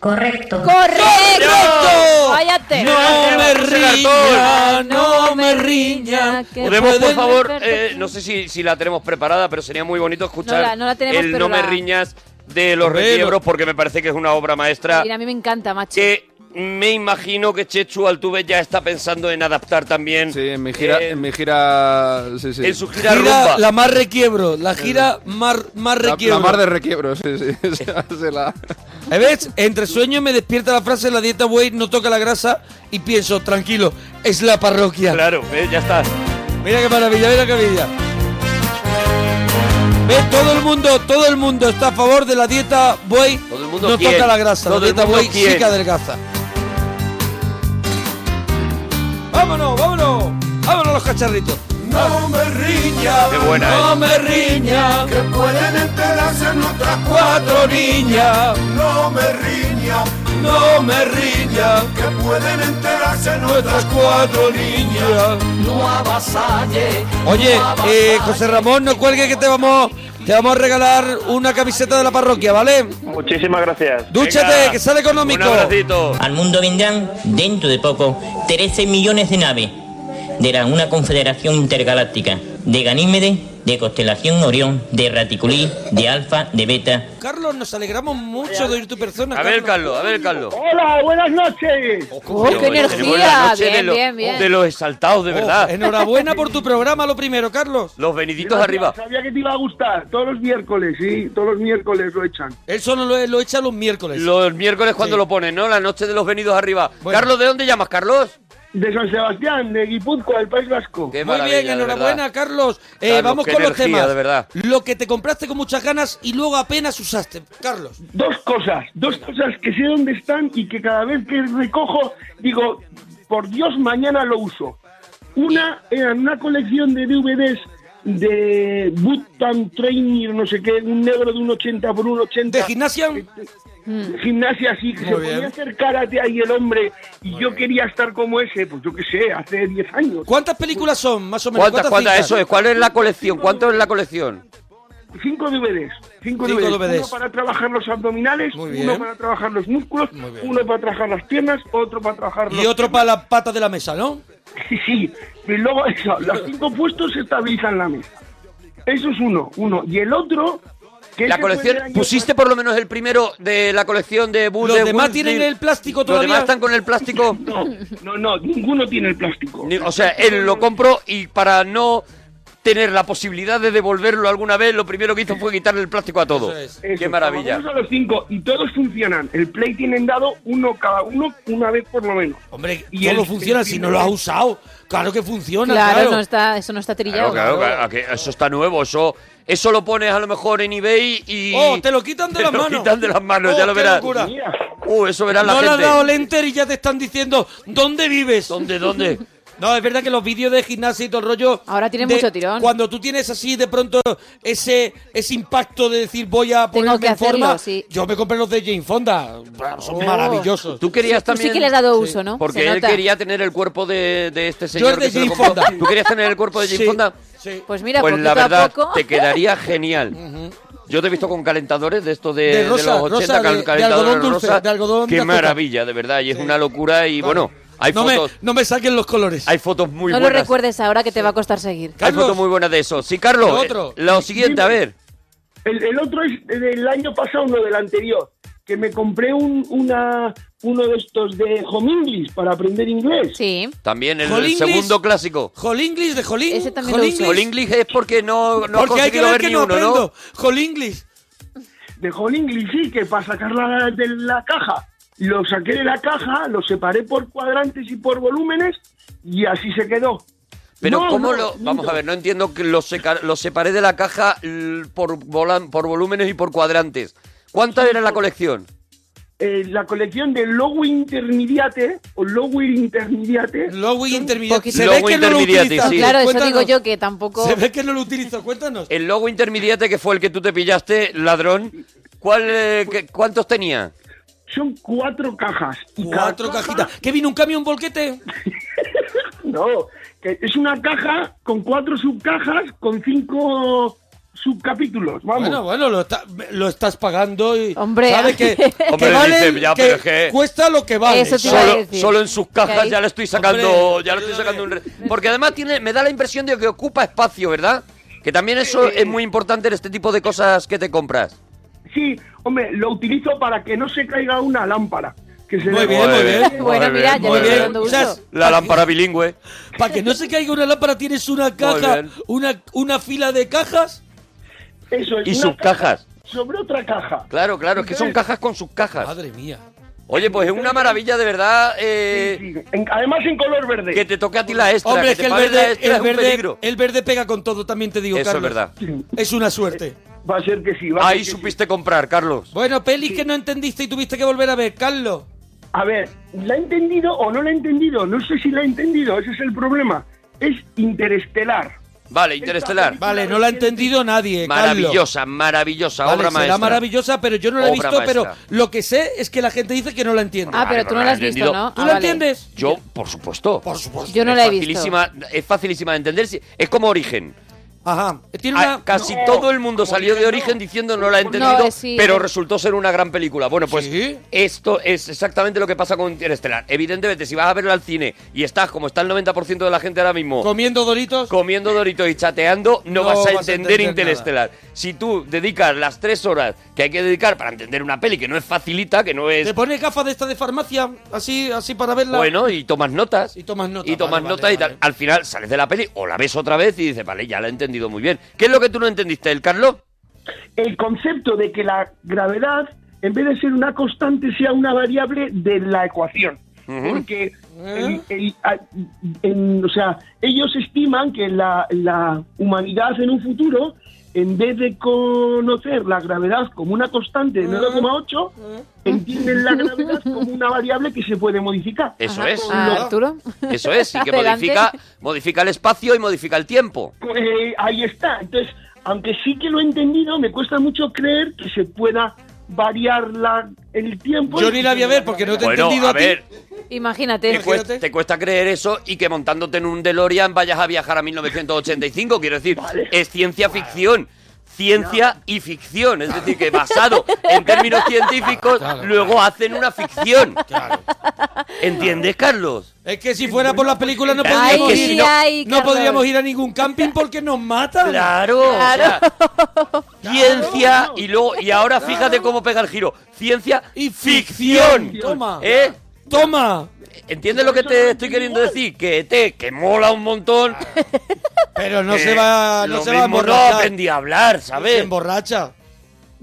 Speaker 11: Correcto.
Speaker 6: ¡Correcto! ¡Cállate!
Speaker 3: No me riña, no me riña.
Speaker 6: Que
Speaker 2: Podemos, por
Speaker 6: pueden
Speaker 2: favor,
Speaker 6: meterte-
Speaker 2: eh, no sé si, si la tenemos preparada, pero sería muy bonito escuchar
Speaker 6: No la- no la tenemos,
Speaker 2: el
Speaker 6: pero
Speaker 2: No me
Speaker 6: la-
Speaker 2: riñas de los
Speaker 3: Hombre,
Speaker 2: requiebros, porque me parece que es una obra maestra
Speaker 6: Mira, a mí me encanta, macho.
Speaker 2: que me imagino que Chechu Altuve ya está pensando en adaptar también
Speaker 10: Sí, en mi gira...
Speaker 2: eh,
Speaker 10: en mi gira... Sí, sí.
Speaker 2: en su gira, rumba.
Speaker 3: Gira la más requiebro, la gira más, más
Speaker 10: La,
Speaker 3: requiebro.
Speaker 10: la mar de requiebros, sí, sí.
Speaker 2: *laughs*
Speaker 10: Esa se la-
Speaker 3: ¿Eh, ¿Ves? Entre sueños me despierta la frase la dieta buey no toca la grasa y pienso, tranquilo, es la parroquia.
Speaker 2: Claro, ¿ves? ya está.
Speaker 3: Mira qué maravilla, mira qué maravilla. ¿Ves? Todo el mundo, todo el mundo está a favor de la dieta buey
Speaker 2: Todo el mundo
Speaker 3: no
Speaker 2: quiere.
Speaker 3: toca la grasa,
Speaker 2: Todo
Speaker 3: la
Speaker 2: el
Speaker 3: dieta
Speaker 2: mundo
Speaker 3: buey
Speaker 2: quiere.
Speaker 3: sí que adelgaza. Vámonos, vámonos, vámonos los cacharritos. No me riña,
Speaker 2: Qué buena,
Speaker 3: no
Speaker 2: ¿eh?
Speaker 3: me riña, que pueden enterarse otras cuatro niñas. No me riña, no me riña, que pueden enterarse nuestras cuatro niñas. Oye, eh, José Ramón, no cuelgue que te vamos, te Te vamos a regalar una camiseta de la parroquia, ¿vale?
Speaker 9: Muchísimas gracias.
Speaker 3: Dúchate, que sale económico.
Speaker 12: Al mundo vendrán, dentro de poco, 13 millones de naves de la, una confederación intergaláctica de Ganímedes, de Constelación Orión, de Raticulí, de Alfa, de Beta.
Speaker 3: Carlos, nos alegramos mucho de oír tu persona.
Speaker 2: A ver, Carlos, a ver, Carlos.
Speaker 13: Hola, buenas noches.
Speaker 6: ¡Oh, qué energía! Bien,
Speaker 2: lo-
Speaker 6: bien, bien.
Speaker 2: de los exaltados, de
Speaker 3: Oh,
Speaker 2: verdad.
Speaker 3: enhorabuena por tu programa, lo primero, Carlos.
Speaker 2: Los benditos arriba.
Speaker 13: Sabía que te iba a gustar. Todos los miércoles, sí. Todos los miércoles lo echan.
Speaker 3: Él solo lo, lo echa los miércoles.
Speaker 2: Los miércoles cuando lo ponen, ¿no? La noche de los venidos arriba. Carlos, ¿de dónde llamas, Carlos?
Speaker 13: De San Sebastián, de Guipúzcoa, del País Vasco.
Speaker 3: Muy bien, enhorabuena, Carlos. Eh,
Speaker 2: Carlos,
Speaker 3: vamos
Speaker 2: qué
Speaker 3: con los
Speaker 2: energía,
Speaker 3: temas.
Speaker 2: de verdad.
Speaker 3: Lo que te compraste con muchas ganas y luego apenas usaste, Carlos.
Speaker 13: Dos cosas, dos cosas que sé dónde están y que cada vez que recojo digo, por Dios, mañana lo uso. Una era una colección de DVDs de Butan Trainer, no sé qué, un negro de un 80 por un Este, 80. ¿De
Speaker 3: gimnasia?
Speaker 14: Hmm.
Speaker 13: Gimnasia, sí, que
Speaker 3: Muy
Speaker 13: se
Speaker 3: bien.
Speaker 13: podía hacer karate ahí el hombre y yo quería estar como ese, pues yo qué sé, hace 10 años.
Speaker 3: ¿Cuántas películas son, más o menos?
Speaker 2: ¿Cuántas, cuántas? Eso es. ¿Cuál es la colección? ¿Cuánto es la colección?
Speaker 13: Cinco DVDs. Cinco,
Speaker 2: Cinco
Speaker 13: DVDs.
Speaker 2: DVDs.
Speaker 13: Uno para trabajar los abdominales, uno para trabajar los músculos, uno para trabajar las piernas, otro para trabajar los...
Speaker 3: Y otro para las patas de la mesa, ¿no?
Speaker 13: Sí, sí. Y luego eso, los cinco puestos se estabilizan la mesa. Eso es uno, uno. Y el otro... Que
Speaker 2: La
Speaker 13: ese fue del
Speaker 2: colección,
Speaker 13: año
Speaker 2: pusiste por lo menos el primero de la colección de Bull
Speaker 13: Los
Speaker 2: de
Speaker 13: demás
Speaker 2: Wolf
Speaker 13: tienen
Speaker 2: Bill.
Speaker 13: el plástico
Speaker 2: Los
Speaker 13: todavía.
Speaker 2: demás están con el plástico.
Speaker 13: *laughs* No, no, no, ninguno tiene el plástico.
Speaker 2: o sea, él lo compró y para no tener la posibilidad de devolverlo alguna vez, lo primero que hizo fue quitarle el plástico a todo. Qué
Speaker 13: Eso,
Speaker 2: maravilla.
Speaker 13: trabajamos a los cinco y todos funcionan. El play tienen dado uno cada uno una vez por lo menos.
Speaker 3: Hombre,
Speaker 13: Y
Speaker 3: todo
Speaker 13: el-
Speaker 3: funciona
Speaker 13: el
Speaker 3: si no lo has
Speaker 13: primer-
Speaker 3: usado. Claro que funciona,
Speaker 6: Claro,
Speaker 3: claro.
Speaker 6: No está, eso no está
Speaker 2: Claro,
Speaker 6: trillado.
Speaker 2: claro, claro, que eso está nuevo, eso eso lo pones a lo mejor en eBay y
Speaker 3: Oh, te lo quitan de
Speaker 2: te
Speaker 3: las
Speaker 2: lo
Speaker 3: manos.
Speaker 2: quitan de las manos,
Speaker 3: Oh,
Speaker 2: ya lo
Speaker 3: qué
Speaker 2: verás.
Speaker 3: locura.
Speaker 2: Uh, eso verá la
Speaker 3: no le
Speaker 2: gente.
Speaker 3: has dado el enter y ya te están diciendo ¿Dónde vives?
Speaker 2: ¿Dónde, dónde?
Speaker 3: *laughs* No, es verdad que los vídeos de gimnasia y todo el rollo... Ahora
Speaker 6: tienen mucho tirón.
Speaker 3: Cuando tú tienes así de pronto ese, ese impacto de decir voy a ponerme
Speaker 6: que
Speaker 3: en
Speaker 6: hacerlo,
Speaker 3: forma...
Speaker 6: sí.
Speaker 3: Yo me compré los de Jane Fonda. Son
Speaker 2: Oh.
Speaker 3: maravillosos.
Speaker 2: Tú querías
Speaker 6: Tú sí
Speaker 2: también...
Speaker 6: que le has dado uso, ¿no?
Speaker 2: Porque
Speaker 6: Se
Speaker 2: él
Speaker 6: nota.
Speaker 2: quería tener el cuerpo de, de este señor.
Speaker 3: el de
Speaker 2: que se lo
Speaker 3: Jane
Speaker 2: compró.
Speaker 3: Fonda.
Speaker 2: ¿Tú querías tener el cuerpo de Jane
Speaker 3: Sí.
Speaker 2: Fonda?
Speaker 6: Pues mira,
Speaker 2: pues
Speaker 6: poquito
Speaker 2: la
Speaker 6: a
Speaker 2: verdad,
Speaker 6: poco.
Speaker 2: te quedaría genial. Yo te he visto con calentadores de estos de,
Speaker 3: De
Speaker 2: de
Speaker 3: rosa,
Speaker 2: los 80,
Speaker 3: rosa, de-
Speaker 2: cal-
Speaker 3: de
Speaker 2: calentadores
Speaker 3: algodón dulce,
Speaker 2: rosa.
Speaker 3: de algodón de
Speaker 2: Qué
Speaker 3: azúcar.
Speaker 2: maravilla, de verdad, y es una locura. Y bueno, hay
Speaker 3: No me-
Speaker 2: fotos.
Speaker 3: no me saquen los colores.
Speaker 2: Hay fotos
Speaker 6: *laughs*
Speaker 2: muy
Speaker 6: no lo
Speaker 2: buenas.
Speaker 6: recuerdes ahora que te va a costar seguir.
Speaker 2: Hay fotos muy buenas de eso. Sí, Carlos,
Speaker 13: Lo
Speaker 2: eh,
Speaker 13: otro.
Speaker 2: lo siguiente, a ver.
Speaker 13: El, el otro es del año pasado, no del anterior, que me compré un, una, uno de estos de Home English para aprender inglés.
Speaker 6: Sí.
Speaker 2: También el,
Speaker 13: Hall
Speaker 2: el
Speaker 13: English.
Speaker 2: segundo clásico.
Speaker 3: Hall English de Hall Ese
Speaker 6: también Hall lo uso. English.
Speaker 2: Hall English es porque no, no has
Speaker 3: Porque hay que
Speaker 2: conseguido
Speaker 3: ver
Speaker 2: ver
Speaker 3: que
Speaker 2: ni
Speaker 3: no
Speaker 2: uno,
Speaker 3: aprendo.
Speaker 2: ¿no?
Speaker 3: Hall English.
Speaker 13: De Hall English, sí, que para sacarla de la caja. Lo saqué de la caja, lo separé por cuadrantes y por volúmenes y así se quedó.
Speaker 2: Pero
Speaker 13: No,
Speaker 2: cómo
Speaker 13: no,
Speaker 2: lo...
Speaker 13: no.
Speaker 2: Vamos a ver, no entiendo que los, seca- los separé de la caja l- por, volan, por volúmenes y por cuadrantes. ¿Cuánta era la colección?
Speaker 13: Eh, la colección de Lowy Intermediate o Lowy Intermediate.
Speaker 3: Lowy Intermediate.
Speaker 2: Se ve Lowy que no lo Intermediate, utilizas. sí.
Speaker 6: Claro, eso
Speaker 2: Cuéntanos.
Speaker 6: digo yo que tampoco.
Speaker 3: Se ve que no lo utilizo, cuéntanos.
Speaker 2: El logo intermediate que fue el que tú te pillaste, ladrón, ¿cuál, eh, qué- ¿cuántos tenía?
Speaker 13: Son cuatro cajas. Y cada
Speaker 3: Cuatro
Speaker 13: caja-
Speaker 3: cajitas. ¿Qué vino un camión volquete?
Speaker 13: *laughs* No, que es una caja con cuatro subcajas con cinco subcapítulos. Vamos.
Speaker 3: Bueno, bueno, lo, está- lo estás pagando y...
Speaker 13: Hombre.
Speaker 3: sabe que,
Speaker 2: Hombre,
Speaker 3: que valen,
Speaker 2: dice, ya,
Speaker 3: que
Speaker 2: pero es que-
Speaker 3: cuesta lo que vale.
Speaker 2: solo, solo en sus cajas
Speaker 3: ahí-
Speaker 2: ya le estoy sacando, ya le estoy sacando un re- porque además tiene, me da la impresión de que ocupa espacio, ¿verdad? Que también eso es muy importante en este tipo de cosas que te compras.
Speaker 13: Sí, hombre, lo utilizo para que no se caiga una lámpara. Que se le-
Speaker 6: Bueno, mira, ya le estoy dando
Speaker 3: O sea,
Speaker 6: uso.
Speaker 2: La lámpara bilingüe.
Speaker 3: *laughs* Para que no se caiga una lámpara tienes una caja,
Speaker 2: bien.
Speaker 3: una, una fila de cajas.
Speaker 13: Eso es,
Speaker 2: Y
Speaker 13: una
Speaker 2: sus cajas.
Speaker 13: sobre otra caja.
Speaker 2: Claro, claro, es que son cajas con sus cajas.
Speaker 3: Madre mía.
Speaker 2: Oye, pues es una maravilla de verdad. eh,
Speaker 13: además en color verde.
Speaker 2: Que te toque a ti la extra.
Speaker 3: Hombre, es
Speaker 2: te
Speaker 3: que el
Speaker 2: pague la
Speaker 3: verde,
Speaker 2: extra
Speaker 3: el,
Speaker 2: es un
Speaker 3: verde,
Speaker 2: peligro.
Speaker 3: el verde pega con todo, también te digo,
Speaker 2: Eso es
Speaker 3: Carlos.
Speaker 2: verdad.
Speaker 3: Es una suerte.
Speaker 13: Eh, Va a ser que sí. Va a
Speaker 2: Ahí
Speaker 13: ser que sí.
Speaker 2: supiste comprar, Carlos.
Speaker 3: Bueno, pelis que no entendiste y tuviste que volver a ver, Carlos.
Speaker 13: A ver, ¿la he entendido o no la he entendido? No sé si la he entendido, ese es el problema. Es interestelar.
Speaker 2: Vale, Interestelar.
Speaker 3: Vale, no la ha entendido nadie.
Speaker 2: Maravillosa, maravillosa
Speaker 3: Carlos.
Speaker 2: obra
Speaker 3: Vale, será
Speaker 2: maestra.
Speaker 3: maravillosa, pero yo no la he
Speaker 2: Obra
Speaker 3: visto, pero
Speaker 2: maestra.
Speaker 3: lo que sé es que la gente dice que no la entiende.
Speaker 6: Ah, pero tú no la has visto, ¿no?
Speaker 3: ¿Tú
Speaker 6: Ah,
Speaker 3: la
Speaker 6: vale.
Speaker 3: entiendes?
Speaker 2: Yo, por supuesto.
Speaker 3: Por supuesto.
Speaker 6: Yo no
Speaker 2: Es
Speaker 6: la he visto.
Speaker 2: facilísima- Es facilísima de entender. si- Es como origen.
Speaker 3: Ajá.
Speaker 2: Ah,
Speaker 3: una-
Speaker 2: Casi
Speaker 3: No.
Speaker 2: todo el mundo salió de origen diciendo no la he entendido,
Speaker 3: No, eh, sí.
Speaker 2: pero resultó ser una gran película. Bueno, pues esto es exactamente lo que pasa con Interestelar. Evidentemente, si vas a verlo al cine y estás como está el 90% de la gente ahora mismo...
Speaker 3: Comiendo doritos.
Speaker 2: Comiendo doritos y chateando, no,
Speaker 3: No
Speaker 2: vas, a
Speaker 3: vas a
Speaker 2: entender
Speaker 3: entender
Speaker 2: Interestelar. Si tú dedicas las tres horas que hay que dedicar para entender una peli que no es facilita, que no es...
Speaker 3: Te pones gafas de esta de farmacia, así, así para verla.
Speaker 2: Bueno, y tomas notas.
Speaker 3: Y tomas notas.
Speaker 2: Y tomas
Speaker 3: vale,
Speaker 2: nota y tal. Al final sales de la peli o la ves otra vez y dices, vale, ya la he entendido muy bien. ¿Qué es lo que tú no entendiste, el Carlos?
Speaker 13: el concepto de que la gravedad, en vez de ser una constante, sea una variable de la ecuación.
Speaker 11: Ujú.
Speaker 13: Porque,
Speaker 7: ¿Eh?
Speaker 13: el- el- a- en- o sea, ellos estiman que la, la humanidad en un futuro, en vez de conocer la gravedad como una constante de 9,8, entienden la gravedad como una variable que se puede modificar.
Speaker 2: Eso
Speaker 13: Ajá.
Speaker 2: es.
Speaker 13: Con lo-
Speaker 2: Eso es,
Speaker 13: *laughs*
Speaker 2: y que
Speaker 13: Adelante.
Speaker 2: modifica, modifica el espacio y modifica el tiempo.
Speaker 13: Eh, ahí está. Entonces, aunque sí que lo he entendido, me cuesta mucho creer que se pueda variar la, el tiempo.
Speaker 3: Yo ni la voy a ver porque no te he
Speaker 2: Bueno,
Speaker 3: entendido
Speaker 2: a
Speaker 3: a ti.
Speaker 2: ver,
Speaker 6: Imagínate.
Speaker 2: te cuesta, te cuesta creer eso y que montándote en un DeLorean vayas a viajar a 1985. Quiero decir, es ciencia ficción. Ciencia y ficción, es decir, que basado en términos científicos, luego hacen una ficción. ¿Entiendes, Carlos?
Speaker 3: Es que si fuera por las películas no
Speaker 2: Ay,
Speaker 3: podríamos,
Speaker 2: que si
Speaker 3: ir,
Speaker 2: no-
Speaker 3: no,
Speaker 2: Ay, Carlos.
Speaker 3: podríamos ir a ningún camping porque nos matan.
Speaker 2: Claro. o sea, ciencia y luego y ahora fíjate cómo pega el giro. Ciencia y ficción.
Speaker 3: Toma.
Speaker 2: ¿Eh?
Speaker 3: Toma.
Speaker 2: ¿Entiendes lo que te estoy queriendo decir? Que te, que mola un montón.
Speaker 3: Pero Ah, no se va- no
Speaker 2: Eh, lo
Speaker 3: se va a
Speaker 2: mismo no
Speaker 3: emborrachar.
Speaker 2: aprendí a hablar, ¿sabes?
Speaker 3: Se emborracha.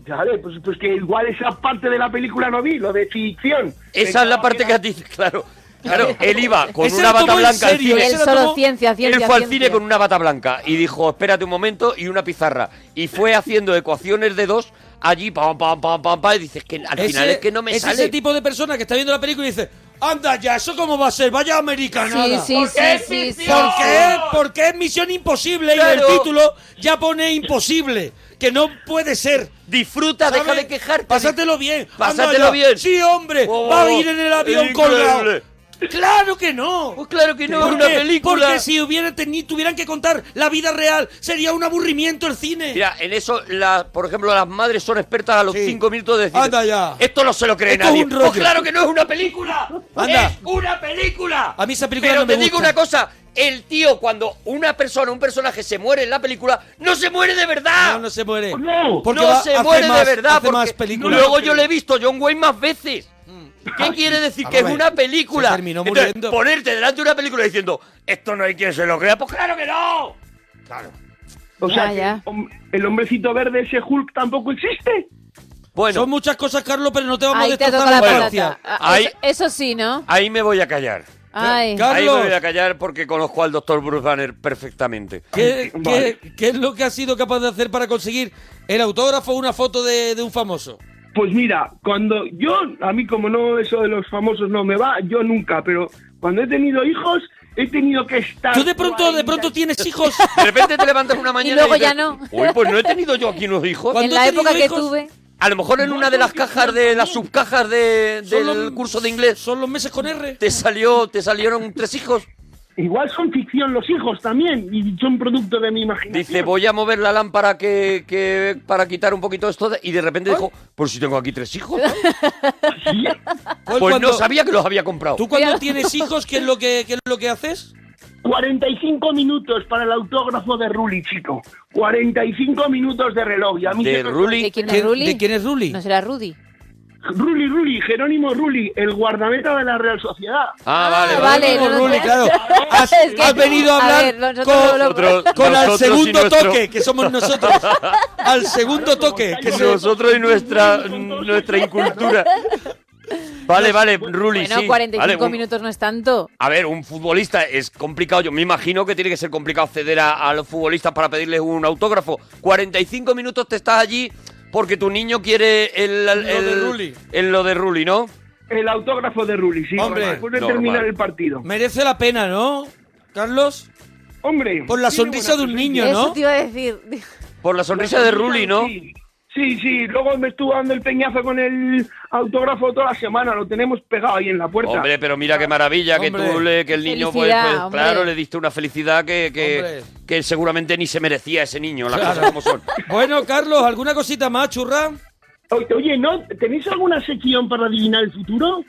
Speaker 13: Vale, pues, pues que igual esa parte de la película no vi, lo de ficción.
Speaker 2: Esa es la parte que a ti, claro. Claro,
Speaker 13: *laughs*
Speaker 2: él iba con
Speaker 13: Ese
Speaker 2: una
Speaker 13: lo
Speaker 2: bata
Speaker 13: tomó en
Speaker 2: blanca
Speaker 13: serio,
Speaker 2: al cine.
Speaker 13: ese Él lo solo tomó- ciencia,
Speaker 2: Él
Speaker 13: ciencia,
Speaker 2: fue al
Speaker 13: ciencia.
Speaker 2: cine con una bata blanca y dijo, espérate un momento, y una pizarra. Y fue haciendo ecuaciones de dos allí, pam, pam, pam, pam, pam, y dices que al final es que no me
Speaker 3: es
Speaker 2: sale.
Speaker 3: ese tipo de persona que está viendo la película y dice, anda ya, ¿eso cómo va a ser? Vaya americanada.
Speaker 11: Sí, sí,
Speaker 3: ¿Por
Speaker 11: sí,
Speaker 3: qué es
Speaker 11: sí,
Speaker 3: ficción?
Speaker 11: sí.
Speaker 3: ¿Por qué? Porque es Misión Imposible y
Speaker 11: Claro.
Speaker 3: el título ya pone imposible. Que no puede ser.
Speaker 2: Disfruta, deja de quejarte.
Speaker 3: Pásatelo bien. anda
Speaker 2: Pásatelo
Speaker 3: ya.
Speaker 2: bien.
Speaker 3: Sí, hombre.
Speaker 2: Oh,
Speaker 3: va a ir en el avión
Speaker 2: increíble.
Speaker 3: colgado. ¡Claro que no!
Speaker 2: Pues claro que no,
Speaker 3: ¿Por
Speaker 2: es una
Speaker 3: qué?
Speaker 2: película.
Speaker 3: Porque si hubiera teni- tuvieran que contar la vida real, sería un aburrimiento el cine.
Speaker 2: Mira, en eso, la- por ejemplo, las madres son expertas a los cinco minutos de decir...
Speaker 3: Anda ya.
Speaker 2: Esto no se lo cree
Speaker 3: Esto es
Speaker 2: nadie.
Speaker 3: un rollo.
Speaker 2: Pues claro que no es una película.
Speaker 3: Anda.
Speaker 2: Es una película.
Speaker 3: A mí esa película
Speaker 2: Pero
Speaker 3: no me
Speaker 2: te digo
Speaker 3: gusta.
Speaker 2: una cosa. El tío, cuando una persona, un personaje se muere en la película, no se muere de verdad. No,
Speaker 3: no se muere.
Speaker 2: No,
Speaker 3: Porque
Speaker 2: no
Speaker 3: va-
Speaker 2: se
Speaker 3: hace
Speaker 2: muere de
Speaker 3: más-
Speaker 2: verdad.
Speaker 3: hace
Speaker 2: porque
Speaker 3: más películas.
Speaker 2: Luego yo le he visto a John Wayne más veces. ¿Qué quiere decir?
Speaker 3: Vamos
Speaker 2: Que es
Speaker 3: a ver,
Speaker 2: una película.
Speaker 3: se terminó
Speaker 2: Entonces,
Speaker 3: muriendo.
Speaker 2: ponerte delante de una película diciendo, esto no hay quien se lo crea, pues claro que no. Claro. Ah,
Speaker 13: O sea,
Speaker 2: Ya,
Speaker 13: que el hom- el hombrecito verde, ese Hulk, tampoco existe.
Speaker 2: Bueno.
Speaker 3: Son muchas cosas, Carlos, pero no te vamos
Speaker 6: Ahí
Speaker 3: a
Speaker 6: te
Speaker 3: destrozar
Speaker 6: toca la
Speaker 3: la
Speaker 6: patata.
Speaker 3: infancia.
Speaker 6: Ah, Eso, eso sí, ¿no?
Speaker 2: Ahí me voy a callar.
Speaker 6: Ay.
Speaker 2: Ahí me voy a callar porque conozco al doctor Bruce Banner perfectamente.
Speaker 3: ¿Qué,
Speaker 2: Vale.
Speaker 3: qué- qué es lo que has sido capaz de hacer para conseguir el autógrafo o una foto de, de un famoso?
Speaker 13: Pues mira, cuando yo, a mí como no eso de los famosos no me va, yo nunca, pero cuando he tenido hijos, he tenido que estar... Tú de pronto, de
Speaker 3: pronto tienes hijos.
Speaker 2: *laughs* De repente te levantas una mañana
Speaker 13: Y luego ya
Speaker 2: dices,
Speaker 13: no.
Speaker 2: Uy, pues no he tenido yo aquí unos hijos.
Speaker 6: En la época que tuve.
Speaker 2: A lo mejor en una de las cajas de las subcajas de, del curso de inglés.
Speaker 3: Son los meses con R.
Speaker 2: Te salió, te salieron tres hijos.
Speaker 13: Igual son ficción los hijos también, y son producto de mi imaginación.
Speaker 2: Dice, voy a mover la lámpara que, que- para quitar un poquito esto. de- Y de repente dijo, pues si tengo aquí tres hijos. ¿no? Pues
Speaker 3: cuando-
Speaker 2: no sabía que los había comprado.
Speaker 3: ¿Tú cuando tienes hijos, qué es lo que, qué es lo que haces?
Speaker 13: 45 minutos para el autógrafo de Ruli, chico. 45 minutos de reloj. Y a mí
Speaker 2: ¿De
Speaker 13: se me-
Speaker 2: Ruli? ¿De
Speaker 6: quién es ¿Qué- Ruli? de quién
Speaker 3: es Ruli?
Speaker 6: No será Rudy.
Speaker 13: Ruli, Ruli, Jerónimo Ruli, el guardameta de la Real Sociedad.
Speaker 2: Ah,
Speaker 6: vale, vale.
Speaker 3: Con
Speaker 6: no, no,
Speaker 3: Ruli,
Speaker 6: no. *laughs*
Speaker 3: claro. Has,
Speaker 6: Es que-
Speaker 3: has venido a hablar
Speaker 6: ver, nosotros
Speaker 3: con,
Speaker 6: lo- lo-
Speaker 3: con al
Speaker 2: nosotros y
Speaker 3: segundo
Speaker 2: nuestro-
Speaker 3: toque, que
Speaker 2: *laughs*
Speaker 3: somos nosotros. al segundo toque. Que se-
Speaker 2: Nosotros y nuestra, nuestra incultura. Vale, vale, Ruli,
Speaker 6: Bueno,
Speaker 2: sí.
Speaker 6: 45
Speaker 2: Vale, un-
Speaker 6: minutos no es tanto.
Speaker 2: A ver, un futbolista es complicado. Yo me imagino que tiene que ser complicado ceder a, a los futbolistas para pedirles un autógrafo. 45 minutos te estás allí porque tu niño quiere el, el,
Speaker 13: de
Speaker 2: el-
Speaker 13: Ruli.
Speaker 2: el- lo de Ruli, ¿no?
Speaker 13: El autógrafo de Ruli, sí.
Speaker 2: Hombre,
Speaker 13: después de
Speaker 2: normal.
Speaker 13: terminar el partido.
Speaker 3: Merece la pena, ¿no, Carlos?
Speaker 13: Hombre.
Speaker 3: Por la
Speaker 13: tiene
Speaker 3: sonrisa de
Speaker 13: buena
Speaker 3: un niño,
Speaker 6: eso
Speaker 3: ¿no?
Speaker 6: te iba a decir.
Speaker 2: Por la sonrisa de Ruli, ¿no?
Speaker 13: Sí, Sí, sí, luego me estuvo dando el peñazo con el autógrafo toda la semana, lo tenemos pegado ahí en la puerta.
Speaker 2: Hombre, pero mira qué maravilla que tú le, que el niño, pues,
Speaker 13: Felicidad,
Speaker 2: pues,
Speaker 13: hombre.
Speaker 2: claro, le diste una felicidad que, que,
Speaker 3: Hombre.
Speaker 2: que seguramente ni se merecía ese niño, las
Speaker 3: Claro.
Speaker 2: cosas como son.
Speaker 3: Bueno, Carlos, ¿alguna cosita más, churra?
Speaker 13: Oye, oye, ¿no? ¿Tenéis alguna sección para adivinar el futuro?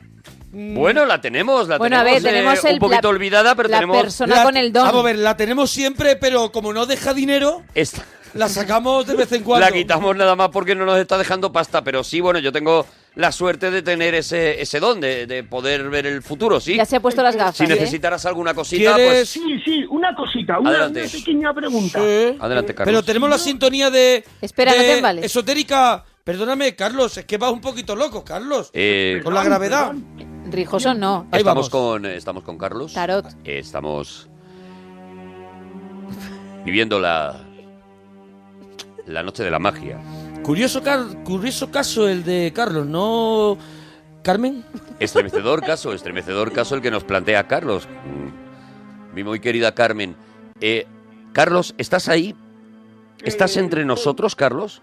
Speaker 3: Mm.
Speaker 2: Bueno, la tenemos, la
Speaker 6: Bueno, a
Speaker 2: tenemos
Speaker 6: ver,
Speaker 2: eh,
Speaker 6: tenemos el-
Speaker 2: un poquito
Speaker 6: la-
Speaker 2: olvidada, pero
Speaker 6: la
Speaker 2: tenemos...
Speaker 6: persona
Speaker 2: La-
Speaker 6: con el don.
Speaker 3: Vamos a ver, la tenemos siempre, pero como no deja dinero,
Speaker 2: Esta.
Speaker 3: la sacamos de vez en cuando.
Speaker 2: La quitamos nada más porque no nos está dejando pasta, pero sí, bueno, yo tengo la suerte de tener ese, ese don, de, de poder ver el futuro, sí.
Speaker 6: Ya se ha puesto las gafas.
Speaker 2: Si
Speaker 6: ¿eh?
Speaker 2: necesitaras alguna cosita, pues...
Speaker 13: Sí, sí, una cosita, una,
Speaker 2: Adelante.
Speaker 13: una pequeña pregunta.
Speaker 2: Adelante, Carlos.
Speaker 3: Pero tenemos la sintonía de.
Speaker 6: Espera,
Speaker 3: de
Speaker 6: no te embales.
Speaker 3: Esotérica. Perdóname, Carlos, es que vas un poquito loco, Carlos.
Speaker 2: Eh,
Speaker 3: Con la gravedad.
Speaker 6: Rijoso no.
Speaker 2: estamos, con, eh, estamos con Carlos.
Speaker 6: Tarot.
Speaker 2: Eh, Estamos viviendo la, la noche de la magia.
Speaker 3: Curioso, car- curioso caso el de Carlos, ¿no? Carmen.
Speaker 2: Estremecedor caso, estremecedor caso el que nos plantea Carlos. Mm. Mi muy querida Carmen. Eh, Carlos, ¿estás ahí? ¿Estás entre nosotros, Carlos?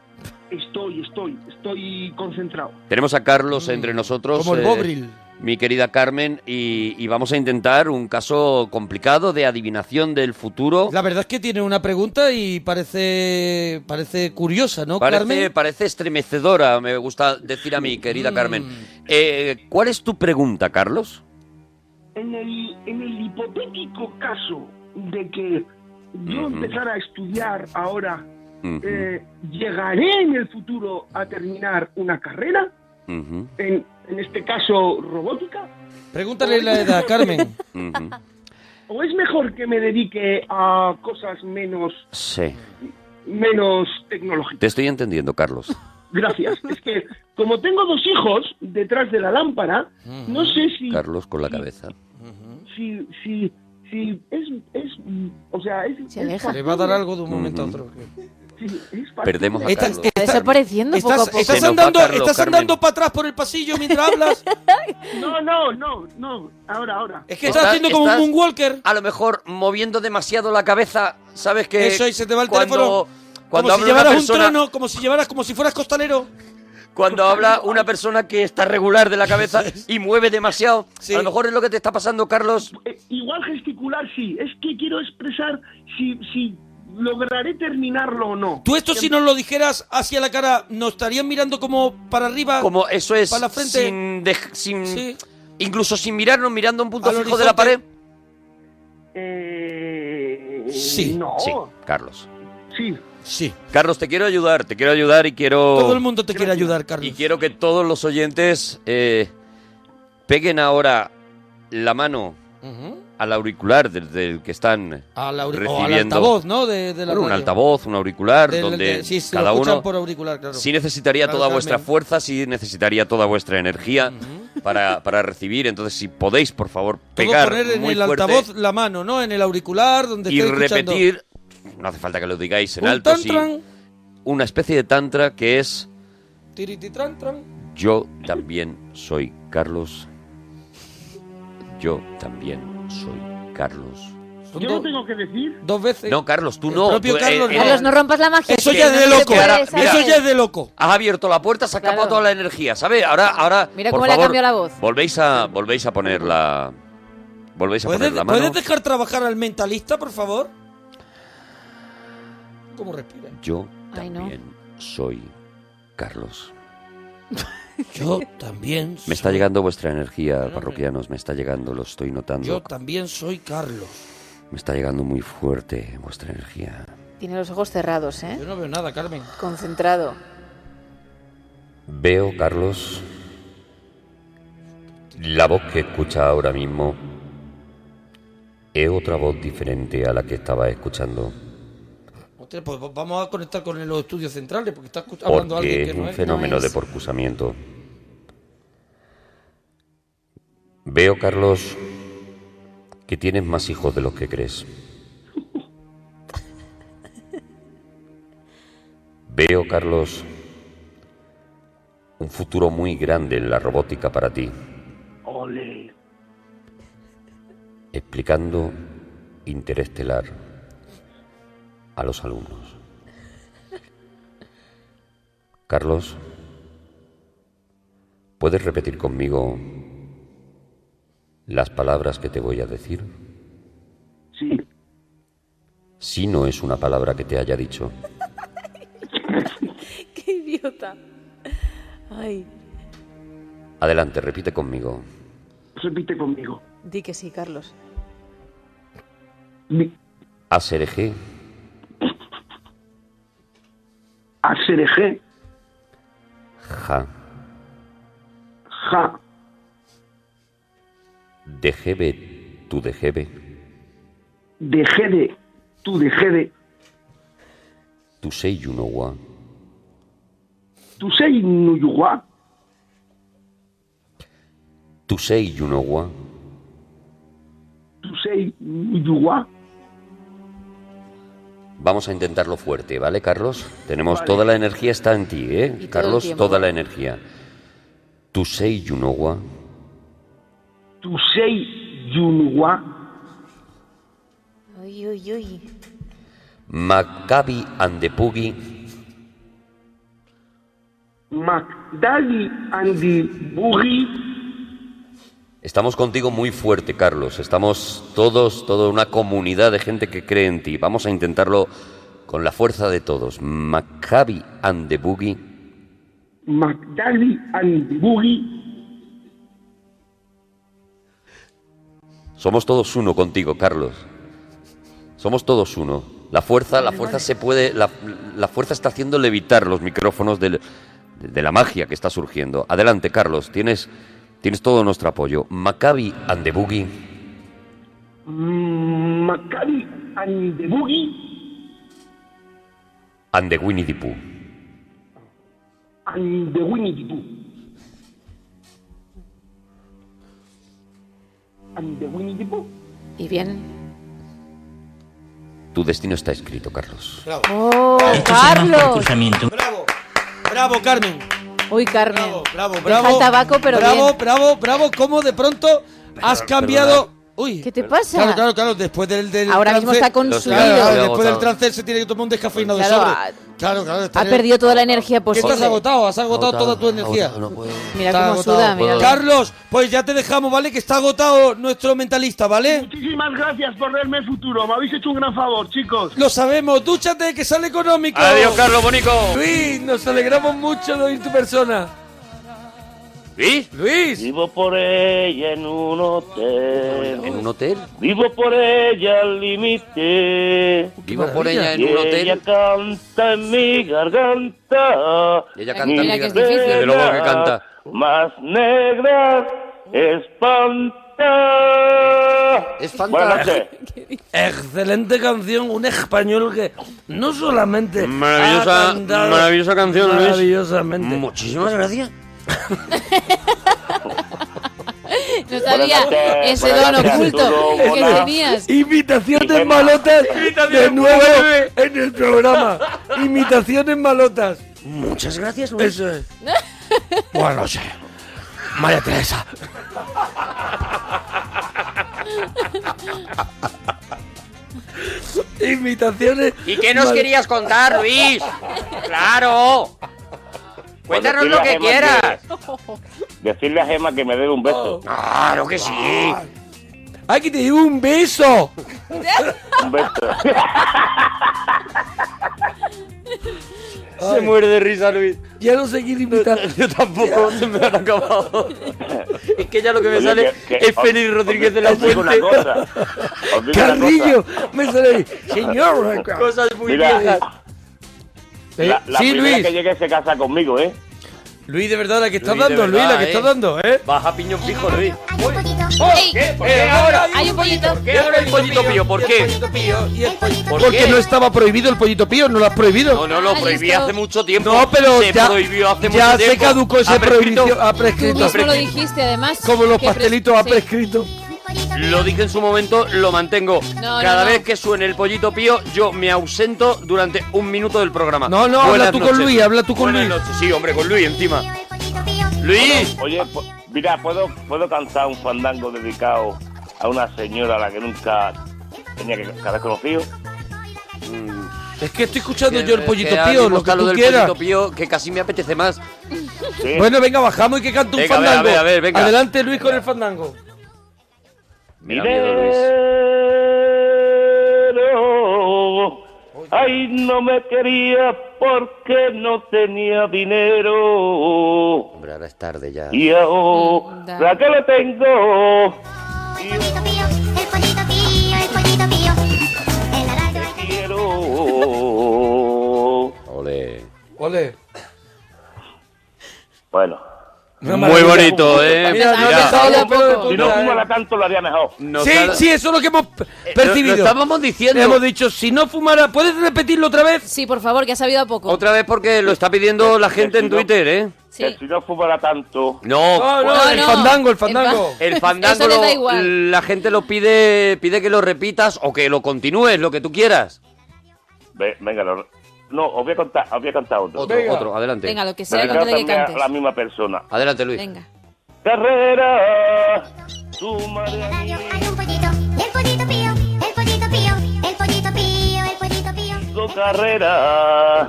Speaker 13: Estoy, estoy, estoy concentrado.
Speaker 2: Tenemos a Carlos entre nosotros. eh,
Speaker 13: Como el Bobril.
Speaker 2: Mi querida Carmen, y, y vamos a intentar un caso complicado de adivinación del futuro.
Speaker 3: La verdad es que tiene una pregunta y parece parece curiosa, ¿no,
Speaker 2: Parece,
Speaker 3: Carmen?
Speaker 2: parece estremecedora, me gusta decir a mi querida Carmen. Eh, ¿Cuál es tu pregunta, Carlos?
Speaker 13: En el, en el hipotético caso de que yo
Speaker 2: Ujú.
Speaker 13: empezara a estudiar ahora,
Speaker 2: Ujú.
Speaker 13: eh, ¿llegaré en el futuro a terminar una carrera?
Speaker 2: Ujú.
Speaker 13: En, en este caso, robótica.
Speaker 3: Pregúntale la edad, Carmen.
Speaker 2: Ujú.
Speaker 13: ¿O es mejor que me dedique a cosas menos,
Speaker 2: Sí,
Speaker 13: menos tecnológicas?
Speaker 2: te estoy entendiendo, Carlos.
Speaker 13: Gracias. Es que como tengo dos hijos detrás de la lámpara, no sé si,
Speaker 2: Carlos con la cabeza.
Speaker 13: si, si, si es, es, o sea, es... es
Speaker 3: Le
Speaker 13: factible.
Speaker 3: va a dar algo de un momento a
Speaker 2: Ujú.
Speaker 3: otro.
Speaker 13: Sí, es factible.
Speaker 2: Perdemos Mm, a
Speaker 3: Esta-
Speaker 2: Carlos.
Speaker 3: esta-
Speaker 6: Está desapareciendo poco
Speaker 3: estás,
Speaker 6: a poco.
Speaker 3: estás
Speaker 2: Se nos va
Speaker 3: andando,
Speaker 2: Carlos,
Speaker 3: estás
Speaker 2: Carmen.
Speaker 3: andando para atrás por el pasillo
Speaker 6: *laughs*
Speaker 3: mientras hablas.
Speaker 13: No, no, no, no. Ahora, ahora.
Speaker 3: Es que estás haciendo como un moonwalker.
Speaker 2: A lo mejor moviendo demasiado la cabeza, ¿sabes que
Speaker 3: Eso, y se te va el
Speaker 2: cuando,
Speaker 3: teléfono.
Speaker 2: Cuando
Speaker 3: como si
Speaker 2: habla una
Speaker 3: llevaras
Speaker 2: persona,
Speaker 3: un trono, como si llevaras, como si fueras costalero.
Speaker 2: cuando habla una persona que está regular de la
Speaker 3: *laughs*
Speaker 2: cabeza y mueve demasiado, a lo mejor es lo que te está pasando, Carlos.
Speaker 13: Eh, igual gesticular sí. Es que quiero expresar si, si lograré terminarlo o no.
Speaker 3: Tú esto si nos lo dijeras hacia la cara, nos estarían mirando como para arriba.
Speaker 2: Como eso es
Speaker 3: Para la frente.
Speaker 2: sin, dej- sin- incluso sin mirarnos, mirando un punto
Speaker 3: Al
Speaker 2: fijo de la pared.
Speaker 3: horizonte.
Speaker 13: Eh,
Speaker 3: Sí.
Speaker 13: No.
Speaker 2: Sí, Carlos.
Speaker 13: Sí.
Speaker 3: Sí.
Speaker 2: Carlos, te quiero ayudar, te quiero ayudar y quiero
Speaker 3: Todo el mundo te quiere ayudar, Carlos.
Speaker 2: Y quiero que todos los oyentes eh, peguen ahora la mano al auricular desde el que están
Speaker 3: Al auri- o al
Speaker 2: recibiendo.
Speaker 3: altavoz, ¿no? De, de la
Speaker 2: Bueno, un
Speaker 3: radio.
Speaker 2: altavoz, un auricular,
Speaker 3: Del-
Speaker 2: donde
Speaker 3: de- sí, sí, lo
Speaker 2: cada
Speaker 3: escuchan
Speaker 2: uno.
Speaker 3: por auricular, claro.
Speaker 2: Sí necesitaría
Speaker 3: Claro,
Speaker 2: toda
Speaker 3: Carmen.
Speaker 2: vuestra fuerza, sí necesitaría toda vuestra energía para, para recibir. Entonces, si podéis, por favor,
Speaker 3: Todo
Speaker 2: pegar
Speaker 3: poner en
Speaker 2: muy
Speaker 3: el
Speaker 2: fuerte
Speaker 3: altavoz la mano, ¿no? En el auricular, donde
Speaker 2: y
Speaker 3: esté escuchando.
Speaker 2: repetir. No hace falta que lo digáis en
Speaker 3: Un
Speaker 2: alto. sí,
Speaker 3: tantran.
Speaker 2: una especie de tantra que es
Speaker 3: Tirititran-tran.
Speaker 2: Yo también soy Carlos. Yo también soy Carlos.
Speaker 13: Yo lo tengo que decir.
Speaker 3: Dos veces.
Speaker 2: No, Carlos, tú no.
Speaker 3: propio
Speaker 2: tú,
Speaker 3: Carlos no.
Speaker 6: Carlos, no rompas la magia.
Speaker 3: Eso
Speaker 6: que
Speaker 3: ya es
Speaker 6: no
Speaker 3: de
Speaker 6: se
Speaker 3: loco.
Speaker 6: puede
Speaker 2: Ahora,
Speaker 6: saber.
Speaker 2: mira.
Speaker 3: Eso ya es de loco.
Speaker 2: Has abierto la puerta, se ha escapado toda la energía, ¿sabes? Ahora, ahora.
Speaker 6: Mira
Speaker 2: por
Speaker 6: cómo le ha
Speaker 2: favor,
Speaker 6: cambiado la voz.
Speaker 2: Volvéis a, volvéis a poner la. Volvéis a poner
Speaker 3: ¿Puedes,
Speaker 2: la mano.
Speaker 3: puedes dejar trabajar al mentalista, por favor? ¿Cómo respira?
Speaker 2: Yo
Speaker 3: Ay,
Speaker 2: *laughs*
Speaker 3: no.
Speaker 2: también soy Carlos.
Speaker 3: Yo también.
Speaker 2: Me está llegando vuestra energía, parroquianos. Me está llegando, lo estoy notando.
Speaker 3: Yo también soy Carlos.
Speaker 2: Me está llegando muy fuerte vuestra energía.
Speaker 6: Tiene los ojos cerrados, ¿eh?
Speaker 3: Yo no veo nada, Carmen.
Speaker 6: Concentrado.
Speaker 2: Veo, Carlos, la voz que escucha ahora mismo es otra voz diferente a la que estaba escuchando,
Speaker 3: Hostia, pues vamos a conectar con los estudios centrales porque está escu- hablando
Speaker 2: porque
Speaker 3: alguien que
Speaker 2: es
Speaker 3: no
Speaker 2: un
Speaker 3: es.
Speaker 2: fenómeno de porcusamiento. Veo, Carlos, que tienes más hijos de los que crees. Veo, Carlos, un futuro muy grande en la robótica para ti.
Speaker 13: Ole.
Speaker 2: explicando interestelar a los alumnos. Carlos, ¿puedes repetir conmigo las palabras que te voy a decir?
Speaker 13: Sí.
Speaker 2: Si no es una palabra que te haya dicho.
Speaker 14: *laughs* Qué idiota. Ay,
Speaker 2: Adelante, repite conmigo.
Speaker 13: Repite conmigo.
Speaker 14: di que sí, Carlos.
Speaker 2: A Sergé,
Speaker 13: A Serejé,
Speaker 2: ja,
Speaker 13: ja,
Speaker 2: dejebe, tu dejebe,
Speaker 13: dejé de, tú dejé de,
Speaker 2: tu seyunowa,
Speaker 13: tú sei nuyuá,
Speaker 2: tu seyunowa,
Speaker 13: tú sei nuyuá.
Speaker 2: Vamos a intentarlo fuerte, ¿vale, Carlos? Tenemos toda la energía está en ti, ¿eh?
Speaker 13: el
Speaker 2: Carlos,
Speaker 13: tiempo.
Speaker 2: toda la energía. Tu sei yunowa,
Speaker 13: tú sei yunuá,
Speaker 14: Uy, uy, uy.
Speaker 2: Maccabi andepugi,
Speaker 13: Magdali andi bugi,
Speaker 2: Estamos contigo muy fuerte, Carlos. Estamos todos, toda una comunidad de gente que cree en ti. Vamos a intentarlo con la fuerza de todos. Maccabi Andebugi,
Speaker 13: Magdali andi bugi,
Speaker 2: somos todos uno contigo, Carlos. Somos todos uno. La fuerza, la fuerza se puede, la, la fuerza está haciendo levitar los micrófonos del- de la magia que está surgiendo. Adelante, Carlos. Tienes, tienes todo nuestro apoyo. Maccabi Andebugi,
Speaker 13: Maccabi andi bugi,
Speaker 2: Andewini Dipu.
Speaker 13: andi winidibu. Andi winidibu.
Speaker 6: ¿Y bien?
Speaker 2: Tu destino está escrito, Carlos.
Speaker 6: ¡Oh,
Speaker 15: Esto se llama
Speaker 6: Carlos!
Speaker 15: concursamiento.
Speaker 3: Bravo, Carmen.
Speaker 6: Uy, Carmen.
Speaker 3: Bravo,
Speaker 6: Te
Speaker 3: bravo.
Speaker 6: falta Baco, pero
Speaker 3: bravo,
Speaker 6: bien.
Speaker 3: bravo, bravo. ¿Cómo de pronto has cambiado? Uy.
Speaker 6: ¿Qué te pasa?
Speaker 3: Claro, claro, claro. Después del, del
Speaker 6: Ahora mismo
Speaker 3: trance-
Speaker 6: está consumido.
Speaker 3: Claro, claro,
Speaker 6: Estoy
Speaker 3: después del
Speaker 6: agotado.
Speaker 3: trance se tiene que tomar un descafeinado
Speaker 6: Claro,
Speaker 3: de
Speaker 6: ha-
Speaker 3: sobre. Claro, claro. está
Speaker 6: Ha
Speaker 3: en el-
Speaker 6: perdido toda la energía
Speaker 3: Que
Speaker 6: posible.
Speaker 3: estás agotado, has agotado
Speaker 6: Agotado,
Speaker 3: toda tu energía.
Speaker 6: Mira
Speaker 3: Está
Speaker 6: cómo
Speaker 3: agotado.
Speaker 6: suda, mira.
Speaker 3: Carlos, pues ya te dejamos, ¿vale? Que está agotado nuestro mentalista, ¿vale?
Speaker 13: Muchísimas gracias por verme el futuro. Me habéis hecho un gran favor, chicos.
Speaker 3: Lo sabemos, dúchate que sale económico.
Speaker 13: Adiós, Carlos Bonico.
Speaker 3: Luis, nos alegramos mucho de oír tu persona.
Speaker 2: ¿Luis?
Speaker 3: Luis.
Speaker 16: Vivo por ella en un hotel.
Speaker 2: ¿En un hotel?
Speaker 16: Vivo por ella al límite.
Speaker 2: Vivo por ella en un hotel.
Speaker 16: Y Ella canta en mi garganta.
Speaker 2: Ella canta en mi Mira que es garganta. difícil.
Speaker 16: Desde luego que canta. Más negra, espanta. Buenas noches.
Speaker 7: Excelente canción, un español que no solamente.
Speaker 2: Maravillosa-
Speaker 15: Ah,
Speaker 7: ha cantado
Speaker 2: maravillosa canción, Luis.
Speaker 7: Maravillosamente.
Speaker 2: Muchísimas gracias.
Speaker 6: No sabía ese don oculto que tenías.
Speaker 7: Imitaciones malotas de nuevo en el programa. Imitaciones malotas.
Speaker 2: Muchas gracias,
Speaker 7: Luis. Eso es. Pues Buenas noches. María Teresa. Imitaciones.
Speaker 17: ¿Y qué nos
Speaker 7: mal-
Speaker 17: querías contar, Luis? *laughs* ¡Claro! Cuéntanos lo
Speaker 16: Cuando tú
Speaker 17: que
Speaker 16: la gemas
Speaker 17: quieras.
Speaker 16: Decirle a Gema que me debe un
Speaker 18: Oh.
Speaker 16: beso.
Speaker 17: Claro que sí.
Speaker 3: Aquí te llevo un beso.
Speaker 16: Un beso.
Speaker 7: Se muere de risa, Luis. Ya no sé quién imitar.
Speaker 2: Yo tampoco, se me han acabado.
Speaker 17: Es que ya lo que me
Speaker 16: Oye,
Speaker 17: sale
Speaker 16: que- que-
Speaker 17: es Félix Rodríguez de la
Speaker 16: os digo
Speaker 17: Fuente.
Speaker 16: una cosa. Os digo una
Speaker 7: Carrillo,
Speaker 16: cosa.
Speaker 7: me sale ahí.
Speaker 16: *laughs*
Speaker 7: Señor,
Speaker 17: Cosas muy
Speaker 16: Mira,
Speaker 17: viejas.
Speaker 2: Eh,
Speaker 16: La, la
Speaker 3: Sí,
Speaker 16: primera
Speaker 3: Luis.
Speaker 16: que llegue se casa conmigo, ¿eh?
Speaker 3: Luis, de verdad, la que estás
Speaker 16: Luis, de
Speaker 3: dando, Luis, la
Speaker 16: verdad,
Speaker 3: que
Speaker 16: eh.
Speaker 3: estás dando, ¿eh?
Speaker 2: Baja piñón fijo, Luis.
Speaker 6: Ey,
Speaker 2: Eh, ahora.
Speaker 6: Hay un pollito.
Speaker 2: ¿Qué ahora el pollito pío? ¿Por qué? ¿Por
Speaker 3: Porque
Speaker 2: qué?
Speaker 3: no estaba prohibido el pollito pío, no lo has prohibido.
Speaker 2: No, no, lo prohibí hace mucho tiempo.
Speaker 3: No, pero
Speaker 2: se
Speaker 3: ya,
Speaker 2: prohibió hace
Speaker 3: ya
Speaker 2: mucho tiempo.
Speaker 3: se caducó esa
Speaker 2: Ha prescrito.
Speaker 3: prohibición. Ha
Speaker 6: Tú
Speaker 3: prescrito.
Speaker 6: mismo lo dijiste, además.
Speaker 3: Como los
Speaker 6: que pres-
Speaker 3: pastelitos ha
Speaker 6: sí.
Speaker 3: prescrito.
Speaker 2: Lo dije en su momento, lo mantengo.
Speaker 6: No,
Speaker 2: Cada
Speaker 6: no, no.
Speaker 2: vez que suene el pollito pío, yo me ausento durante un minuto del programa. No,
Speaker 3: no, habla tú con Luis, habla tú con
Speaker 2: Luis. Sí, hombre, con Luis encima. Luis.
Speaker 16: Oye, po- mira, ¿puedo, puedo cantar un fandango dedicado a una señora a la que nunca tenía que, que haber conocido.
Speaker 3: Es que estoy escuchando
Speaker 18: Que-
Speaker 3: yo el
Speaker 18: que
Speaker 3: pollito
Speaker 18: ahora
Speaker 3: pío,
Speaker 18: mismo
Speaker 3: lo
Speaker 18: está
Speaker 3: que tú
Speaker 18: del
Speaker 3: quieras.
Speaker 18: Pollito Pío, que casi me apetece más.
Speaker 3: Bueno, venga, bajamos y que cante un
Speaker 18: Venga, a ver,
Speaker 3: fandango.
Speaker 18: a ver, a ver, venga.
Speaker 3: Adelante, Luis, con el fandango.
Speaker 18: Me da miedo, Luis.
Speaker 16: dinero. Ay, no me quería porque no tenía dinero.
Speaker 18: Hombre, ahora es tarde ya.
Speaker 16: Y ahora que lo tengo, quiero.
Speaker 18: Ole.
Speaker 3: Ole.
Speaker 16: Bueno.
Speaker 3: Una
Speaker 18: Muy
Speaker 3: maravilla. Pues,
Speaker 18: bonito, ¿eh?
Speaker 3: Mira, no ha dejado los pelos de punta,
Speaker 16: Si no
Speaker 3: ¿eh?
Speaker 16: fumara tanto, lo haría mejor.
Speaker 3: sí, sí, eso es lo que
Speaker 2: Eh,
Speaker 3: hemos p- percibido.
Speaker 18: lo estábamos diciendo.
Speaker 3: Hemos dicho, si no fumara, ¿puedes repetirlo otra vez?
Speaker 6: Sí, por favor, que ha sabido a poco.
Speaker 18: Otra vez porque lo está pidiendo la gente en
Speaker 16: si no-
Speaker 18: Twitter, ¿eh?
Speaker 6: Sí.
Speaker 16: Que si no fumara tanto.
Speaker 18: No,
Speaker 3: No, no,
Speaker 18: joder.
Speaker 3: el fandango, el fandango.
Speaker 18: El
Speaker 6: *laughs* Eso
Speaker 18: fandango,
Speaker 6: le da
Speaker 18: lo-
Speaker 6: igual.
Speaker 18: la gente lo pide, pide que lo repitas o que lo continúes, lo que tú quieras.
Speaker 16: Ve- venga, lo- no, os voy a contar, os voy a contar otro.
Speaker 18: Otro, otro, adelante.
Speaker 6: Venga, lo que sea,
Speaker 16: Pero
Speaker 6: con que le
Speaker 16: también a
Speaker 6: cantes.
Speaker 16: la misma persona.
Speaker 18: Adelante, Luis.
Speaker 6: Venga.
Speaker 16: Carrera, tu madre. Tengo carrera.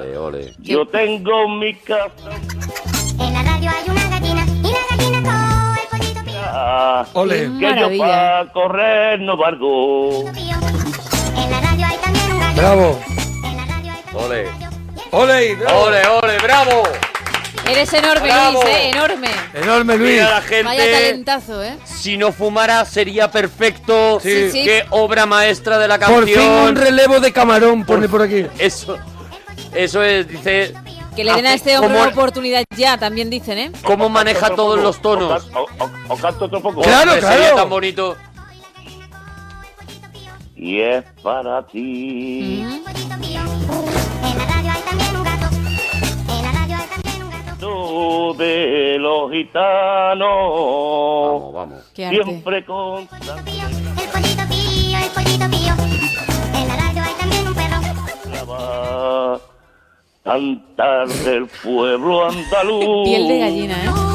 Speaker 16: Yo tengo mi casa.
Speaker 3: Ole.
Speaker 16: Que yo
Speaker 3: Maravilla.
Speaker 16: para correr no valgo.
Speaker 3: Bravo.
Speaker 18: Ole.
Speaker 3: Ole, bravo.
Speaker 18: Ole, ole, bravo.
Speaker 6: Eres enorme,
Speaker 18: Bravo.
Speaker 6: Luis, ¿eh? Enorme.
Speaker 3: Enorme, Luis.
Speaker 18: Mira la
Speaker 6: Vaya
Speaker 18: gente.
Speaker 6: talentazo, ¿eh?
Speaker 18: Si no fumara sería perfecto.
Speaker 6: Sí. Sí, sí.
Speaker 18: Qué obra maestra de la canción.
Speaker 3: Por fin un relevo de camarón, pone por aquí.
Speaker 18: Eso, eso es, dice, "Ah,
Speaker 6: Que le den a este hombre una oportunidad ya, también dicen, ¿eh?
Speaker 18: cómo maneja todos los tonos.
Speaker 16: O, o- o canto otro poco.
Speaker 18: Hombre, sería tan bonito.
Speaker 16: Y es para ti. Tú de los gitanos. Vamos,
Speaker 18: vamos.
Speaker 6: Qué arte.
Speaker 16: Siempre con. va cantar del pueblo andaluz.
Speaker 6: *laughs* Piel de gallina, ¿eh?
Speaker 11: Uh,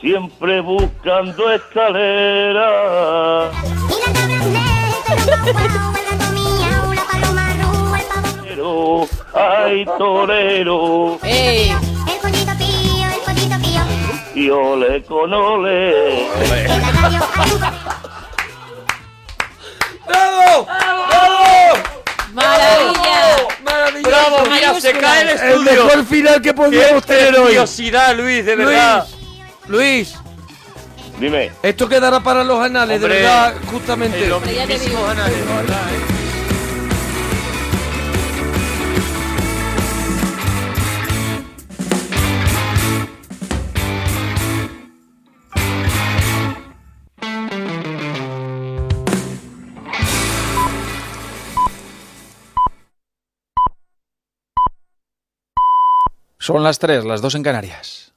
Speaker 16: Siempre buscando escalera. este Pero, ay, torero.
Speaker 6: ¡Ey!
Speaker 16: Y ole con ole.
Speaker 3: ¡Bravo! ¡Bravo!
Speaker 6: ¡Maravilla!
Speaker 3: ¡Maravilloso!
Speaker 18: Bravo, mira, se cae el estudio.
Speaker 3: El mejor final que podíamos
Speaker 18: Qué
Speaker 3: tener hoy.
Speaker 18: preciosidad, Luis, de verdad.
Speaker 3: Luis,
Speaker 16: Dime.
Speaker 3: esto quedará para los anales,
Speaker 18: Hombre,
Speaker 3: de verdad, justamente.
Speaker 18: en los
Speaker 6: Ya te digo.
Speaker 19: Son las 3, las 2 en Canarias.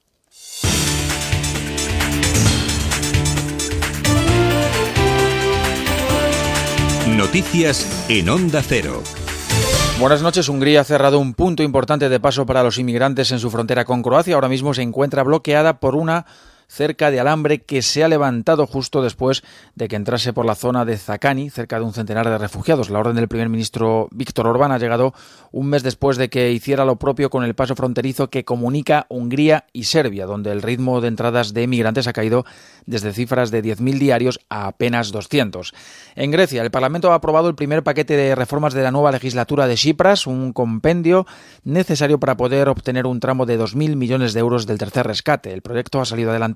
Speaker 20: Noticias en Onda Cero.
Speaker 19: Buenas noches. Hungría ha cerrado un punto importante de paso para los inmigrantes en su frontera con Croacia. Ahora mismo se encuentra bloqueada por una cerca de alambre que se ha levantado justo después de que entrase por la zona de Zacani cerca de un centenar de refugiados. La orden del primer ministro Víctor Orbán ha llegado un mes después de que hiciera lo propio con el paso fronterizo que comunica Hungría y Serbia, donde el ritmo de entradas de migrantes ha caído desde cifras de 10.000 diarios a apenas 200. En Grecia, el Parlamento ha aprobado el primer paquete de reformas de la nueva legislatura de Cipras, un compendio necesario para poder obtener un tramo de 2.000 millones de euros del tercer rescate. El proyecto ha salido adelante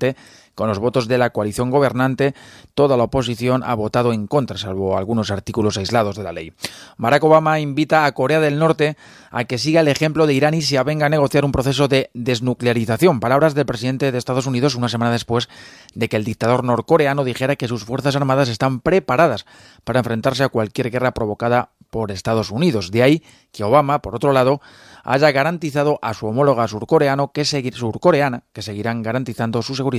Speaker 19: con los votos de la coalición gobernante. Toda la oposición ha votado en contra, salvo algunos artículos aislados de la ley. Barack Obama invita a Corea del Norte a que siga el ejemplo de Irán y se avenga a negociar un proceso de desnuclearización. Palabras del presidente de Estados Unidos una semana después de que el dictador norcoreano dijera que sus fuerzas armadas están preparadas para enfrentarse a cualquier guerra provocada por Estados Unidos. De ahí que Obama, por otro lado, haya garantizado a su homóloga surcoreano que segui- surcoreana que seguirán garantizando su seguridad.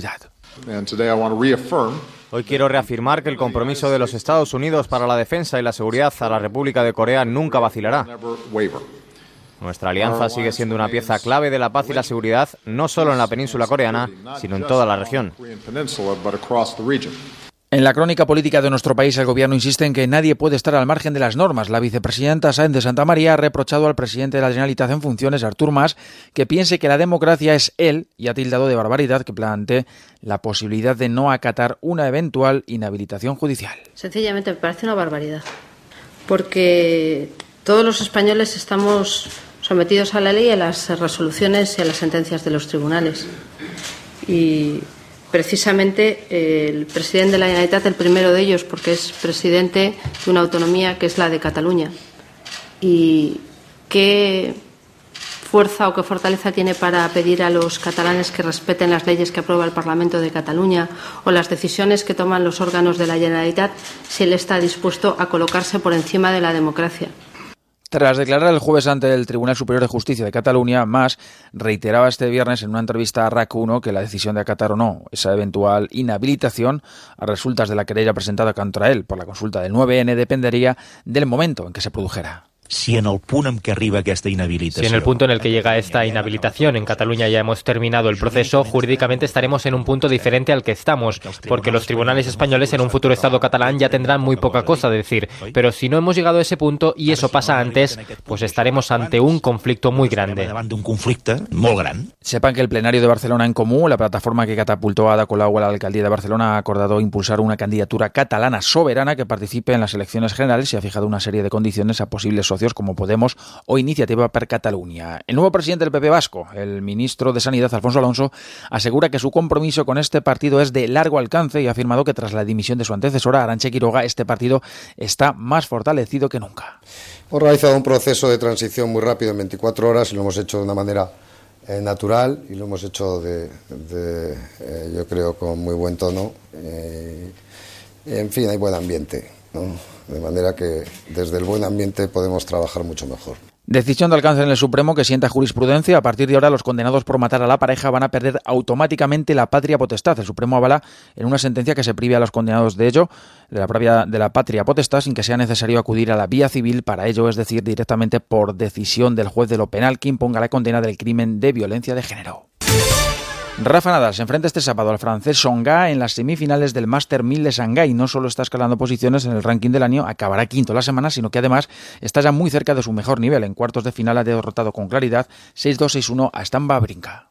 Speaker 21: Hoy quiero reafirmar que el compromiso de los Estados Unidos para la defensa y la seguridad a la República de Corea nunca vacilará. Nuestra alianza sigue siendo una pieza clave de la paz y la seguridad, no solo en la península coreana, sino en toda la región.
Speaker 19: En la crónica política de nuestro país, el gobierno insiste en que nadie puede estar al margen de las normas. La vicepresidenta Sáenz de Santa María ha reprochado al presidente de la Generalitat en funciones, Artur Mas, que piense que la democracia es él y ha tildado de barbaridad que plantee la posibilidad de no acatar una eventual inhabilitación judicial.
Speaker 20: *laughs* Sencillamente me parece una barbaridad. Porque todos los españoles estamos sometidos a la ley, a las resoluciones y a las sentencias de los tribunales. Y precisamente eh, el presidente de la Generalitat, el primero de ellos, porque es presidente de una autonomía que es la de Cataluña. ¿Y qué fuerza o qué fortaleza tiene para pedir a los catalanes que respeten las leyes que aprueba el Parlamento de Cataluña o las decisiones que toman los órganos de la Generalitat si él está dispuesto a colocarse por encima de la democracia?
Speaker 19: Tras declarar el jueves ante el Tribunal Superior de Justicia de Cataluña, Mas reiteraba este viernes en una entrevista a RAC 1 que la decisión de acatar o no esa eventual inhabilitación a resultas de la querella presentada contra él por la consulta del 9N dependería del momento en que se produjera.
Speaker 22: si en el punt en què arriba aquesta inhabilitació...
Speaker 17: Si en el punto en el que llega esta inhabilitación en Cataluña ya hemos terminado el proceso, jurídicamente estaremos en un punto diferente al que estamos, porque los tribunales españoles en un futuro Estado catalán ya tendrán muy poca cosa a decir. Pero si no hemos llegado a ese punto y eso pasa antes, pues estaremos ante un conflicto muy grande.
Speaker 22: un conflicte molt gran.
Speaker 19: Sepan que el plenario de Barcelona en Comú, la plataforma que catapultó a Ada Colau a la alcaldía de Barcelona, ha acordado impulsar una candidatura catalana soberana que participe en las elecciones generales y ha fijado una serie de condiciones a posibles socios como Podemos o Iniciativa per Cataluña. El nuevo presidente del PP vasco, el ministro de Sanidad Alfonso Alonso, asegura que su compromiso con este partido es de largo alcance y ha afirmado que tras la dimisión de su antecesora, Aranche Quiroga, este partido está más fortalecido que nunca.
Speaker 23: Hemos realizado un proceso de transición muy rápido en 24 horas y lo hemos hecho de una manera eh, natural y lo hemos hecho de, de, eh, yo creo, con muy buen tono. Eh, en fin, hay buen ambiente, ¿no? De manera que desde el buen ambiente podemos trabajar mucho mejor.
Speaker 19: Decisión de alcance en el Supremo que sienta jurisprudencia. A partir de ahora, los condenados por matar a la pareja van a perder automáticamente la patria potestad. El Supremo avala en una sentencia que se prive a los condenados de ello, de la, propia, de la patria potestad, sin que sea necesario acudir a la vía civil para ello, es decir, directamente por decisión del juez de lo penal que imponga la condena del crimen de violencia de género. Rafa Nadal se enfrenta este sábado al francés Songa en las semifinales del Master 1000 de Shanghái. No solo está escalando posiciones en el ranking del año, acabará quinto la semana, sino que además está ya muy cerca de su mejor nivel. En cuartos de final ha derrotado con claridad 6-2-6-1 a Stan Brinca.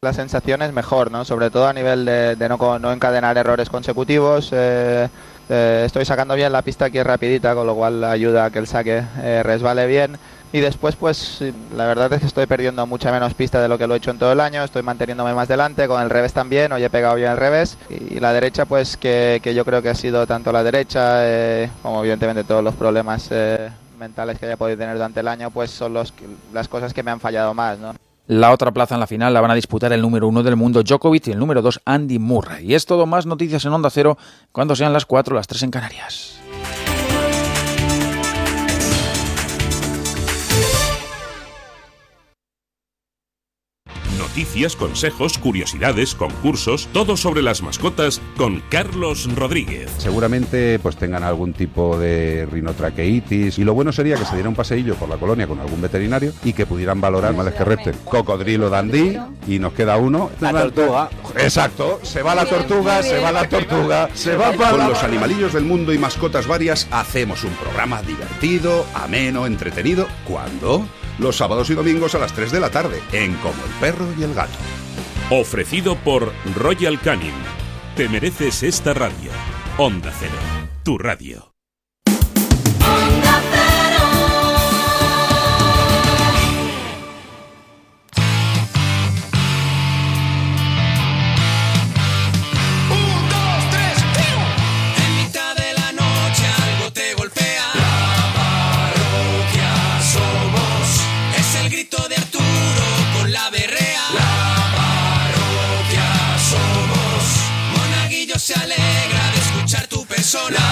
Speaker 24: La sensación es mejor, ¿no? Sobre todo a nivel de, de no, co- no encadenar errores consecutivos. eh, eh, estoy sacando bien la pista aquí es rapidita, con lo cual ayuda a que el saque eh, resbale bien. Y después, pues la verdad es que estoy perdiendo mucha menos pista de lo que lo he hecho en todo el año. Estoy manteniéndome más delante, con el revés también. Hoy he pegado bien el revés. Y la derecha, pues que, que yo creo que ha sido tanto la derecha eh, como evidentemente todos los problemas eh, mentales que haya podido tener durante el año, pues son los, que- las cosas que me han fallado más, ¿no?
Speaker 19: La otra plaza en la final la van a disputar el número uno del mundo Djokovic y el número dos Andy Murray. Y es todo más noticias en Onda Cero cuando sean las 4 las 3 en Canarias.
Speaker 25: Noticias, consejos, curiosidades, concursos, todo sobre las mascotas con Carlos Rodríguez.
Speaker 26: Seguramente pues tengan algún tipo de rinotraqueitis y lo bueno sería que se diera un paseillo por la colonia con algún veterinario y que pudieran valorar animales que resten. Cocodrilo dandí y nos queda uno.
Speaker 27: La tortuga.
Speaker 26: Exacto, se va la tortuga, se va la tortuga, se va para Con los animalillos del mundo y mascotas varias hacemos un programa divertido, ameno, entretenido. ¿Cuándo? Los sábados y domingos a las 3 de la tarde en Como el perro y el gato.
Speaker 25: Ofrecido por Royal Canin. Te mereces esta radio. Onda Cero, tu radio.
Speaker 11: Un, dos, tres, En mitad de la noche algo te golpea. La parroquia somos. Es el grito de Arturo con la berrea. La parroquia somos. Monaguillo se alegra de escuchar tu persona. La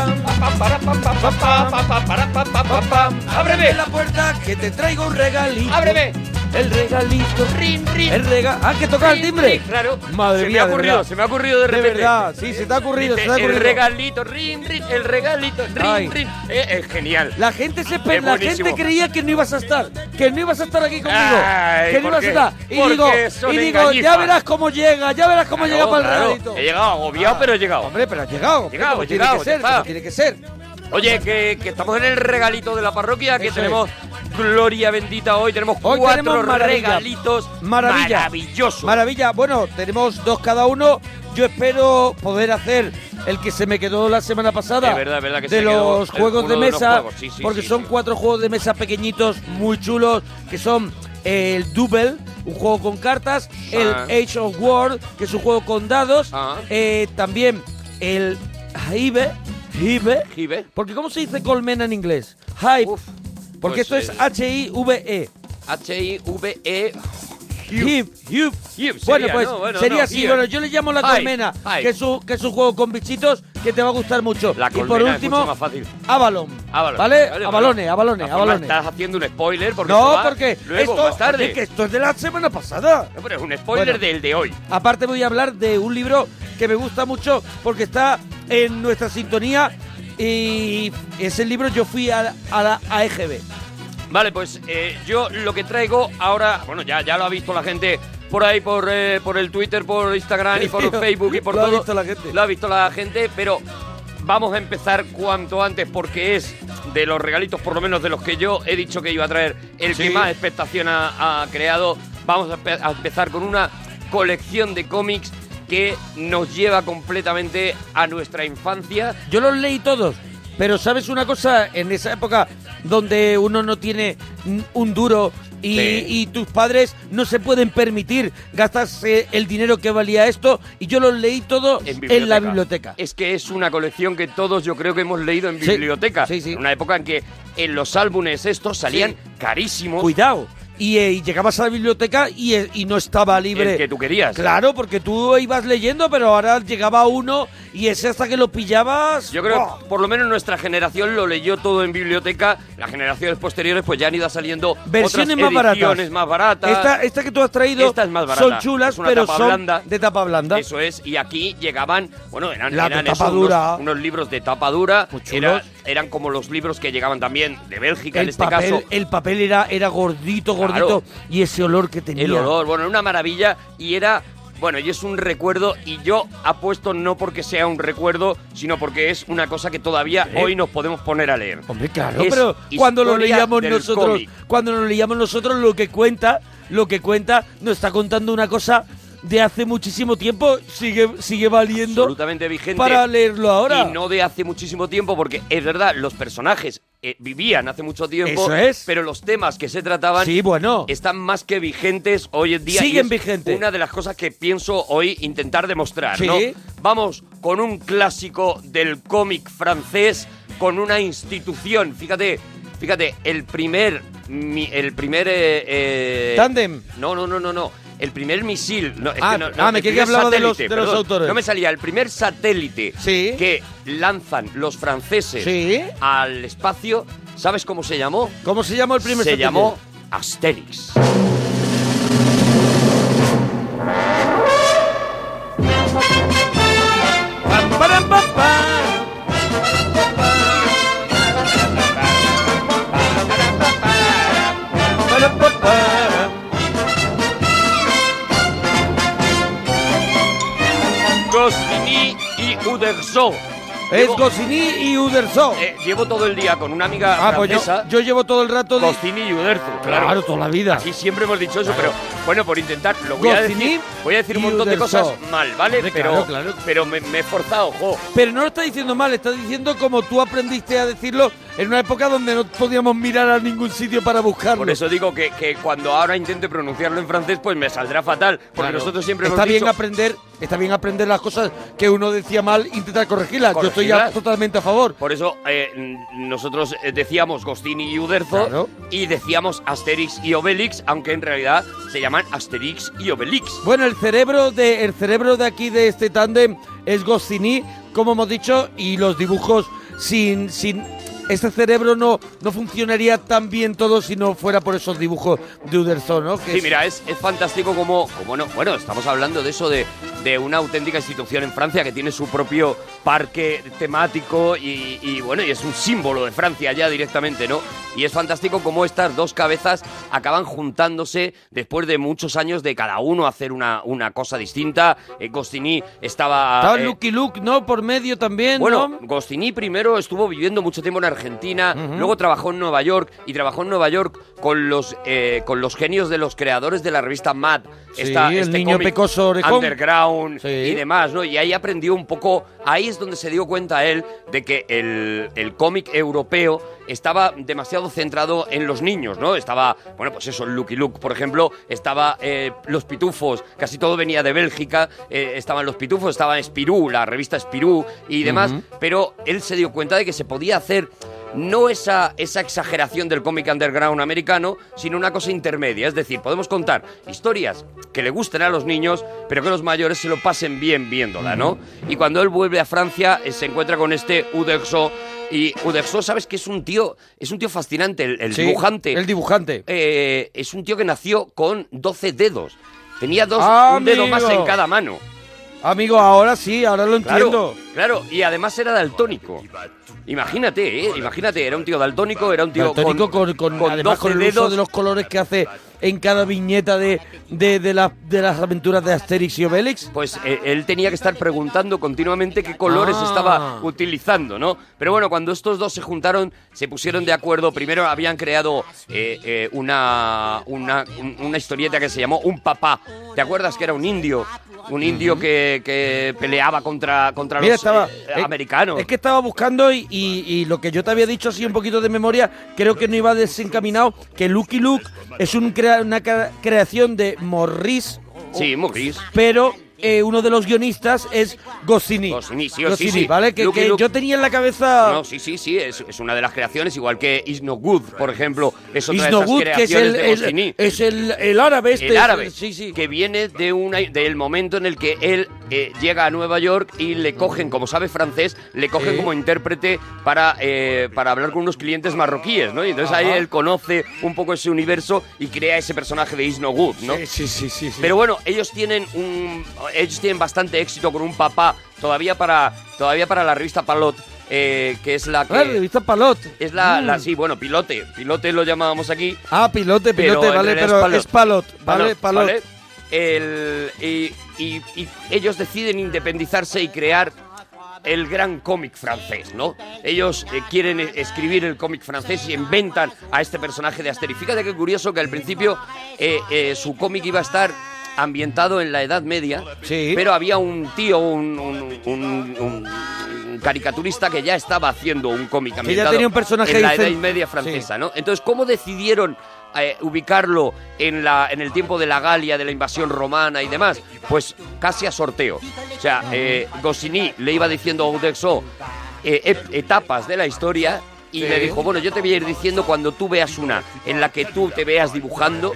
Speaker 3: Pa, pa, pa, pa, para, pa, pa, pa, pa. Ábreme la puerta que te traigo un regalito. Ábreme. El regalito. El rega. Ah, que toca el timbre.
Speaker 2: Claro.
Speaker 3: Madre
Speaker 2: se
Speaker 3: mía,
Speaker 2: me
Speaker 3: de
Speaker 2: ha ocurrido,
Speaker 3: verdad.
Speaker 2: se me ha ocurrido de
Speaker 3: De
Speaker 2: repente.
Speaker 3: verdad, sí, se te ha ocurrido,
Speaker 2: Dice,
Speaker 3: se te ha ocurrido.
Speaker 2: El regalito, rin, rin, el regalito, rin,
Speaker 3: Ay.
Speaker 2: rin. Eh, es genial.
Speaker 3: La gente se pe-
Speaker 2: Es
Speaker 3: la
Speaker 2: buenísimo.
Speaker 3: gente creía que no ibas a estar, que no ibas a estar aquí conmigo,
Speaker 2: Ay,
Speaker 3: que no
Speaker 2: ¿por
Speaker 3: ibas
Speaker 2: qué?
Speaker 3: a estar. Y
Speaker 2: Porque
Speaker 3: digo,
Speaker 2: son
Speaker 3: y digo, ya
Speaker 2: engañifas.
Speaker 3: verás cómo llega, ya verás cómo llega
Speaker 2: Claro,
Speaker 3: para el
Speaker 2: claro.
Speaker 3: regalito.
Speaker 2: He llegado agobiado, pero he llegado.
Speaker 3: Hombre, pero has llegado. hombre,
Speaker 2: Llegado,
Speaker 3: como
Speaker 2: llegado,
Speaker 3: tiene que
Speaker 2: ya
Speaker 3: ser, como
Speaker 2: está.
Speaker 3: tiene que ser.
Speaker 2: Oye, que, que estamos en el regalito de la parroquia, que
Speaker 3: Eso
Speaker 2: tenemos gloria bendita hoy, tenemos cuatro
Speaker 3: tenemos maravilla.
Speaker 2: regalitos
Speaker 3: Maravilla.
Speaker 2: maravillosos.
Speaker 3: Maravilla. Bueno, tenemos dos cada uno. Yo espero poder hacer el que se me quedó la semana pasada.
Speaker 2: Es verdad, es verdad que
Speaker 3: de
Speaker 2: se quedó
Speaker 3: los
Speaker 2: el-
Speaker 3: juegos
Speaker 2: uno
Speaker 3: de
Speaker 2: de los
Speaker 3: mesa.
Speaker 2: juegos. Sí, sí,
Speaker 3: porque
Speaker 2: sí,
Speaker 3: son
Speaker 2: sí.
Speaker 3: cuatro juegos de mesa pequeñitos, muy chulos, que son eh, el Double, un juego con cartas, el
Speaker 2: Ah.
Speaker 3: Age of War, que es un juego con dados, eh, también el Hive, Hive, porque ¿cómo se dice colmena en inglés? Hype, porque
Speaker 2: pues
Speaker 3: esto es
Speaker 2: es-
Speaker 3: H-I-V-E.
Speaker 2: H-I-V-E.
Speaker 3: Hip, hip.
Speaker 2: Hip
Speaker 3: Bueno,
Speaker 2: E. sería,
Speaker 3: pues
Speaker 2: ¿no? Bueno,
Speaker 3: sería
Speaker 2: no,
Speaker 3: así.
Speaker 2: hip.
Speaker 3: Bueno, yo le llamo la
Speaker 2: Ay,
Speaker 3: colmena,
Speaker 2: ay.
Speaker 3: que es, un, que es un juego con bichitos que te va a gustar mucho.
Speaker 2: La
Speaker 3: y
Speaker 2: colmena
Speaker 3: por
Speaker 2: es mucho
Speaker 3: último,
Speaker 2: más fácil.
Speaker 3: Avalon.
Speaker 2: Avalon,
Speaker 3: ¿Vale?
Speaker 2: vale,
Speaker 3: Avalones, avalones,
Speaker 2: Encima
Speaker 3: avalones.
Speaker 2: Estás haciendo un spoiler porque
Speaker 3: no,
Speaker 2: esto va
Speaker 3: porque
Speaker 2: luego,
Speaker 3: esto,
Speaker 2: más tarde.
Speaker 3: oye, que esto es de la semana pasada.
Speaker 2: No, pero es un spoiler
Speaker 3: Bueno.
Speaker 2: del de hoy.
Speaker 3: Aparte voy a hablar de un libro que me gusta mucho porque está en nuestra sintonía y ese libro yo fui a, a la AEGB.
Speaker 2: Vale, pues eh, yo lo que traigo ahora, bueno, ya, ya lo ha visto la gente por ahí, por, eh, por el Twitter, por Instagram y
Speaker 3: *laughs*
Speaker 2: por Facebook y por
Speaker 3: Lo ha
Speaker 2: todo.
Speaker 3: visto la gente.
Speaker 2: Lo ha visto la gente, pero vamos a empezar cuanto antes porque es de los regalitos, por lo menos de los que yo he dicho que iba a traer, el que más expectación ha, ha creado. Vamos a, empe- a empezar con una colección de cómics que nos lleva completamente a nuestra infancia.
Speaker 3: Yo los leí todos, pero ¿sabes una cosa? En esa época donde uno no tiene n- un duro y,
Speaker 2: Sí.
Speaker 3: y tus padres no se pueden permitir gastarse el dinero que valía esto, y yo los leí todos en, la biblioteca.
Speaker 2: Es que es una colección que todos yo creo que hemos leído en biblioteca. En una época en que en los álbumes estos salían carísimos.
Speaker 3: Cuidado. Y, eh, y llegabas a la biblioteca y, eh, y no estaba libre.
Speaker 2: El que tú querías.
Speaker 3: Claro, porque tú ibas leyendo, pero ahora llegaba uno y ese hasta que lo pillabas.
Speaker 2: Yo creo
Speaker 3: ¡buah!
Speaker 2: que por lo menos nuestra generación lo leyó todo en biblioteca. Las generaciones posteriores pues ya han ido saliendo
Speaker 3: Versiones
Speaker 2: otras
Speaker 3: más baratas.
Speaker 2: ediciones más baratas.
Speaker 3: Esta, esta que tú has traído
Speaker 2: Esta es más barata.
Speaker 3: son chulas,
Speaker 2: Es una
Speaker 3: pero
Speaker 2: tapa
Speaker 3: son
Speaker 2: blanda.
Speaker 3: de tapa blanda.
Speaker 2: Eso es, y aquí llegaban, bueno, eran,
Speaker 3: La de
Speaker 2: eran
Speaker 3: tapa
Speaker 2: eso,
Speaker 3: dura.
Speaker 2: Unos, unos libros de tapa dura,
Speaker 3: chulos.
Speaker 2: era- eran como los libros que llegaban también de Bélgica en
Speaker 3: el,
Speaker 2: este
Speaker 3: papel,
Speaker 2: caso.
Speaker 3: el papel era, era gordito, gordito.
Speaker 2: Claro.
Speaker 3: Y ese olor que tenía.
Speaker 2: El olor, bueno, era una maravilla y era, bueno, y es un recuerdo y yo apuesto no porque sea un recuerdo, sino porque es una cosa que todavía
Speaker 3: Sí.
Speaker 2: hoy nos podemos poner a leer.
Speaker 3: Hombre, Claro,
Speaker 2: Es
Speaker 3: pero cuando lo
Speaker 2: historia
Speaker 3: leíamos
Speaker 2: del
Speaker 3: nosotros,
Speaker 2: cómic.
Speaker 3: cuando lo leíamos nosotros, lo que cuenta, lo que cuenta, nos está contando una cosa de hace muchísimo tiempo, sigue, sigue valiendo
Speaker 2: absolutamente vigente
Speaker 3: para leerlo ahora.
Speaker 2: y no de hace muchísimo tiempo porque es verdad los personajes eh, vivían hace mucho tiempo
Speaker 3: Eso es.
Speaker 2: pero los temas que se trataban
Speaker 3: Sí, bueno.
Speaker 2: están más que vigentes hoy en día y
Speaker 3: Siguen
Speaker 2: es
Speaker 3: vigentes.
Speaker 2: una de las cosas que pienso hoy intentar demostrar
Speaker 3: Sí.
Speaker 2: ¿no? vamos con un clásico del cómic francés con una institución fíjate fíjate el primer mi- el primer eh, eh,
Speaker 3: Tándem.
Speaker 2: no no no no no el primer misil no, es
Speaker 3: Ah,
Speaker 2: que no, no,
Speaker 3: ah, me
Speaker 2: el
Speaker 3: creí que
Speaker 2: primer
Speaker 3: hablaba de los-
Speaker 2: satélite,
Speaker 3: de los
Speaker 2: perdón.
Speaker 3: autores.
Speaker 2: No me salía el primer satélite que lanzan los franceses
Speaker 3: Sí.
Speaker 2: al espacio. ¿Sabes cómo se llamó?
Speaker 3: ¿Cómo se llamó el primer
Speaker 2: Se
Speaker 3: satélite?
Speaker 2: llamó Asterix.
Speaker 3: Pam, param, pam, pam. Param, pam, pam.
Speaker 2: Goscinny y Uderzo.
Speaker 3: Es Goscinny y Uderzo.
Speaker 2: Eh, llevo todo el día con una amiga
Speaker 3: Ah, pues yo-
Speaker 2: francesa.
Speaker 3: yo, llevo todo el rato de...
Speaker 2: Goscinny y Uderzo, claro.
Speaker 3: Claro, toda la vida.
Speaker 2: Aquí siempre hemos dicho eso, pero bueno, por intentar, lo voy a
Speaker 3: Goscinny
Speaker 2: decir. Voy a decir un
Speaker 3: y
Speaker 2: montón de
Speaker 3: Uderzo.
Speaker 2: cosas mal, ¿vale?
Speaker 3: Hombre,
Speaker 2: Pero,
Speaker 3: claro, claro.
Speaker 2: pero me, me he forzado, ojo.
Speaker 3: Pero no lo estás diciendo mal, estás diciendo como tú aprendiste a decirlo en una época donde no podíamos mirar a ningún sitio para buscarlo.
Speaker 2: Por eso digo que, que cuando ahora intente pronunciarlo en francés, pues me saldrá fatal. Porque
Speaker 3: Claro.
Speaker 2: nosotros siempre
Speaker 3: está
Speaker 2: hemos
Speaker 3: bien
Speaker 2: dicho,
Speaker 3: aprender, está bien aprender las cosas que uno decía mal, intentar corregirlas. Yo estoy a-
Speaker 2: Corregirlas.
Speaker 3: totalmente a favor.
Speaker 2: Por eso eh, n- nosotros eh, decíamos Gostini y Uderzo y decíamos Asterix y Obelix, aunque en realidad se llaman Asterix y Obelix.
Speaker 3: Bueno, el cerebro de el cerebro de aquí de este tándem es Goscinny, como hemos dicho, y los dibujos sin sin ese cerebro no, no funcionaría tan bien todo si no fuera por esos dibujos de Uderzo, ¿no? Que
Speaker 2: Sí,
Speaker 3: es-
Speaker 2: mira, es, es fantástico como, como no. Bueno, estamos hablando de eso de, de una auténtica institución en Francia que tiene su propio parque temático y, y, bueno, y es un símbolo de Francia ya directamente, ¿no? Y es fantástico como estas dos cabezas acaban juntándose después de muchos años de cada uno hacer una, una cosa distinta. Eh, Goscinny estaba.
Speaker 3: Estaba
Speaker 2: eh,
Speaker 3: Lucky Luke, ¿no? Por medio también,
Speaker 2: bueno,
Speaker 3: ¿no?
Speaker 2: Goscinny primero estuvo viviendo mucho tiempo en Argentina, luego trabajó en Nueva York y trabajó en Nueva York con los eh, con los genios de los creadores de la revista Mad, este
Speaker 3: Sí, el niño
Speaker 2: cómic
Speaker 3: pecoso orejón.
Speaker 2: underground
Speaker 3: Sí.
Speaker 2: y demás, ¿no? Y ahí aprendió un poco, ahí es donde se dio cuenta él de que el, el cómic europeo estaba demasiado centrado en los niños, ¿no? Estaba, bueno, pues eso, Lucky Luke, por ejemplo, estaba eh, Los Pitufos, casi todo venía de Bélgica, eh, estaban Los Pitufos, estaba Spirou, la revista Spirou y demás,
Speaker 3: Ujú.
Speaker 2: pero él se dio cuenta de que se podía hacer no esa, esa exageración del cómic underground americano, sino una cosa intermedia. Es decir, podemos contar historias que le gusten a los niños, pero que los mayores se lo pasen bien viéndola, ¿no? Y cuando él vuelve a Francia, eh, se encuentra con este Uderzo. Y Uderzo, ¿sabes que es un tío? Es un tío fascinante, el, el
Speaker 3: Sí,
Speaker 2: dibujante.
Speaker 3: El dibujante.
Speaker 2: Eh, es un tío que nació con 12 dedos. Tenía dos, un dedo más
Speaker 3: ¡Ah, Amigo.
Speaker 2: en cada mano.
Speaker 3: Amigo, ahora sí, ahora lo entiendo.
Speaker 2: Claro, claro, y además era daltónico. Imagínate, ¿eh? imagínate, era un tío daltónico, era un tío
Speaker 3: Daltónico con, con, además
Speaker 2: 12
Speaker 3: con el uso
Speaker 2: dedos.
Speaker 3: de los colores que hace en cada viñeta de, de, de las, de las aventuras de Asterix y Obelix.
Speaker 2: Pues eh, él tenía que estar preguntando continuamente qué colores
Speaker 3: Ah.
Speaker 2: estaba utilizando, ¿no? Pero bueno, cuando estos dos se juntaron, se pusieron de acuerdo. Primero habían creado eh, eh, una, una, un- una historieta que se llamó Un Papá. ¿Te acuerdas que era un indio? Un indio que, que peleaba contra, contra
Speaker 3: Mira,
Speaker 2: los
Speaker 3: estaba-
Speaker 2: eh,
Speaker 3: eh,
Speaker 2: americanos.
Speaker 3: Es que estaba buscando y, y- y lo que yo te había dicho así un poquito de memoria, creo que no iba desencaminado, que Lucky Luke es un crea- una ca- creación de Morris.
Speaker 2: Sí, Morris.
Speaker 3: Pero eh, uno de los guionistas es Goscinny. Goscinny,
Speaker 2: sí, sí.
Speaker 3: ¿vale? Que,
Speaker 2: Lucky
Speaker 3: que
Speaker 2: Luke.
Speaker 3: yo tenía en la cabeza...
Speaker 2: No, sí, sí, sí, es, es una de las creaciones, igual que Is No Good, por ejemplo, es otra de
Speaker 3: Isnogut,
Speaker 2: esas
Speaker 3: que es
Speaker 2: creaciones
Speaker 3: el,
Speaker 2: de
Speaker 3: el-
Speaker 2: Goscinny.
Speaker 3: es el- el árabe este.
Speaker 2: el árabe,
Speaker 3: Sí, sí.
Speaker 2: que viene de una, del momento en el que él eh, llega a Nueva York y le cogen, como sabe francés, le cogen
Speaker 3: Sí.
Speaker 2: como intérprete para, eh, para hablar con unos clientes marroquíes, ¿no? Y entonces ahí
Speaker 3: Ajá.
Speaker 2: él conoce un poco ese universo y crea ese personaje de Is No Good, ¿no?
Speaker 3: Sí, sí, sí, sí.
Speaker 2: Pero bueno, ellos tienen un ellos tienen bastante éxito con un papá todavía para todavía para la revista Palot. eh, que es la que
Speaker 3: Ah, revista Palot.
Speaker 2: es la,
Speaker 3: Mm.
Speaker 2: la- sí bueno pilote pilote lo llamábamos aquí
Speaker 3: Ah, pilote,
Speaker 2: Pero
Speaker 3: pilote,
Speaker 2: en
Speaker 3: vale,
Speaker 2: realidad
Speaker 3: pero
Speaker 2: es Palot.
Speaker 3: es palot, vale,
Speaker 2: Palot,
Speaker 3: palot.
Speaker 2: ¿vale? El- y, y- y ellos deciden independizarse y crear el gran cómic francés, ¿no? Ellos eh, quieren eh, escribir el cómic francés y inventan a este personaje de Asterix. Fíjate qué curioso que al principio eh, eh, su cómic iba a estar ambientado en la Edad Media, pero había un tío, un, un- un- un- un caricaturista que ya estaba haciendo un cómic
Speaker 3: ya
Speaker 2: ambientado
Speaker 3: tenía un personaje
Speaker 2: en la
Speaker 3: dicen-
Speaker 2: Edad Media francesa, ¿no? Entonces, ¿cómo decidieron eh, ubicarlo en, la, en el tiempo de la Galia, de la invasión romana y demás? Pues casi a sorteo. O sea, eh, Goscinny le iba diciendo a Udexo eh, ep- etapas de la historia y
Speaker 3: Sí.
Speaker 2: le dijo, bueno, yo te voy a ir diciendo cuando tú veas una en la que tú te veas dibujando,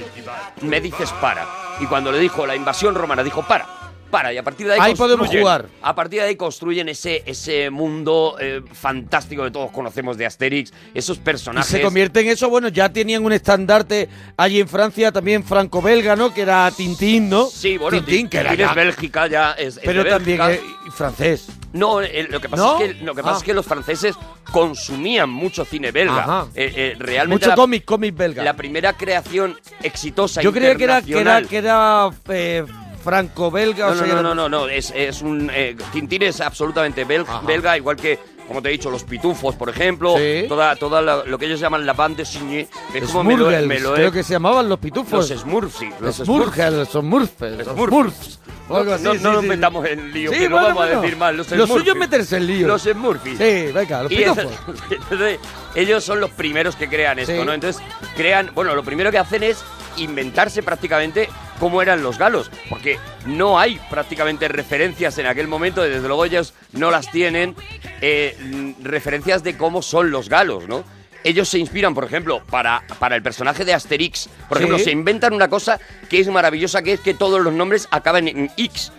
Speaker 2: me dices para. Y cuando le dijo la invasión romana, dijo para. Para, y a partir de ahí,
Speaker 3: Ahí podemos
Speaker 2: construyen-
Speaker 3: jugar.
Speaker 2: A partir de ahí construyen ese, ese mundo eh, fantástico que todos conocemos de Asterix, esos
Speaker 3: Y
Speaker 2: personajes.
Speaker 3: se convierte en eso, bueno, ya tenían un estandarte allí en Francia, también franco-belga, ¿no? Que era Tintín, ¿no?
Speaker 2: Sí, bueno,
Speaker 3: Tintín,
Speaker 2: Tintín,
Speaker 3: que era
Speaker 2: es
Speaker 3: ya-
Speaker 2: Bélgica, ya es. es
Speaker 3: Pero
Speaker 2: de
Speaker 3: también
Speaker 2: Bélgica.
Speaker 3: eh, francés.
Speaker 2: No, eh, lo que pasa,
Speaker 3: ¿No?
Speaker 2: es, que, lo que, pasa
Speaker 3: Ah.
Speaker 2: es que los franceses consumían mucho cine belga.
Speaker 3: Ajá.
Speaker 2: Eh, eh, realmente
Speaker 3: Mucho
Speaker 2: la,
Speaker 3: cómic, cómic belga.
Speaker 2: la primera creación exitosa
Speaker 3: Yo creía que era, que era,
Speaker 2: internacional-
Speaker 3: que era eh, franco-belga. o
Speaker 2: No,
Speaker 3: sea,
Speaker 2: no,
Speaker 3: era-
Speaker 2: no, no, no, no, es, es un... eh, Tintín es absolutamente bel- belga, igual que, como te he dicho, los pitufos, por ejemplo,
Speaker 3: Sí.
Speaker 2: toda, toda la- lo que ellos llaman la bande dessinée, que es como me lo,
Speaker 3: Smurgels,
Speaker 2: me lo he-
Speaker 3: creo que se llamaban los pitufos.
Speaker 2: Los Smurfs, sí, los
Speaker 3: Smurgels, son Murfels.
Speaker 2: Los
Speaker 3: Los
Speaker 2: Smurfs.
Speaker 3: Murfs. o
Speaker 2: No,
Speaker 3: algo así,
Speaker 2: no,
Speaker 3: sí,
Speaker 2: no nos
Speaker 3: sí, sí.
Speaker 2: metamos en lío,
Speaker 3: Sí,
Speaker 2: que no
Speaker 3: bueno,
Speaker 2: vamos
Speaker 3: bueno.
Speaker 2: a decir mal. Los
Speaker 3: Lo
Speaker 2: Smurfs.
Speaker 3: suyo es meterse en lío.
Speaker 2: Los Smurfs.
Speaker 3: Sí, venga, los
Speaker 2: Y entonces-
Speaker 3: pitufos.
Speaker 2: *laughs* entonces, ellos son los primeros que crean esto,
Speaker 3: Sí.
Speaker 2: ¿no? Entonces, crean, bueno, lo primero que hacen es inventarse prácticamente cómo eran los galos, porque no hay prácticamente referencias en aquel momento, desde luego ellos no las tienen, eh, mm, referencias de cómo son los galos, ¿no? ellos se inspiran, por ejemplo, para, para el personaje de Asterix. Por ejemplo,
Speaker 18: Sí.
Speaker 2: se inventan una cosa que es maravillosa, que es que todos los nombres acaban en X.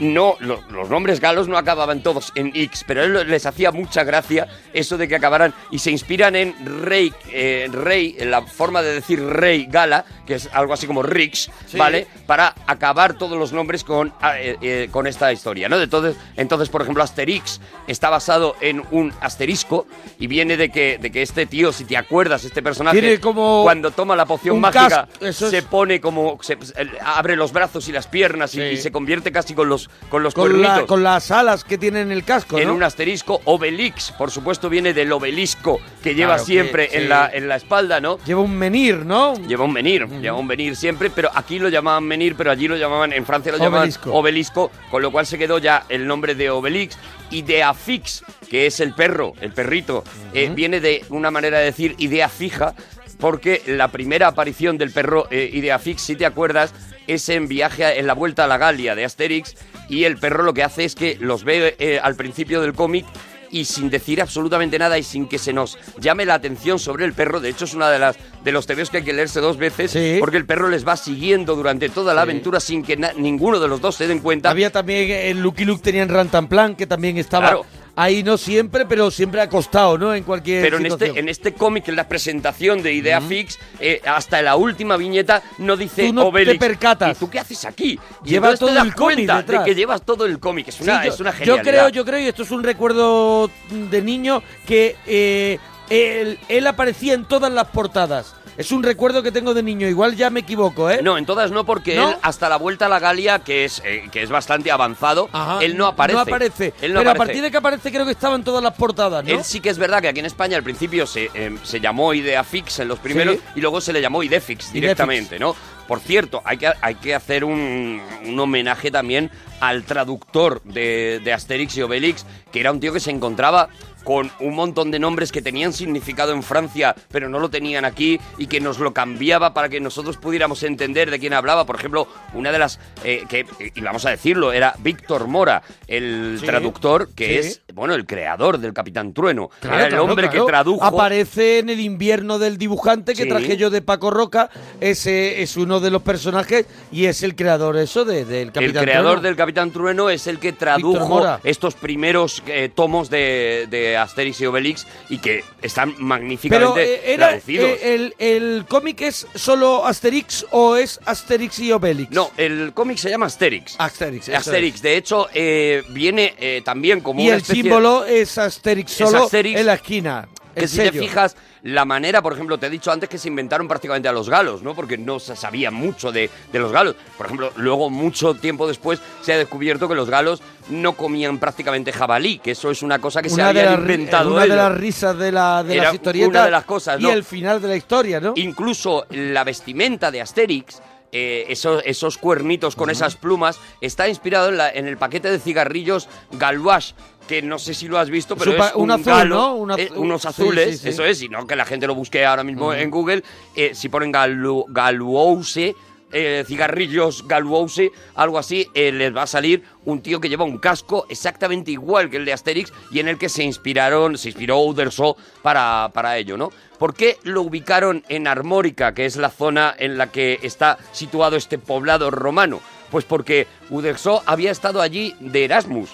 Speaker 2: No, lo- los nombres galos no acababan todos en X, pero a él les hacía mucha gracia eso de que acabaran y se inspiran en rey, eh, rey, en la forma de decir rey gala, que es algo así como Rix,
Speaker 18: Sí.
Speaker 2: ¿vale? para acabar todos los nombres con, ah, eh, eh, con esta historia, ¿no? Entonces, entonces, por ejemplo, Asterix está basado en un asterisco y viene de que, de que este tío, si te acuerdas, este personaje,
Speaker 3: Tiene como
Speaker 2: cuando toma la poción
Speaker 3: un
Speaker 2: mágica,
Speaker 3: casco, eso es.
Speaker 2: se pone como, se- el- abre los brazos y las piernas y,
Speaker 3: Sí.
Speaker 2: y se convierte casi con los, con los
Speaker 3: Con, la-
Speaker 2: cuernitos.
Speaker 3: con las alas que tiene en el casco,
Speaker 2: En
Speaker 3: ¿no?
Speaker 2: un asterisco, Obelix, por supuesto, viene del obelisco que lleva
Speaker 3: Claro, que-
Speaker 2: siempre
Speaker 3: sí.
Speaker 2: en, la, en la espalda, ¿no?
Speaker 3: Lleva un menir, ¿no?
Speaker 2: Lleva un menir, lleva un menir siempre, pero aquí lo llamaban menir, pero allí lo llamaban, en Francia lo llamaban
Speaker 3: Obelisco.
Speaker 2: obelisco. con lo cual se quedó ya el nombre de Obelix y de Afix, que es el perro, el perrito, eh, viene de una manera de decir idea fija, porque la primera aparición del perro eh, idea fix, si te acuerdas, es en viaje a- en la vuelta a la Galia de Asterix y el perro lo que hace es que los ve eh, al principio del cómic y sin decir absolutamente nada y sin que se nos llame la atención sobre el perro. De hecho, es una de las de los tebeos que hay que leerse dos veces porque el perro les va siguiendo durante toda la
Speaker 3: Sí.
Speaker 2: aventura sin que na- ninguno de los dos se den cuenta.
Speaker 3: Había también el Lucky Luke tenían Rantanplan, que también estaba
Speaker 2: Claro.
Speaker 3: ahí no siempre, pero siempre acostado, ¿no? En cualquier
Speaker 2: Pero en
Speaker 3: situación.
Speaker 2: este, en este cómic, en la presentación de Idea Fix, eh, hasta la última viñeta no dice
Speaker 3: Tú no te
Speaker 2: Obelix.
Speaker 3: percatas.
Speaker 2: ¿Y tú qué haces aquí? Y
Speaker 3: Lleva
Speaker 2: entonces te
Speaker 3: todo
Speaker 2: das
Speaker 3: el cómic
Speaker 2: cuenta
Speaker 3: detrás.
Speaker 2: de que llevas todo el cómic. Es una,
Speaker 3: Sí, yo,
Speaker 2: es una
Speaker 3: yo
Speaker 2: genialidad.
Speaker 3: creo, yo creo, y esto es un recuerdo de niño, que eh, él, él aparecía en todas las portadas. Es un recuerdo que tengo de niño, igual ya me equivoco, ¿eh?
Speaker 2: No, en todas no, porque
Speaker 3: ¿No?
Speaker 2: él hasta la vuelta a la Galia, que es, eh, que es bastante avanzado,
Speaker 3: Ajá,
Speaker 2: él no aparece.
Speaker 3: No aparece.
Speaker 2: Él no
Speaker 3: pero a
Speaker 2: aparece.
Speaker 3: partir de que aparece creo que estaba en todas las portadas, ¿no?
Speaker 2: Él sí que es verdad que aquí en España al principio se, eh, se llamó Idea Fix en los primeros
Speaker 3: Sí.
Speaker 2: y luego se le llamó Idefix directamente, ¿no? Por cierto, hay que, hay que hacer un, un homenaje también al traductor de, de Asterix y Obelix, que era un tío que se encontraba con un montón de nombres que tenían significado en Francia, pero no lo tenían aquí, y que nos lo cambiaba para que nosotros pudiéramos entender de quién hablaba. Por ejemplo, una de las eh, que, y vamos a decirlo, era Víctor Mora, el
Speaker 3: Sí,
Speaker 2: traductor, que
Speaker 3: sí.
Speaker 2: es bueno, el creador del Capitán Trueno.
Speaker 3: Claro,
Speaker 2: era el
Speaker 3: claro,
Speaker 2: hombre
Speaker 3: claro.
Speaker 2: que tradujo.
Speaker 3: Aparece en el invierno del dibujante que
Speaker 2: Sí.
Speaker 3: traje yo de Paco Roca. Ese es uno de los personajes y es el creador eso de, del
Speaker 2: el
Speaker 3: Capitán
Speaker 2: creador
Speaker 3: Trueno.
Speaker 2: del Capitán Trueno es el que
Speaker 3: Víctor
Speaker 2: tradujo
Speaker 3: Mora.
Speaker 2: estos primeros eh, tomos de, de Asterix y Obelix y que están magníficamente
Speaker 3: Pero eh, era,
Speaker 2: traducidos.
Speaker 3: eh, el, el cómic es solo Asterix o es Asterix y Obelix.
Speaker 2: no, el cómic se llama Asterix.
Speaker 3: Asterix. eso es.
Speaker 2: Asterix, de hecho, eh, viene eh, también como
Speaker 3: eh, Y
Speaker 2: una
Speaker 3: el
Speaker 2: especie-
Speaker 3: símbolo es Asterix
Speaker 2: Es
Speaker 3: solo
Speaker 2: Asterix.
Speaker 3: en la esquina.
Speaker 2: Que
Speaker 3: el
Speaker 2: si te
Speaker 3: sello.
Speaker 2: fijas, la manera, por ejemplo, te he dicho antes que se inventaron prácticamente a los galos, ¿no? Porque no se sabía mucho de, de los galos. Por ejemplo, luego, mucho tiempo después, se ha descubierto que los galos no comían prácticamente jabalí, que eso es una cosa que se
Speaker 3: Una de,
Speaker 2: habían
Speaker 3: las ri-
Speaker 2: inventado
Speaker 3: una de
Speaker 2: ellos.
Speaker 3: las risas de, la, de
Speaker 2: Era
Speaker 3: las historietas
Speaker 2: una de las cosas, ¿no?
Speaker 3: y el final de la historia, ¿no?
Speaker 2: Incluso la vestimenta de Asterix, eh, esos, esos cuernitos con esas plumas, está inspirado en, la- en el paquete de cigarrillos Galois, que no sé si lo has visto, pero
Speaker 3: Su pa-
Speaker 2: es
Speaker 3: un
Speaker 2: un,
Speaker 3: azul,
Speaker 2: galo,
Speaker 3: ¿no? Un
Speaker 2: eh,
Speaker 3: azul.
Speaker 2: unos
Speaker 3: Sí,
Speaker 2: azules,
Speaker 3: sí, sí.
Speaker 2: eso es, y no que la gente lo busque ahora mismo
Speaker 3: Ujú.
Speaker 2: en Google, eh, si ponen galu- Galoise... eh, cigarrillos Galoise, algo así, eh, les va a salir un tío que lleva un casco exactamente igual que el de Asterix y en el que se inspiraron, se inspiró Uderzo para, para ello, ¿no? ¿Por qué lo ubicaron en Armórica, que es la zona en la que está situado este poblado romano? Pues porque Uderzo había estado allí de Erasmus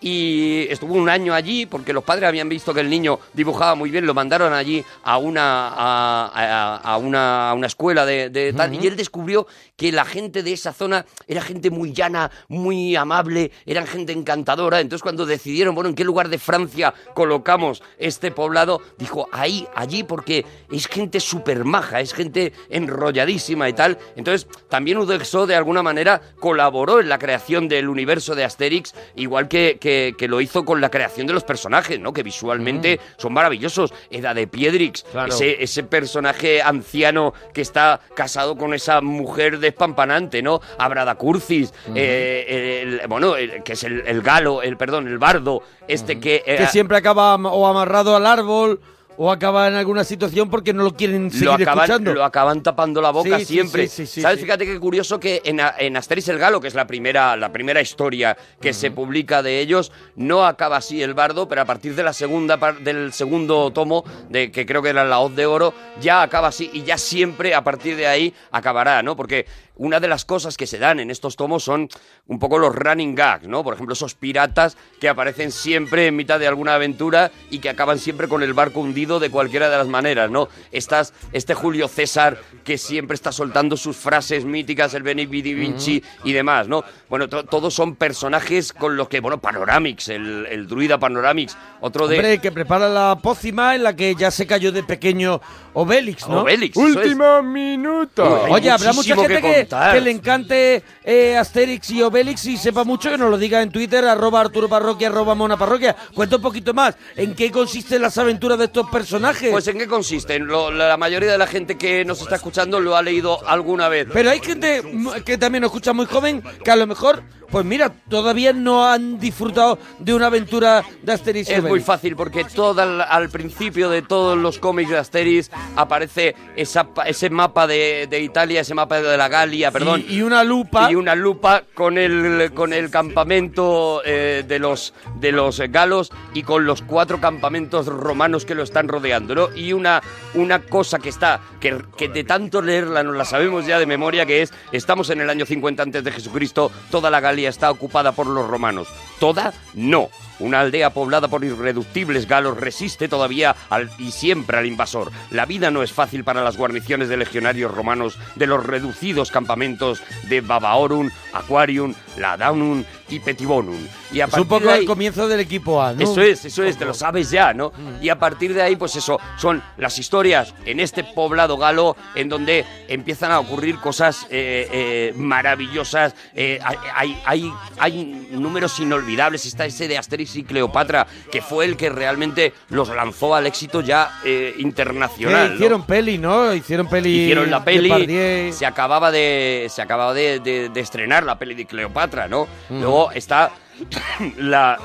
Speaker 2: y estuvo un año allí porque los padres habían visto que el niño dibujaba muy bien, lo mandaron allí a una, a, a- a una, a una escuela de, de tal, y él descubrió que la gente de esa zona era gente muy llana, muy amable, eran gente encantadora, entonces cuando decidieron, bueno, en qué lugar de Francia colocamos este poblado, dijo, ahí, allí, porque es gente súper maja, es gente enrolladísima y tal, entonces también Udexo de alguna manera colaboró en la creación del universo de Asterix, igual que, que- que lo hizo con la creación de los personajes, ¿no? Que visualmente son maravillosos. Edad de Piedrix,
Speaker 18: Claro.
Speaker 2: ese, ese personaje anciano que está casado con esa mujer despampanante, ¿no? Abrada Curcis, eh, el- bueno, el- que es el, el galo, el perdón, el bardo, este que... eh,
Speaker 3: que siempre acaba am- o amarrado al árbol o acaba en alguna situación porque no lo quieren seguir
Speaker 2: lo acaban,
Speaker 3: escuchando.
Speaker 2: lo acaban tapando la boca
Speaker 3: Sí, sí,
Speaker 2: siempre.
Speaker 3: sí, sí, sí,
Speaker 2: ¿Sabes?
Speaker 3: sí.
Speaker 2: Fíjate qué curioso que en, A- en Asterix el Galo, que es la primera, la primera historia que se publica de ellos, no acaba así el bardo, pero a partir de la segunda par- del segundo tomo, de que creo que era la hoz de oro, ya acaba así y ya siempre a partir de ahí acabará, ¿no? Porque una de las cosas que se dan en estos tomos son un poco los running gags, ¿no? Por ejemplo, esos piratas que aparecen siempre en mitad de alguna aventura y que acaban siempre con el barco hundido de cualquiera de las maneras, ¿no? Estas, este Julio César que siempre está soltando sus frases míticas, el Benividi Vinci y demás, ¿no? Bueno, to- todos son personajes con los que, bueno, Panoramix, el, el druida Panoramix, otro de...
Speaker 3: Hombre, que prepara la pócima en la que ya se cayó de pequeño Obélix, ¿no?
Speaker 2: Obélix, eso es.
Speaker 3: Último minuto.
Speaker 2: Hay
Speaker 3: Oye, habrá mucha
Speaker 2: muchísimo
Speaker 3: gente
Speaker 2: que
Speaker 3: que,
Speaker 2: contar.
Speaker 3: que le encante eh, Asterix y Obélix y sepa mucho que nos lo diga en Twitter, arroba Arturo Parroquia, arroba Mona Parroquia. Cuenta un poquito más. ¿En qué consisten las aventuras de estos personajes?
Speaker 2: Pues en qué consisten, Lo- la mayoría de la gente que nos está escuchando lo ha leído alguna vez.
Speaker 3: Pero hay gente mm, que también nos escucha muy joven que a lo mejor, pues mira, todavía no han disfrutado de una aventura de Asterix y
Speaker 2: Es muy
Speaker 3: Obélix.
Speaker 2: fácil porque todo al, al principio de todos los cómics de Asterix aparece esa pa- ese mapa de, de Italia, ese mapa de la Galia, perdón.
Speaker 3: Y, y una lupa.
Speaker 2: Y una lupa con el, con el campamento eh, de, los, de los galos y con los cuatro campamentos romanos que lo están rodeando, ¿no? Y una, una cosa que está, que, que de tanto leerla nos la sabemos ya de memoria, que es, estamos en el año 50 antes de Jesucristo, toda la Galia está ocupada por los romanos. Toda no. Una aldea poblada por irreductibles galos resiste todavía al, y siempre al invasor. La vida no es fácil para las guarniciones de legionarios romanos de los reducidos campamentos de Babaorum, Aquarium, Ladanum y Petibonum. Y a
Speaker 3: Es un
Speaker 2: partir
Speaker 3: poco
Speaker 2: de
Speaker 3: el
Speaker 2: ahí-
Speaker 3: comienzo del equipo A, Ah, ¿no?
Speaker 2: eso es, eso es, te lo sabes ya, ¿no? Y a partir de ahí, pues eso, son las historias en este poblado galo en donde empiezan a ocurrir cosas eh, eh, maravillosas. eh, hay, hay, hay números inolvidables. Está ese de Asterix y Cleopatra, que fue el que realmente los lanzó al éxito ya eh, internacional.
Speaker 3: Que
Speaker 2: ¿no?
Speaker 3: hicieron peli, ¿no? Hicieron peli.
Speaker 2: hicieron la
Speaker 3: de
Speaker 2: peli
Speaker 3: Pardiez.
Speaker 2: se acababa de se acababa de, de- de estrenar la peli de Cleopatra no
Speaker 3: Mm.
Speaker 2: luego está *coughs* la-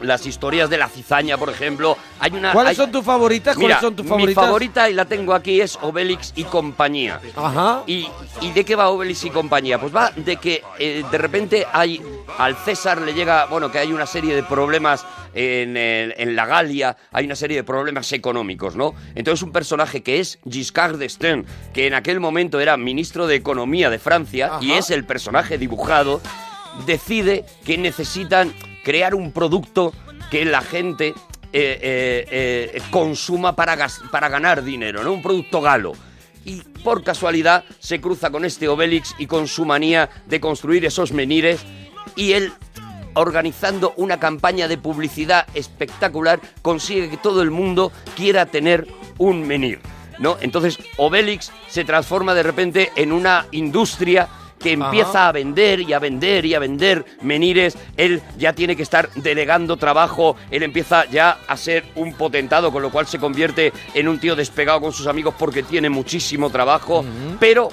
Speaker 2: las historias de la cizaña por ejemplo hay una
Speaker 3: ¿Cuáles
Speaker 2: hay-
Speaker 3: son tus favoritas?
Speaker 2: Mira,
Speaker 3: ¿Cuáles son tus
Speaker 2: mi
Speaker 3: favoritas?
Speaker 2: favorita y la tengo aquí es Obélix y compañía
Speaker 3: Ajá.
Speaker 2: ¿Y, y de qué va Obelix y compañía? Pues va de que eh, de repente hay al César le llega, bueno, que hay una serie de problemas en, el- en la Galia, hay una serie de problemas económicos, ¿no? Entonces un personaje que es Giscard d'Estaing, que en aquel momento era ministro de Economía de Francia y es el personaje dibujado, decide que necesitan crear un producto que la gente eh, eh, eh, consuma para, gas- para ganar dinero, ¿no? Un producto galo y por casualidad se cruza con este Obélix y con su manía de construir esos menires y él organizando una campaña de publicidad espectacular consigue que todo el mundo quiera tener un menir, ¿no? Entonces Obélix se transforma de repente en una industria que empieza
Speaker 3: Ajá.
Speaker 2: a vender y a vender y a vender menires, él ya tiene que estar delegando trabajo, él empieza ya a ser un potentado, con lo cual se convierte en un tío despegado con sus amigos porque tiene muchísimo trabajo, pero,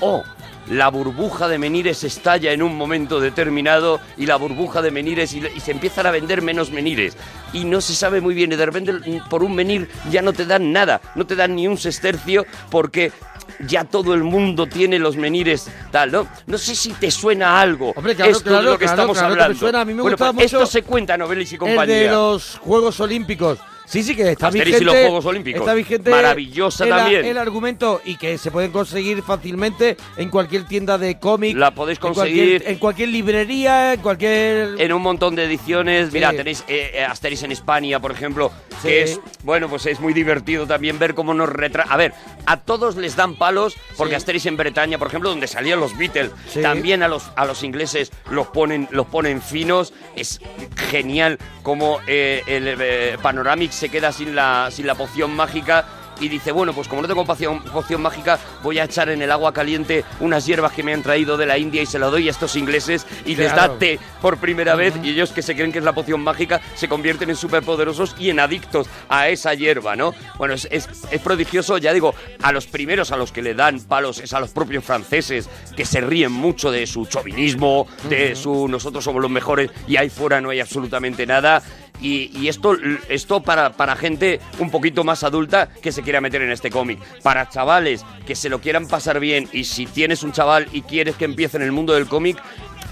Speaker 2: oh, la burbuja de menires estalla en un momento determinado y la burbuja de menires y, y se empiezan a vender menos menires y no se sabe muy bien y de repente mm, por un menir ya no te dan nada, no te dan ni un sestercio porque ya todo el mundo tiene los menires tal, ¿no? No sé si te suena algo.
Speaker 3: Hombre, claro,
Speaker 2: esto
Speaker 3: claro,
Speaker 2: de lo que
Speaker 3: claro,
Speaker 2: estamos
Speaker 3: claro que me
Speaker 2: hablando.
Speaker 3: suena. A mí me
Speaker 2: Bueno,
Speaker 3: gustaba
Speaker 2: pues
Speaker 3: mucho
Speaker 2: Esto se cuenta en Novelis y compañía.
Speaker 3: El de los Juegos Olímpicos. Sí, sí, que está
Speaker 2: Asterix y
Speaker 3: vigente.
Speaker 2: los Juegos Olímpicos.
Speaker 3: Está vigente.
Speaker 2: Maravillosa
Speaker 3: el,
Speaker 2: también.
Speaker 3: El argumento y que se pueden conseguir fácilmente en cualquier tienda de cómic.
Speaker 2: La podéis
Speaker 3: en cualquier-
Speaker 2: conseguir.
Speaker 3: En cualquier, librería, en cualquier.
Speaker 2: en un montón de ediciones. Mira,
Speaker 3: Sí.
Speaker 2: tenéis eh, eh, Asterix en España, por ejemplo,
Speaker 3: Sí.
Speaker 2: que es, bueno, pues es muy divertido también ver cómo nos retra... A ver, a todos les dan palos, porque
Speaker 3: Sí.
Speaker 2: Asterix en Bretaña, por ejemplo, donde salían los Beatles,
Speaker 3: Sí.
Speaker 2: también a los, a los ingleses los ponen, los ponen finos. Es genial como el eh, Panoramic se queda sin la, sin la poción mágica. Y dice, bueno, pues como no tengo poción, poción mágica, voy a echar en el agua caliente unas hierbas que me han traído de la India y se las doy a estos ingleses y les da
Speaker 3: Claro.
Speaker 2: té por primera vez y ellos que se creen que es la poción mágica se convierten en superpoderosos y en adictos a esa hierba, ¿no? Bueno, es, es- es prodigioso, ya digo, a los primeros a los que le dan palos es a los propios franceses que se ríen mucho de su chauvinismo, de su nosotros somos los mejores y ahí fuera no hay absolutamente nada. Y, y esto, esto para, para gente un poquito más adulta que se quiera meter en este cómic. Para chavales que se lo quieran pasar bien y si tienes un chaval y quieres que empiece en el mundo del cómic,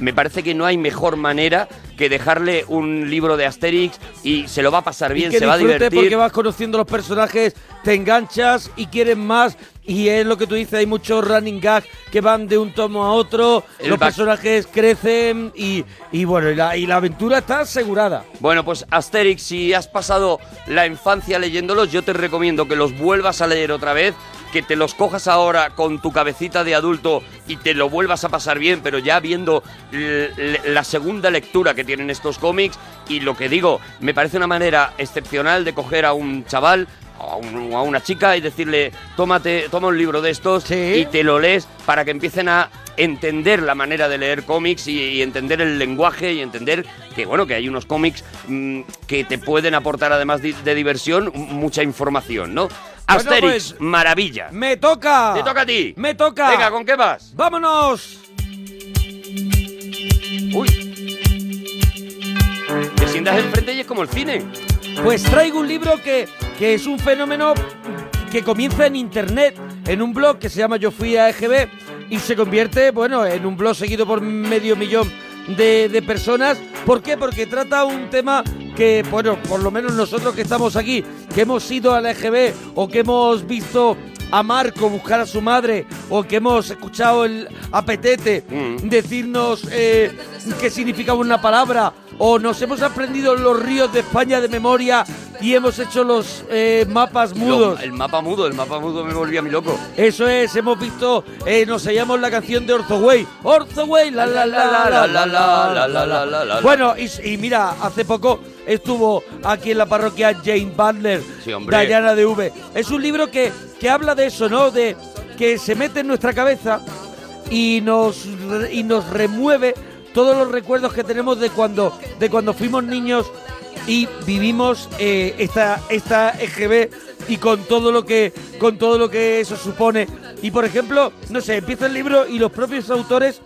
Speaker 2: me parece que no hay mejor manera que dejarle un libro de Asterix y se lo va a pasar bien,
Speaker 3: Y que
Speaker 2: se va a
Speaker 3: disfrute
Speaker 2: divertir.
Speaker 3: porque vas conociendo los personajes, te enganchas y quieres más. Y es lo que tú dices, hay muchos running gags que van de un tomo a otro,
Speaker 2: El
Speaker 3: los
Speaker 2: back-
Speaker 3: personajes crecen y, y bueno, y la, y la aventura está asegurada.
Speaker 2: Bueno, pues Asterix, si has pasado la infancia leyéndolos, yo te recomiendo que los vuelvas a leer otra vez, que te los cojas ahora con tu cabecita de adulto y te lo vuelvas a pasar bien, pero ya viendo l- l- la segunda lectura que tienen estos cómics y lo que digo, me parece una manera excepcional de coger a un chaval a, un- a una chica y decirle, tómate, toma un libro de estos y te lo lees para que empiecen a entender la manera de leer cómics y, y entender el lenguaje y entender que bueno que hay unos cómics mm, que te pueden aportar además di- de, diversión m- mucha información, ¿no? Asterix,
Speaker 3: pues,
Speaker 2: maravilla.
Speaker 3: ¡Me toca!
Speaker 2: Te toca a ti.
Speaker 3: ¡Me toca!
Speaker 2: Venga, ¿con qué vas?
Speaker 3: ¡Vámonos!
Speaker 2: Te sientas enfrente y es como el cine.
Speaker 3: Pues traigo un libro que, que es un fenómeno que comienza en internet, en un blog que se llama Yo Fui a EGB y se convierte, bueno, en un blog seguido por medio millón de, de personas. ¿Por qué? Porque trata un tema que, bueno, por lo menos nosotros que estamos aquí, que hemos ido a la EGB o que hemos visto a Marco buscar a su madre o que hemos escuchado el apetete decirnos eh, qué significaba una palabra o nos hemos aprendido los ríos de España de memoria y hemos hecho los eh, mapas mudos.
Speaker 2: Lo- el mapa mudo, el mapa mudo me volvía mi loco.
Speaker 3: Eso es, hemos visto, eh, nos hallamos la canción de Orzoway. Orzoway, la la la la la la la la la la la. Bueno, y, y mira, hace poco estuvo aquí en la parroquia Jane Butler,
Speaker 2: Sí, hombre.
Speaker 3: Dayana de V. Es un libro que, que habla de eso, ¿no? De que se mete en nuestra cabeza y nos, re- y nos remueve todos los recuerdos que tenemos de cuando, de cuando fuimos niños y vivimos eh, esta, esta EGB y con todo lo que con todo lo que eso supone. Y por ejemplo, no sé, empieza el libro y los propios autores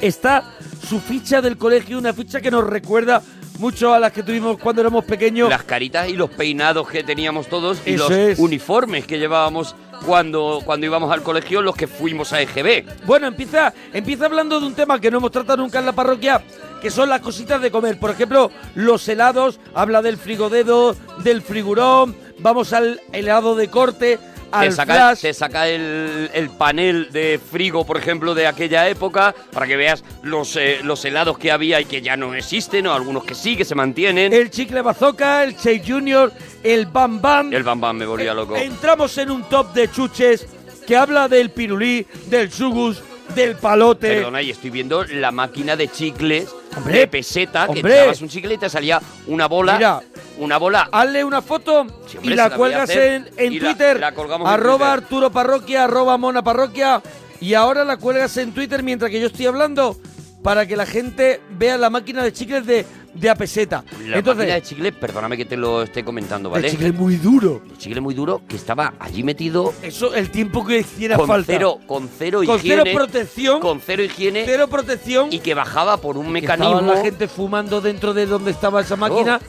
Speaker 3: está su ficha del colegio, una ficha que nos recuerda mucho a las que tuvimos cuando éramos pequeños.
Speaker 2: Las caritas y los peinados que teníamos todos y
Speaker 3: Eso
Speaker 2: los
Speaker 3: es.
Speaker 2: uniformes que llevábamos cuando, cuando íbamos al colegio, los que fuimos a E EGB.
Speaker 3: Bueno, empieza, empieza hablando de un tema que no hemos tratado nunca en la parroquia, que son las cositas de comer. Por ejemplo, los helados, habla del frigodedo, del frigurón, vamos al helado de corte, al
Speaker 2: te saca,
Speaker 3: flash.
Speaker 2: te saca el, el panel de frigo, por ejemplo, de aquella época, para que veas los, eh, los helados que había y que ya no existen, o algunos que sí, que se mantienen.
Speaker 3: El chicle bazooka, el Che Junior, el Bam Bam. Eh,
Speaker 2: El bam bam me volvía loco.
Speaker 3: Entramos en un top de chuches que habla del pirulí, del sugus, del palote.
Speaker 2: Perdona, y estoy viendo la máquina de chicles
Speaker 3: Hombre,
Speaker 2: de peseta, que
Speaker 3: hombre.
Speaker 2: echabas un chicle y te salía una bola.
Speaker 3: Mira.
Speaker 2: una bola.
Speaker 3: Hazle una foto
Speaker 2: hombre,
Speaker 3: y
Speaker 2: se la
Speaker 3: la
Speaker 2: voy a
Speaker 3: cuelgas
Speaker 2: hacer.
Speaker 3: en, en
Speaker 2: Y la-
Speaker 3: Twitter.
Speaker 2: la colgamos en
Speaker 3: arroba
Speaker 2: Twitter.
Speaker 3: Arturo Parroquia, arroba Mona Parroquia. Y ahora la cuelgas en Twitter mientras que yo estoy hablando para que la gente vea la máquina de chicles de, de a peseta.
Speaker 2: La
Speaker 3: Entonces,
Speaker 2: máquina de chicle, perdóname que te lo esté comentando, ¿vale?
Speaker 3: el chicle es muy duro.
Speaker 2: El chicle muy duro que estaba allí metido
Speaker 3: Eso, el tiempo que hiciera
Speaker 2: con
Speaker 3: falta.
Speaker 2: cero, con cero
Speaker 3: Con
Speaker 2: higiene.
Speaker 3: cero protección.
Speaker 2: Con cero higiene.
Speaker 3: Cero protección.
Speaker 2: Y que bajaba por un
Speaker 3: que estaba
Speaker 2: mecanismo. Oh.
Speaker 3: la gente fumando dentro de donde estaba esa máquina.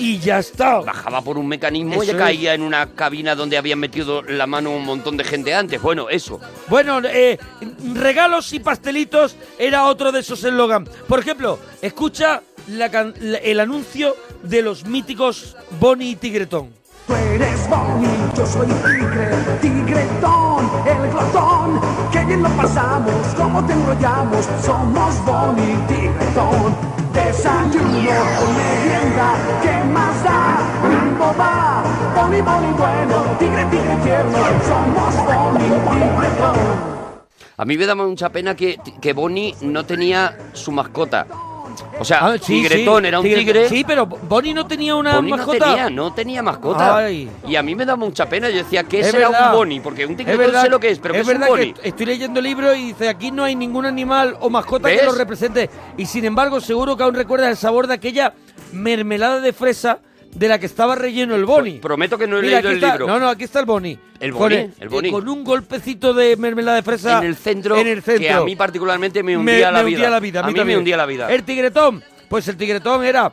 Speaker 3: Y ya está.
Speaker 2: Bajaba por un mecanismo y
Speaker 3: Eso
Speaker 2: caía en una cabina donde habían metido la mano un montón de gente antes. Bueno, eso.
Speaker 3: Bueno, eh, regalos y pastelitos era otro de esos eslogan. Por ejemplo, escucha la can- la- el anuncio de los míticos Bonnie y Tigretón.
Speaker 11: Tú eres Bonnie, yo soy Tigre, Tigretón, el glotón. Qué bien lo pasamos, cómo te enrollamos. Somos Bonnie, Tigretón. Desayuno o merienda, ¿qué más da? Limbo va, Bonnie, Bonnie bueno, Tigre, Tigre tierno. Somos Bonnie, Tigretón.
Speaker 2: A mí me daba mucha pena que, que Bonnie no tenía su mascota. O sea,
Speaker 3: Ah, sí,
Speaker 2: Tigretón
Speaker 3: sí,
Speaker 2: era un
Speaker 3: Tigretón.
Speaker 2: tigre.
Speaker 3: Sí, pero Bonnie no tenía una
Speaker 2: Bonnie
Speaker 3: mascota.
Speaker 2: no tenía, no tenía mascota.
Speaker 3: Ay.
Speaker 2: Y a mí me da mucha pena. Yo decía, ¿qué
Speaker 3: Es
Speaker 2: será
Speaker 3: verdad.
Speaker 2: un Bonnie? Porque un
Speaker 3: Es
Speaker 2: tigretón
Speaker 3: verdad-
Speaker 2: sé lo que es, pero ¿qué es, un
Speaker 3: verdad
Speaker 2: Bonnie?
Speaker 3: que estoy leyendo el libro y dice aquí no hay ningún animal o mascota
Speaker 2: ¿Ves?
Speaker 3: que lo represente. Y sin embargo, seguro que aún recuerdas el sabor de aquella mermelada de fresa de la que estaba relleno el boni.
Speaker 2: Prometo que no he
Speaker 3: Mira,
Speaker 2: leído
Speaker 3: aquí
Speaker 2: el
Speaker 3: está-
Speaker 2: libro.
Speaker 3: No, no, aquí está el boni.
Speaker 2: El
Speaker 3: Con eh,
Speaker 2: Bonnie, el Bonnie.
Speaker 3: Con un golpecito de mermelada de fresa
Speaker 2: en el centro,
Speaker 3: en el centro.
Speaker 2: que a mí particularmente me
Speaker 3: Me-
Speaker 2: hundía la
Speaker 3: me
Speaker 2: vida.
Speaker 3: hundía la vida, a
Speaker 2: a
Speaker 3: mí
Speaker 2: mí me
Speaker 3: también.
Speaker 2: hundía la vida.
Speaker 3: El tigretón, pues el tigretón era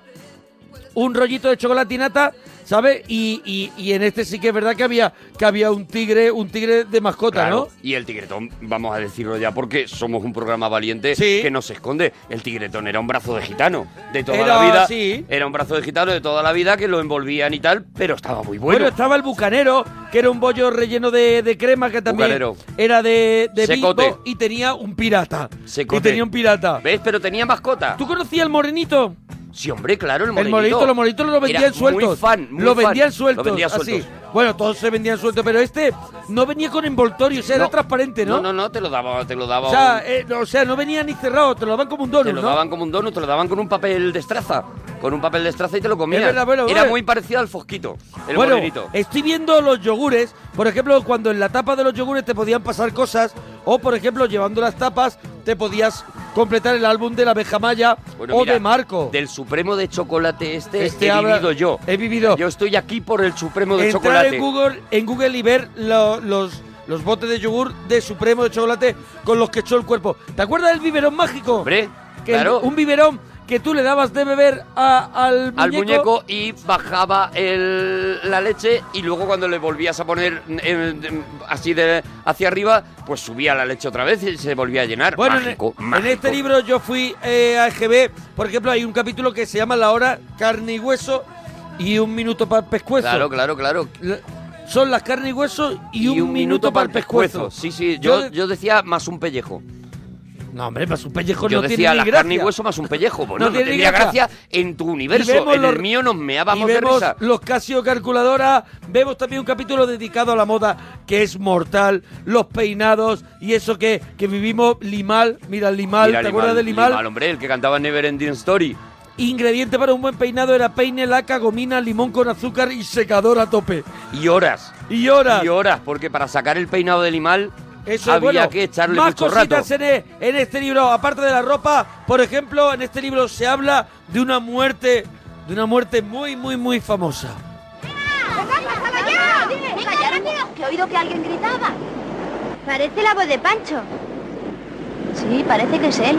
Speaker 3: un rollito de chocolatinata, ¿sabes? Y, y- y en este sí que es verdad que había, que había un tigre, un tigre de mascota,
Speaker 2: Claro,
Speaker 3: ¿no?
Speaker 2: Y el tigretón, vamos a decirlo ya porque somos un programa valiente que no se esconde. El tigretón era un brazo de gitano de toda
Speaker 3: Era,
Speaker 2: la vida.
Speaker 3: sí.
Speaker 2: Era un brazo de gitano de toda la vida que lo envolvían y tal, pero estaba muy bueno.
Speaker 3: estaba el bucanero, que era un bollo relleno de, de crema que también
Speaker 2: Bucanero.
Speaker 3: era de, de
Speaker 2: Secote.
Speaker 3: bimbo y tenía un pirata.
Speaker 2: Secote.
Speaker 3: Y tenía un pirata.
Speaker 2: Ah, ¿Ves? Pero tenía mascota.
Speaker 3: ¿Tú conocías al morenito?
Speaker 2: Sí, hombre, claro, el
Speaker 3: El
Speaker 2: morenito.
Speaker 3: morenito, los morenitos lo vendían
Speaker 2: Era
Speaker 3: sueltos.
Speaker 2: Muy fan, muy
Speaker 3: lo
Speaker 2: fan.
Speaker 3: vendían sueltos.
Speaker 2: Lo vendía
Speaker 3: así.
Speaker 2: sueltos.
Speaker 3: Bueno, todos se vendían sueltos, pero este no venía con envoltorio, o sea, era
Speaker 2: No.
Speaker 3: transparente, ¿no?
Speaker 2: No, no, no, te lo daba, te lo daba.
Speaker 3: O sea,
Speaker 2: un-
Speaker 3: eh, no, o sea, no venía ni cerrado, te lo daban como un
Speaker 2: Te
Speaker 3: donut,
Speaker 2: lo
Speaker 3: ¿no?
Speaker 2: daban como un donut, te lo daban con un papel de estraza. Con un papel de estraza y te lo comías.
Speaker 3: Es verdad, bueno,
Speaker 2: Era
Speaker 3: bueno.
Speaker 2: muy parecido al fosquito, el
Speaker 3: bueno,
Speaker 2: morenito.
Speaker 3: estoy viendo los yogures, por ejemplo, cuando en la tapa de los yogures te podían pasar cosas, o por ejemplo, llevando las tapas, te podías completar el álbum de la abeja maya
Speaker 2: Bueno,
Speaker 3: o
Speaker 2: mira,
Speaker 3: de Marco.
Speaker 2: Del supremo de chocolate este,
Speaker 3: Este
Speaker 2: he
Speaker 3: habla-
Speaker 2: vivido yo.
Speaker 3: He vivido.
Speaker 2: Yo estoy aquí por el supremo de
Speaker 3: Entrar
Speaker 2: chocolate.
Speaker 3: en Google, en Google y ver lo- los, los botes de yogur de Supremo de chocolate con los que echó el cuerpo. ¿Te acuerdas del biberón mágico? Hombre,
Speaker 2: claro.
Speaker 3: Un biberón que tú le dabas de beber a- al muñeco.
Speaker 2: al muñeco y bajaba el- la leche y luego cuando le volvías a poner mm, em, em, así de hacia arriba, pues subía la leche otra vez y se volvía a llenar.
Speaker 3: Bueno, en-
Speaker 2: Mágico,
Speaker 3: en,
Speaker 2: mágico.
Speaker 3: este libro yo fui eh, a EGB, por ejemplo, hay un capítulo que se llama La hora carne y hueso y un minuto para el pescuezo.
Speaker 2: Claro, claro, claro.
Speaker 3: La- son las carne y hueso y, un, minuto, para el pescuezo.
Speaker 2: Sí, sí, yo,
Speaker 3: de-
Speaker 2: yo decía más un pellejo.
Speaker 3: No, hombre, más un pellejo
Speaker 2: Yo
Speaker 3: no tiene
Speaker 2: decía
Speaker 3: ni
Speaker 2: la
Speaker 3: gracia.
Speaker 2: carne y hueso más un pellejo. Bueno, no,
Speaker 3: tiene ni
Speaker 2: tendría gracia. en tu universo.
Speaker 3: Y vemos
Speaker 2: En
Speaker 3: los-
Speaker 2: el mío nos meábamos
Speaker 3: y
Speaker 2: de
Speaker 3: vemos
Speaker 2: risa.
Speaker 3: los Casio calculadora, vemos también un capítulo dedicado a la moda que es mortal, los peinados y eso que, que vivimos Limal, mira Limal,
Speaker 2: Mira,
Speaker 3: ¿te acuerdas de Limal?
Speaker 2: Limal, hombre, el que cantaba Never Ending Story.
Speaker 3: Ingrediente para un buen peinado era peine, laca, gomina, limón con azúcar y secador a tope.
Speaker 2: Y horas.
Speaker 3: Y horas.
Speaker 2: Y horas, porque para sacar el peinado de Limal
Speaker 3: Eso es
Speaker 2: había
Speaker 3: bueno.
Speaker 2: que echarle
Speaker 3: Más
Speaker 2: mucho rato.
Speaker 3: cositas en, e- en este libro, aparte de la ropa, por ejemplo, en este libro se habla de una muerte, de una muerte muy, muy, muy famosa.
Speaker 20: ¡Calla! ¡Venga, ya rápido! Que he oído que alguien gritaba. Parece la voz de Pancho. Sí, parece que es él.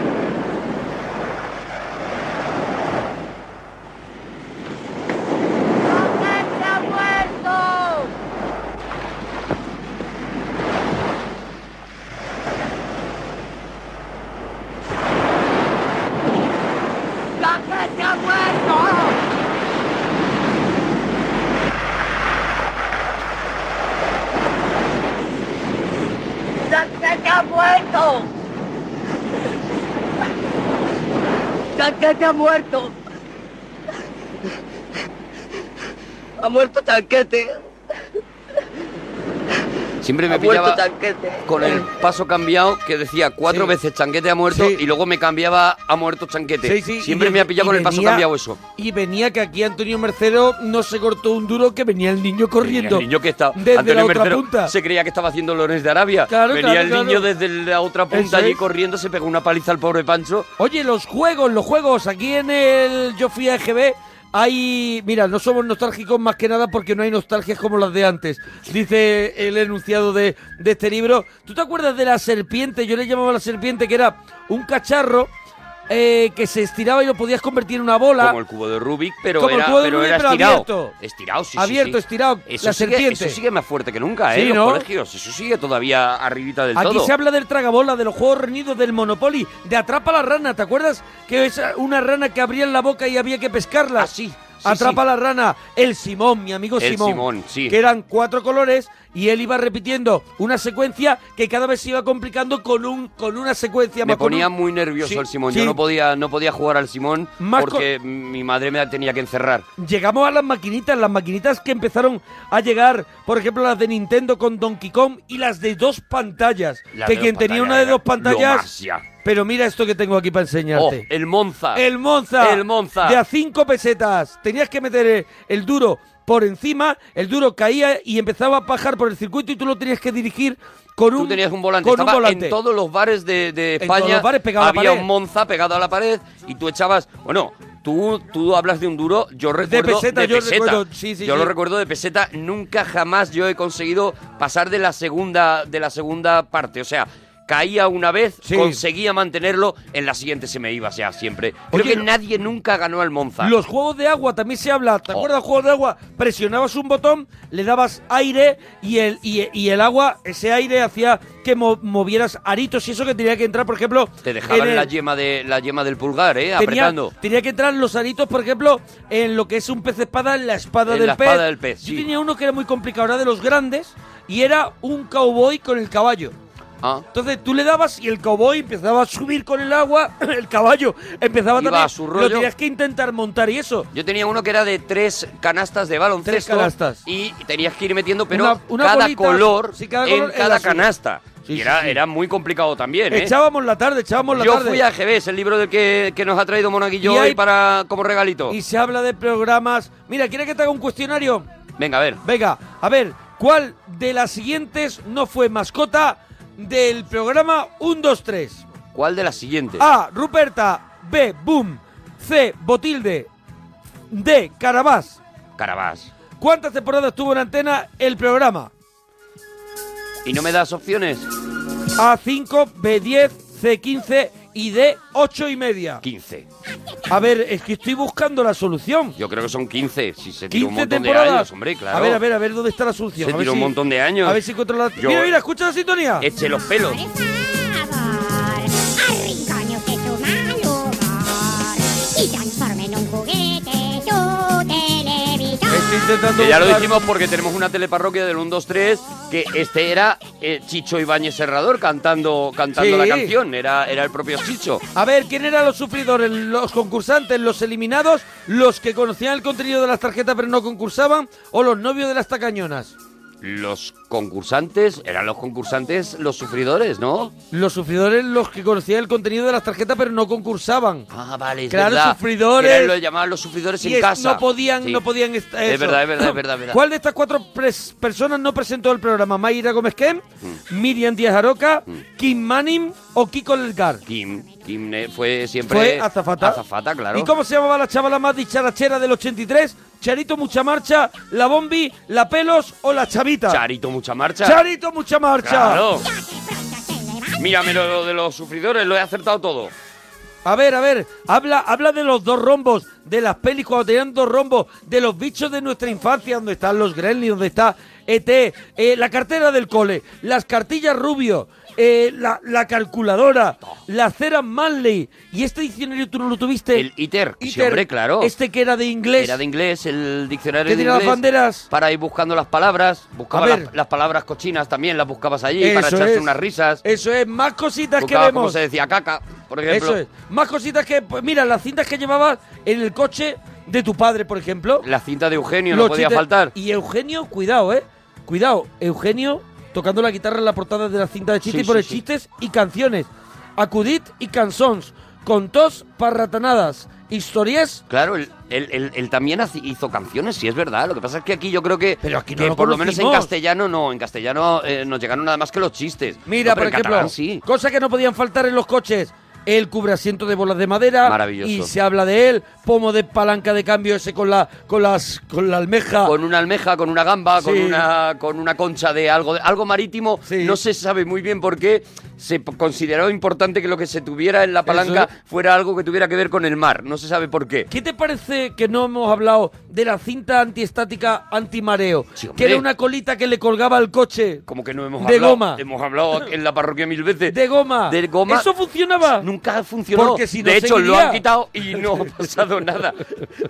Speaker 7: está muerto! ¡Café ha muerto! ¡Café ha muerto! ¡Café ha muerto! Ha muerto Tanquete.
Speaker 2: Siempre me
Speaker 7: ha muerto
Speaker 2: pillaba
Speaker 7: Tanquete.
Speaker 2: con el paso cambiado que decía cuatro veces chanquete ha muerto y luego me cambiaba ha muerto chanquete.
Speaker 3: Sí, sí,
Speaker 2: Siempre
Speaker 3: y
Speaker 2: me
Speaker 3: ve-
Speaker 2: ha pillado
Speaker 3: y
Speaker 2: con el paso
Speaker 3: venía-
Speaker 2: cambiado eso.
Speaker 3: Y venía que aquí Antonio Mercero no se cortó un duro que venía el niño corriendo.
Speaker 2: El niño que está
Speaker 3: desde
Speaker 2: Antonio
Speaker 3: la otra
Speaker 2: Mercero
Speaker 3: punta.
Speaker 2: se creía que estaba haciendo Lorenz de Arabia.
Speaker 3: Claro,
Speaker 2: Venía
Speaker 3: claro,
Speaker 2: el
Speaker 3: claro.
Speaker 2: niño desde la otra
Speaker 3: Eso
Speaker 2: punta allí
Speaker 3: es.
Speaker 2: corriendo, se pegó una paliza al pobre Pancho.
Speaker 3: Oye, los juegos, los juegos. Aquí en el Yo Fui a EGB hay... Mira, no somos nostálgicos más que nada porque no hay nostalgias como las de antes. Dice el enunciado de, de este libro. ¿Tú te acuerdas de la serpiente? Yo le llamaba la serpiente que era un cacharro eh, que se estiraba y lo podías convertir en una bola.
Speaker 2: Como el cubo de Rubik, pero
Speaker 3: Como el
Speaker 2: era,
Speaker 3: cubo de
Speaker 2: pero
Speaker 3: Rubik,
Speaker 2: era
Speaker 3: pero
Speaker 2: estirado.
Speaker 3: abierto.
Speaker 2: Estirado, sí, sí,
Speaker 3: Abierto,
Speaker 2: sí.
Speaker 3: estirado,
Speaker 2: Eso
Speaker 3: la
Speaker 2: sigue-
Speaker 3: serpiente.
Speaker 2: Eso sigue más fuerte que nunca, ¿eh?
Speaker 3: Sí,
Speaker 2: Los
Speaker 3: ¿no?
Speaker 2: colegios, eso sigue todavía arribita del
Speaker 3: Aquí
Speaker 2: todo.
Speaker 3: se habla del tragabola, de los juegos reunidos, del Monopoly, de atrapa la rana. ¿Te acuerdas que es una rana que abrían la boca y había que pescarla?
Speaker 2: Ah,
Speaker 3: Así. atrapa la rana. El Simón, mi amigo
Speaker 2: El
Speaker 3: Simón.
Speaker 2: Simón, sí.
Speaker 3: Que eran cuatro colores y él iba repitiendo una secuencia que cada vez se iba complicando con un con una secuencia
Speaker 2: Me
Speaker 3: más. con
Speaker 2: ponía
Speaker 3: un-
Speaker 2: muy nervioso
Speaker 3: Sí,
Speaker 2: el Simón.
Speaker 3: sí.
Speaker 2: Yo no podía, no podía jugar al Simón
Speaker 3: Más co-
Speaker 2: porque mi madre me tenía que encerrar.
Speaker 3: Llegamos a las maquinitas, las maquinitas que empezaron a llegar, por ejemplo, las de Nintendo con Donkey Kong y las de dos pantallas.
Speaker 2: La
Speaker 3: que
Speaker 2: de
Speaker 3: quien
Speaker 2: dos
Speaker 3: tenía
Speaker 2: pantallas
Speaker 3: una de
Speaker 2: era
Speaker 3: dos
Speaker 2: lo
Speaker 3: pantallas.
Speaker 2: más ya.
Speaker 3: Pero mira esto que tengo aquí para enseñarte.
Speaker 2: Oh, el Monza.
Speaker 3: El Monza.
Speaker 2: El Monza.
Speaker 3: De a cinco pesetas. Tenías que meter eh, el duro por encima, el duro caía y empezaba a bajar por el circuito y tú lo tenías que dirigir con un,
Speaker 2: Tú tenías un volante.
Speaker 3: Con
Speaker 2: Estaba
Speaker 3: un volante.
Speaker 2: en todos los bares de, de
Speaker 3: En
Speaker 2: España.
Speaker 3: todos los bares pegado a la
Speaker 2: había
Speaker 3: pared.
Speaker 2: un Monza pegado a la pared y tú echabas. Bueno, tú, tú hablas de un duro. Yo recuerdo.
Speaker 3: peseta, yo recuerdo, sí, sí,
Speaker 2: yo
Speaker 3: sí.
Speaker 2: lo recuerdo de peseta. Nunca jamás yo he conseguido pasar de la segunda, de la segunda parte. O sea. caía una vez,
Speaker 18: Sí.
Speaker 2: conseguía mantenerlo, en la siguiente se me iba ya siempre. Creo
Speaker 3: Oye,
Speaker 2: que nadie nunca ganó al Monza. Oh.
Speaker 3: Los juegos de agua también se habla. ¿Te acuerdas del juego de agua? Presionabas un botón, le dabas aire y el, y, y el agua, ese aire hacía que mo- movieras aritos y eso que tenía que entrar, por ejemplo.
Speaker 2: Te dejaban
Speaker 3: en el-
Speaker 2: la yema de la yema del pulgar, eh,
Speaker 3: tenía,
Speaker 2: apretando.
Speaker 3: tenía que entrar los aritos, por ejemplo, en lo que es un pez espada, en la espada,
Speaker 2: En
Speaker 3: del,
Speaker 2: la
Speaker 3: pez.
Speaker 2: espada del pez,
Speaker 3: Yo
Speaker 2: sí.
Speaker 3: tenía uno que era muy complicado, era de los grandes, y era un cowboy con el caballo.
Speaker 2: Ah.
Speaker 3: Entonces tú le dabas y el cowboy empezaba a subir con el agua, *coughs* el caballo empezaba
Speaker 2: Iba
Speaker 3: también.
Speaker 2: a su rollo.
Speaker 3: Lo tenías que intentar montar y eso.
Speaker 2: Yo tenía uno que era de tres canastas de baloncesto.
Speaker 3: Tres canastas.
Speaker 2: Y tenías que ir metiendo, pero
Speaker 3: Una- una
Speaker 2: cada,
Speaker 3: bolita,
Speaker 2: color
Speaker 3: sí, cada color
Speaker 2: en
Speaker 3: en
Speaker 2: cada
Speaker 3: la suya.
Speaker 2: canasta. y era, era muy complicado también, ¿eh?
Speaker 3: Echábamos la tarde, echábamos la
Speaker 2: Yo
Speaker 3: tarde.
Speaker 2: fui a GBS, el libro del que, que nos ha traído Monaguillo
Speaker 3: Y
Speaker 2: hoy
Speaker 3: hay-
Speaker 2: para, como regalito.
Speaker 3: Y se habla de programas. Mira, ¿quieres que te haga un cuestionario?
Speaker 2: Venga, a ver.
Speaker 3: Venga, a ver, ¿cuál de las siguientes no fue mascota del programa 1, 2, 3?
Speaker 2: ¿Cuál de las siguientes?
Speaker 3: A. Ruperta. B. Boom. C. Botilde. D. Carabás.
Speaker 2: Carabás.
Speaker 3: ¿Cuántas temporadas tuvo en antena el programa?
Speaker 2: ¿Y no me das opciones?
Speaker 3: A5, B10, C15 y D8 y media.
Speaker 2: 15.
Speaker 3: A ver, es que estoy buscando la solución.
Speaker 2: Yo creo que son 15, si se tiró
Speaker 3: 15
Speaker 2: un montón
Speaker 3: temporadas.
Speaker 2: de años, hombre, claro.
Speaker 3: A ver, a ver, a ver dónde está la solución.
Speaker 2: Se
Speaker 3: a ver
Speaker 2: tiró un
Speaker 3: si-
Speaker 2: montón de años.
Speaker 3: A ver si encuentro la.
Speaker 2: Yo-
Speaker 3: Mira, mira, escucha la sintonía.
Speaker 2: Eche los pelos.
Speaker 11: Arrincoñe usted su mal humor y transforme en un juguete su televisor.
Speaker 2: Que ya lo dijimos porque tenemos una teleparroquia del 1, 2, 3 que este era eh, Chicho Ibáñez Serrador cantando, cantando
Speaker 3: Sí.
Speaker 2: la canción, era, era el propio Chicho.
Speaker 3: A ver, ¿quién eran los sufridores? ¿Los concursantes? ¿Los eliminados? ¿Los que conocían el contenido de las tarjetas pero no concursaban? ¿O los novios de las tacañonas?
Speaker 2: Los concursantes, eran los concursantes los sufridores, ¿no?
Speaker 3: Los sufridores, los que conocían el contenido de las tarjetas pero no concursaban.
Speaker 2: Ah, vale, es
Speaker 3: Claro,
Speaker 2: verdad.
Speaker 3: sufridores.
Speaker 2: Eran los llamaban los sufridores
Speaker 3: Y
Speaker 2: en
Speaker 3: es-
Speaker 2: casa.
Speaker 3: No podían,
Speaker 2: Sí.
Speaker 3: no podían estar.
Speaker 2: Es verdad, es
Speaker 3: *laughs*
Speaker 2: verdad, es verdad, es verdad.
Speaker 3: ¿Cuál de estas cuatro pres- personas no presentó el programa? ¿Mayra Gómez Kem,
Speaker 2: Mm.
Speaker 3: Miriam Díaz Aroca, Kim Manning o Kiko Elgar?
Speaker 2: Kim, Kim eh, fue siempre...
Speaker 3: Fue azafata.
Speaker 2: Azafata, claro.
Speaker 3: ¿Y cómo se llamaba la chavala más dicharachera del 83? ¿Charito Mucha Marcha, La Bombi, La Pelos o La Chavita?
Speaker 2: Charito, mucha marcha.
Speaker 3: ¡Charito Mucha Marcha!
Speaker 2: Claro. Mírame lo, lo de los sufridores, lo he acertado todo.
Speaker 3: A ver, a ver, habla, habla de los dos rombos, de las pelis cuando tenían dos rombos, de los bichos de nuestra infancia, donde están los Gremlins, donde está ET, eh, la cartera del cole, las cartillas rubio, eh, la, la calculadora, la cera Manley. ¿Y este diccionario tú no lo tuviste? El
Speaker 2: ITER, sí, hombre, claro.
Speaker 3: Este que era de inglés.
Speaker 2: Era de inglés, el diccionario
Speaker 3: ¿Qué
Speaker 2: de
Speaker 3: tiene las
Speaker 2: inglés.
Speaker 3: banderas?
Speaker 2: Para ir buscando las palabras. Buscaba
Speaker 3: ver.
Speaker 2: las, las palabras cochinas también, las buscabas allí para
Speaker 3: Eso
Speaker 2: echarse
Speaker 3: es.
Speaker 2: unas risas.
Speaker 3: Eso es, más cositas que
Speaker 2: Buscaba
Speaker 3: vemos.
Speaker 2: cómo se decía caca, por ejemplo.
Speaker 3: Eso es. Más cositas que. pues, mira, las cintas que llevabas en el coche de tu padre, por ejemplo.
Speaker 2: La cinta de Eugenio
Speaker 3: Los
Speaker 2: no podía
Speaker 3: chistes-
Speaker 2: faltar.
Speaker 3: Y Eugenio, cuidado, eh. Cuidado, Eugenio tocando la guitarra en la portada de la cinta de chistes
Speaker 2: Sí,
Speaker 3: y por
Speaker 2: sí,
Speaker 3: el
Speaker 2: sí.
Speaker 3: chistes y canciones. Acudit y canzons. Contos parratanadas. Historias.
Speaker 2: Claro, él, él- él- él también haci- hizo canciones, sí, es verdad. Lo que pasa es que aquí yo creo que,
Speaker 3: Pero aquí no
Speaker 2: que
Speaker 3: lo
Speaker 2: por lo menos en
Speaker 3: conocimos.
Speaker 2: castellano no. En castellano eh, nos llegaron nada más que los chistes.
Speaker 3: Mira,
Speaker 2: No,
Speaker 3: por
Speaker 2: pero en
Speaker 3: ejemplo,
Speaker 2: catalán sí.
Speaker 3: cosas que no podían faltar en los coches. El cubrasiento de bolas de madera.
Speaker 2: Maravilloso.
Speaker 3: Y se habla de él. Pomo de palanca de cambio ese con la, con las, con la almeja.
Speaker 2: Con una almeja, con una gamba, con
Speaker 3: Ah. Sí.
Speaker 2: una con una concha de algo de- algo marítimo, no se sabe muy bien por qué se p- consideró importante que lo que se tuviera en la palanca fuera algo que tuviera que ver con el mar, no se sabe por qué.
Speaker 3: ¿Qué te parece que no hemos hablado de la cinta antiestática antimareo? que era una colita que le colgaba al coche.
Speaker 2: Como que no hemos
Speaker 3: De
Speaker 2: hablado,
Speaker 3: goma.
Speaker 2: Hemos hablado en la parroquia mil veces.
Speaker 3: De goma.
Speaker 2: De goma.
Speaker 3: Eso funcionaba.
Speaker 2: Nunca funcionó.
Speaker 3: Porque si no
Speaker 2: de hecho, lo
Speaker 3: seguiría.
Speaker 2: han quitado y no ha pasado nada.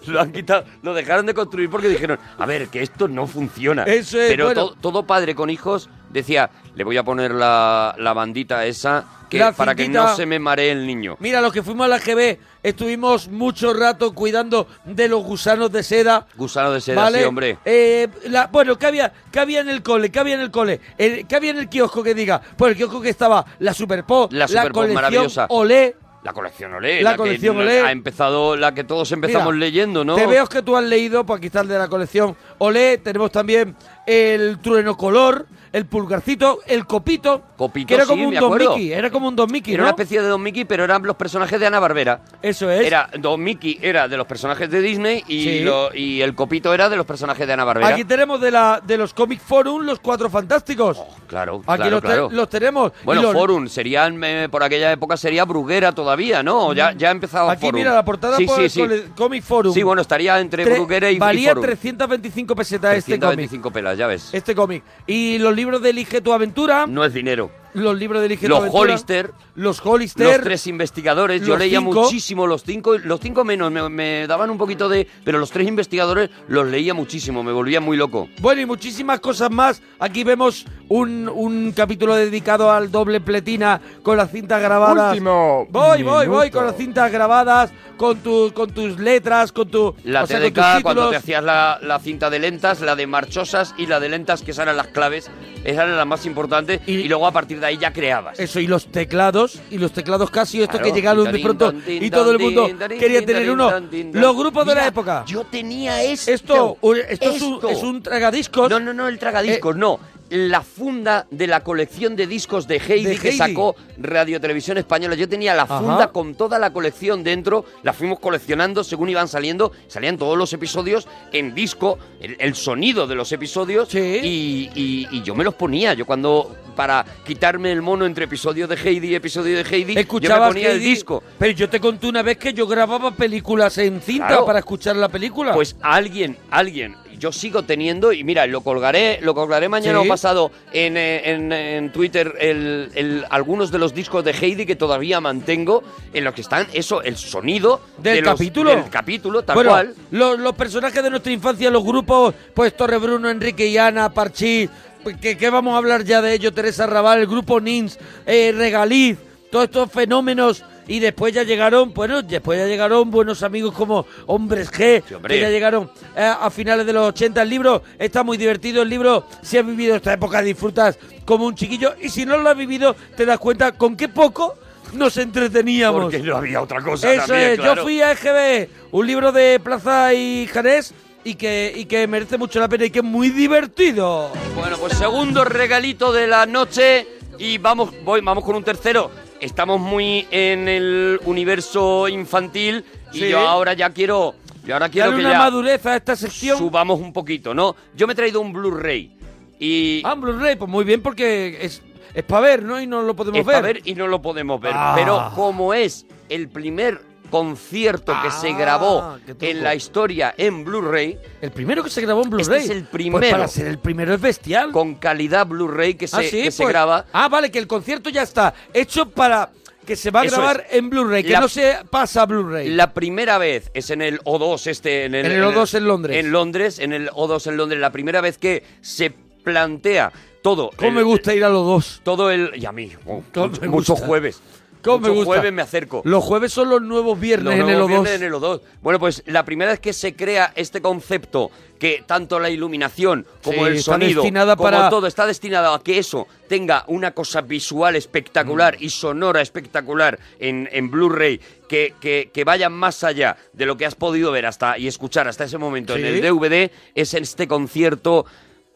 Speaker 2: Lo han quitado, lo dejaron de construir porque dijeron, a ver, que esto no funciona.
Speaker 3: Eso es,
Speaker 2: Pero
Speaker 3: bueno.
Speaker 2: to- todo padre con hijos decía, le voy a poner la, la bandita esa que,
Speaker 3: La
Speaker 2: para que
Speaker 3: cintita.
Speaker 2: no se me maree el niño.
Speaker 3: Mira, los que fuimos a la GB estuvimos mucho rato cuidando de los gusanos de seda.
Speaker 2: Gusano de seda,
Speaker 3: ¿vale?
Speaker 2: sí, hombre.
Speaker 3: Eh, la- bueno, ¿qué había, qué había en el cole? ¿Qué había en el cole? El- ¿Qué había en el kiosco que diga? Pues el kiosco que estaba la Superpop,
Speaker 2: La Super Bowl,
Speaker 3: colección
Speaker 2: maravillosa.
Speaker 3: Olé.
Speaker 2: La colección Olé.
Speaker 3: La
Speaker 2: que
Speaker 3: colección Olé.
Speaker 2: Ha empezado, la que todos empezamos
Speaker 3: Mira,
Speaker 2: leyendo, ¿no?
Speaker 3: Te veo que tú has leído, pues aquí está el de la colección Olé. Tenemos también el trueno color, el pulgarcito, el copito.
Speaker 2: Copito,
Speaker 3: que era como
Speaker 2: sí,
Speaker 3: un
Speaker 2: me
Speaker 3: Don
Speaker 2: acuerdo.
Speaker 3: Mickey, era como un Don Mickey,
Speaker 2: Era
Speaker 3: ¿no?
Speaker 2: una especie de Don Mickey, pero eran los personajes de Ana Barbera.
Speaker 3: Eso es.
Speaker 2: Era, Don Mickey era de los personajes de Disney y,
Speaker 3: Sí.
Speaker 2: lo- y el copito era de los personajes de Ana Barbera.
Speaker 3: Aquí tenemos de la de los Comic Forum los cuatro fantásticos.
Speaker 2: claro,
Speaker 3: Aquí
Speaker 2: Oh, claro,
Speaker 3: los, te-
Speaker 2: claro.
Speaker 3: los tenemos. Y
Speaker 2: Bueno,
Speaker 3: los-
Speaker 2: Forum, serían, eh, por aquella época sería Bruguera todavía, ¿no? Ya, ya empezaba
Speaker 3: Mm. Aquí
Speaker 2: Forum.
Speaker 3: mira la portada
Speaker 2: Sí,
Speaker 3: por
Speaker 2: sí, sí.
Speaker 3: con el Comic Forum.
Speaker 2: Sí, bueno, estaría entre
Speaker 3: Tre-
Speaker 2: Bruguera y, y
Speaker 3: Valía
Speaker 2: Forum.
Speaker 3: 325 pesetas este cómic.
Speaker 2: 325 pelas, ya ves.
Speaker 3: Este cómic. Y los libros de Elige tu aventura.
Speaker 2: No es dinero.
Speaker 3: Los libros de Elige
Speaker 2: Los
Speaker 3: tu aventura.
Speaker 2: Hollister.
Speaker 3: Los Hollister.
Speaker 2: Los tres investigadores, yo
Speaker 3: Los
Speaker 2: leía
Speaker 3: cinco.
Speaker 2: muchísimo los cinco, los cinco menos, me, me daban un poquito de... Pero los tres investigadores los leía muchísimo, me volvía muy loco.
Speaker 3: Bueno, y muchísimas cosas más. Aquí vemos un, un capítulo dedicado al doble pletina con las cintas grabadas.
Speaker 5: Último
Speaker 3: Voy, voy, voy
Speaker 5: minuto.
Speaker 3: con las cintas grabadas, con tus con tus letras, con tu
Speaker 2: La
Speaker 3: o sea, con
Speaker 2: TDK,
Speaker 3: tus
Speaker 2: cuando
Speaker 3: títulos.
Speaker 2: te hacías la, la cinta de lentas, la de marchosas y la de lentas, que esas eran las claves, esas eran las más importantes, y, luego a partir de ahí ya creabas.
Speaker 3: Eso, y los teclados, y los teclados casi, esto
Speaker 2: Claro,
Speaker 3: que llegaron de
Speaker 2: tin,
Speaker 3: pronto,
Speaker 2: tin, tin,
Speaker 3: y todo el
Speaker 2: tin,
Speaker 3: mundo
Speaker 2: tin, tin,
Speaker 3: quería
Speaker 2: tin,
Speaker 3: tener
Speaker 2: tin,
Speaker 3: uno.
Speaker 2: tin, tin, tin.
Speaker 3: Los grupos de la
Speaker 2: Mira,
Speaker 3: época.
Speaker 2: Yo tenía esto.
Speaker 3: Esto, un- esto, es un-
Speaker 2: Esto.
Speaker 3: es un tragadiscos. Eh.
Speaker 2: No, no, no, el tragadiscos, no. La funda de la colección de discos de Heidi,
Speaker 3: De
Speaker 2: que
Speaker 3: Heidi.
Speaker 2: sacó Radio Televisión Española. Yo tenía la
Speaker 3: Ajá.
Speaker 2: funda con toda la colección dentro, la fuimos coleccionando según iban saliendo, salían todos los episodios en disco, el, el sonido de los episodios, y, y- y yo me los ponía. Yo cuando, para quitarme el mono entre episodio de Heidi y episodio de Heidi, yo me
Speaker 3: Escuchabas
Speaker 2: ponía el
Speaker 3: Heidi,
Speaker 2: disco.
Speaker 3: Pero yo te conté una vez que yo grababa películas en cinta
Speaker 2: Claro.
Speaker 3: para escuchar la película.
Speaker 2: Pues alguien, alguien, yo sigo teniendo y mira, lo colgaré, lo colgaré mañana
Speaker 3: Sí.
Speaker 2: o pasado en, eh, en, eh, en Twitter el- el- algunos de los discos de Heidi que todavía mantengo en los que están eso, el sonido
Speaker 3: Del
Speaker 2: de los-
Speaker 3: capítulo.
Speaker 2: del capítulo, tal
Speaker 3: Bueno,
Speaker 2: cual.
Speaker 3: Los, los personajes de nuestra infancia, los grupos, pues Torre Bruno, Enrique y Ana, Parchís, pues, que, que vamos a hablar ya de ello, Teresa Raval, el grupo Nins, eh, Regaliz, todos estos fenómenos. Y después ya llegaron, bueno, después ya llegaron buenos amigos como Hombres G,
Speaker 2: hombre.
Speaker 3: que ya llegaron eh, a finales de los 80. El libro está muy divertido, el libro, si has vivido esta época, disfrutas como un chiquillo. Y si no lo has vivido, te das cuenta con qué poco nos entreteníamos.
Speaker 2: Porque no había otra cosa
Speaker 3: Eso
Speaker 2: también,
Speaker 3: es,
Speaker 2: claro.
Speaker 3: yo fui a EGB, un libro de Plaza y Janés y que, y que merece mucho la pena y que es muy divertido.
Speaker 2: Bueno, pues segundo regalito de la noche y vamos, voy, vamos con un tercero. Estamos muy en el universo infantil y
Speaker 3: Sí.
Speaker 2: yo ahora ya quiero, yo ahora quiero
Speaker 3: Dale
Speaker 2: que
Speaker 3: una
Speaker 2: ya
Speaker 3: madurez a esta sección.
Speaker 2: subamos un poquito, ¿no? Yo me he traído un Blu-ray y
Speaker 3: Ah, un Blu-ray, pues muy bien porque es, es para ver, ¿no? Y no lo podemos
Speaker 2: es pa'
Speaker 3: ver.
Speaker 2: ver y no lo podemos ver.
Speaker 3: Ah.
Speaker 2: Pero como es el primer concierto que se grabó en la historia en Blu-ray,
Speaker 3: Ah, El primero que se grabó en Blu-ray.
Speaker 2: Este es el
Speaker 3: Pues
Speaker 2: primero.
Speaker 3: para ser el primero es bestial.
Speaker 2: Con calidad Blu-ray que se- que se graba.
Speaker 3: Ah, vale, que el concierto ya está hecho para que se va a
Speaker 2: Eso
Speaker 3: grabar
Speaker 2: es.
Speaker 3: en Blu-ray, que
Speaker 2: La-
Speaker 3: no se pasa a Blu-ray.
Speaker 2: La primera vez es en el O2 este en el,
Speaker 3: En el O2 en Londres.
Speaker 2: En Londres, en el O2 en Londres, la primera vez que se plantea todo.
Speaker 3: ¿Cómo
Speaker 2: el-
Speaker 3: me gusta ir a los dos?
Speaker 2: Todo el y a mí, oh,
Speaker 3: ¿Cómo
Speaker 2: mucho-
Speaker 3: me
Speaker 2: muchos
Speaker 3: gusta?
Speaker 2: jueves.
Speaker 3: ¿Cómo me
Speaker 2: Muchos
Speaker 3: gusta?
Speaker 2: jueves me acerco.
Speaker 3: Los jueves son los nuevos viernes
Speaker 2: Los
Speaker 3: en el
Speaker 2: nuevos
Speaker 3: O2.
Speaker 2: viernes en el O2. Bueno, pues la primera vez que se crea este concepto, que tanto la iluminación como
Speaker 3: Sí,
Speaker 2: el
Speaker 3: está
Speaker 2: sonido,
Speaker 3: destinada
Speaker 2: como
Speaker 3: para-
Speaker 2: todo, está destinado a que eso tenga una cosa visual
Speaker 3: Mm.
Speaker 2: espectacular y sonora espectacular en, en Blu-ray, que, que, que vaya más allá de lo que has podido ver hasta y escuchar hasta ese momento en
Speaker 3: Sí.
Speaker 2: el DVD, es este concierto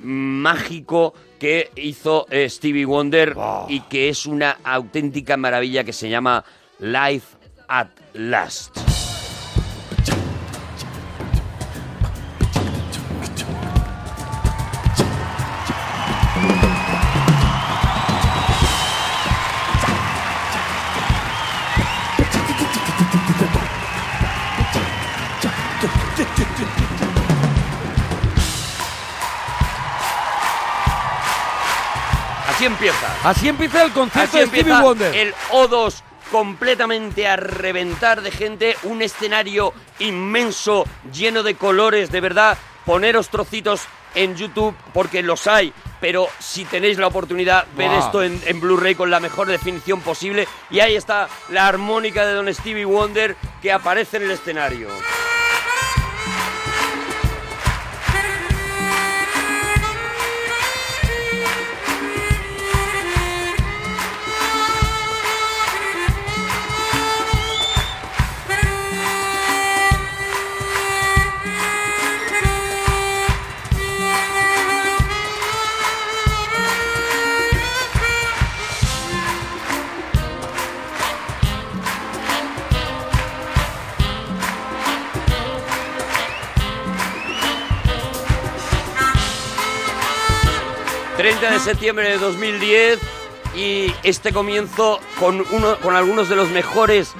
Speaker 2: mágico que hizo eh, Stevie Wonder y que es una auténtica maravilla que se llama Life at Last. Así empieza.
Speaker 3: Así empieza el concierto
Speaker 2: Así
Speaker 3: de Stevie
Speaker 2: empieza
Speaker 3: Wonder.
Speaker 2: El O2 completamente a reventar de gente, un escenario inmenso, lleno de colores, de verdad. Poneros trocitos en YouTube porque los hay, pero si tenéis la oportunidad, ver
Speaker 3: Buah.
Speaker 2: esto en, en Blu-ray con la mejor definición posible. Y ahí está la armónica de Don Stevie Wonder que aparece en el escenario. 30 de septiembre de 2010 y este comienzo con, uno, con algunos de los mejores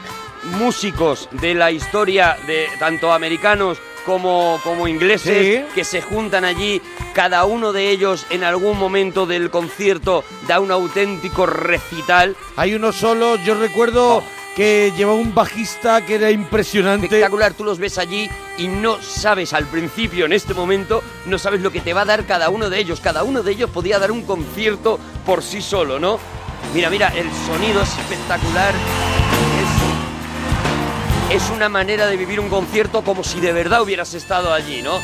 Speaker 2: músicos de la historia de tanto americanos como, como ingleses que se juntan allí, cada uno de ellos en algún momento del concierto da un auténtico recital.
Speaker 3: Hay uno solo, yo recuerdo que llevaba un bajista que era impresionante.
Speaker 2: Espectacular, tú los ves allí y no sabes al principio, en este momento, no sabes lo que te va a dar cada uno de ellos. Cada uno de ellos podía dar un concierto por sí solo, ¿no? Mira, mira, el sonido es espectacular. Es, es una manera de vivir un concierto como si de verdad hubieras estado allí, ¿no?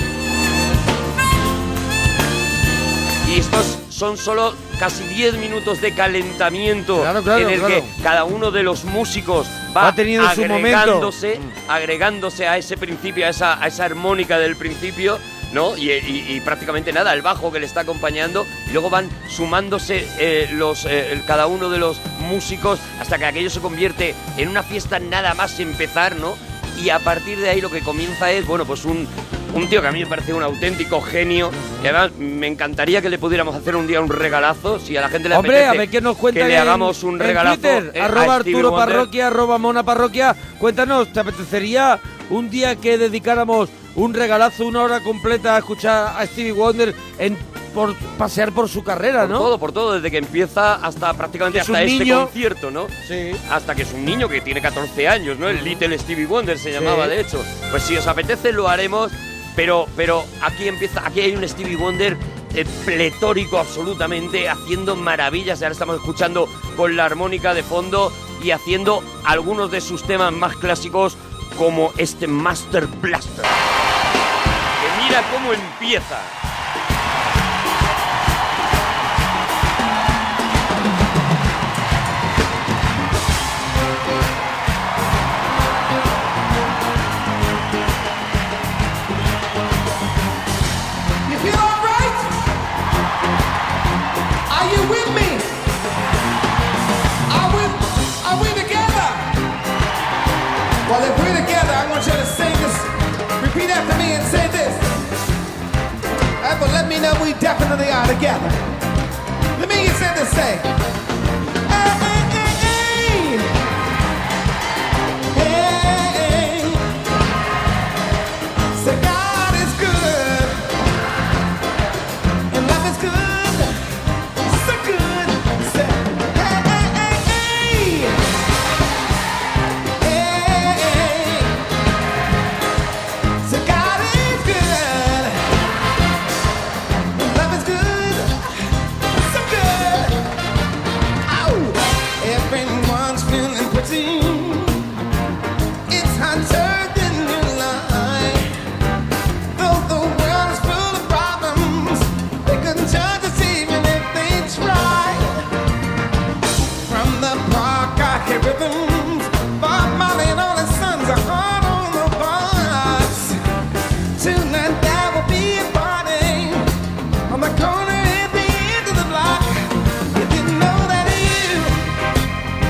Speaker 2: Y estos son solo casi 10 minutos de calentamiento
Speaker 3: claro,
Speaker 2: en el
Speaker 3: claro.
Speaker 2: que cada uno de los músicos va,
Speaker 3: Va teniendo su momento.
Speaker 2: agregándose, agregándose a ese principio, a esa, a esa armónica del principio, ¿no? Y, y- y prácticamente nada, el bajo que le está acompañando. Y luego van sumándose eh, los, eh, el- cada uno de los músicos hasta que aquello se convierte en una fiesta nada más empezar, ¿no? Y a partir de ahí lo que comienza es, bueno, pues un, un tío que a mí me parece un auténtico genio. Y además me encantaría que le pudiéramos hacer un día un regalazo, si a la gente le
Speaker 3: Hombre,
Speaker 2: apetece
Speaker 3: a ver qué nos cuentan.
Speaker 2: que le
Speaker 3: en-
Speaker 2: hagamos un
Speaker 3: en
Speaker 2: regalazo.
Speaker 3: Twitter,
Speaker 2: eh, a
Speaker 3: arroba
Speaker 2: Stevie
Speaker 3: Arturo
Speaker 2: Wonder.
Speaker 3: Parroquia, arroba Mona Parroquia. Cuéntanos, ¿te apetecería un día que dedicáramos un regalazo, una hora completa a escuchar a Stevie Wonder en, por pasear por su carrera,
Speaker 2: Por
Speaker 3: no?
Speaker 2: todo, por todo, desde que empieza hasta prácticamente
Speaker 3: Que es
Speaker 2: hasta
Speaker 3: un
Speaker 2: este
Speaker 3: niño.
Speaker 2: concierto, ¿no? Sí. Hasta que es un niño que tiene 14 años,
Speaker 3: Mm.
Speaker 2: ¿no? El Little Stevie Wonder se llamaba, de hecho. Pues si os apetece lo haremos, pero, pero aquí empieza, aquí hay un Stevie Wonder eh, pletórico absolutamente, haciendo maravillas. Ahora estamos escuchando con la armónica de fondo y haciendo algunos de sus temas más clásicos como este Master Blaster. Que mira cómo empieza.
Speaker 11: You feel all right? Are you with me? Are we, are we together? Well, if we're together, I want you to say this. Repeat after me and say this. All right, but let me know we definitely are together. Let me hear you say this say. Hey, hey, hey. Say God is good. And life is good, so good. Say, hey, hey, hey, hey. Hey, hey. So God is good. And life is good, so good. Ow. Everyone's feeling pretty. It's hotter than you like. Though the world's full of problems, they couldn't judge us even if they tried. From the park, I hear rhythms. Bob Marley and all his sons are hard on the bars. Tonight there will be a party on the corner at the end of the block. You didn't know that you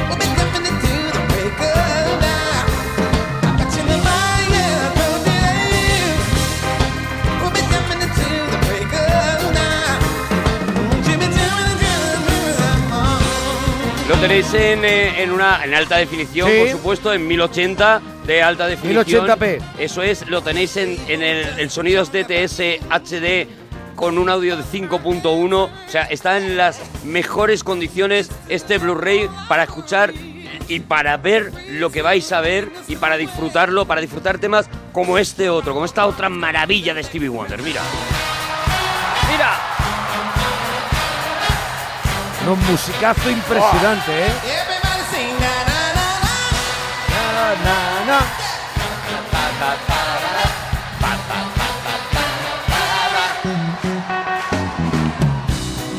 Speaker 11: will be jumping into the break of dawn. I bet you know I am, don't you? We'll be jumping into the break of dawn. Jimmy, Jimmy, Jimmy,
Speaker 2: Lo tenéis en, eh, en una en alta definición,
Speaker 3: Sí.
Speaker 2: por supuesto, en 1080 de alta definición.
Speaker 3: 1080p.
Speaker 2: Eso es, lo tenéis en, en el, en sonidos DTS HD con un audio de 5.1. O sea, está en las mejores condiciones este Blu-ray para escuchar y para ver lo que vais a ver y para disfrutarlo, para disfrutar temas como este otro, como esta otra maravilla de Stevie Wonder. Mira. Mira.
Speaker 3: Un musicazo impresionante, ¿eh?
Speaker 11: Everybody sing na na na na na na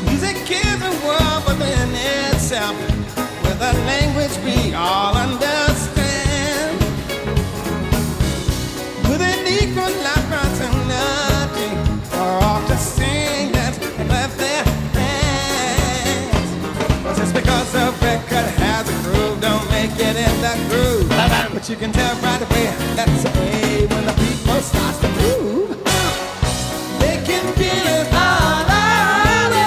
Speaker 11: Music is a world within itself with a language we all understand. With an equal life to nothing for all to sing that left their hands. Well, just because a record has a groove, don't make it in the groove. But you can tell right away that's a when the people start to move. They can feel it all over.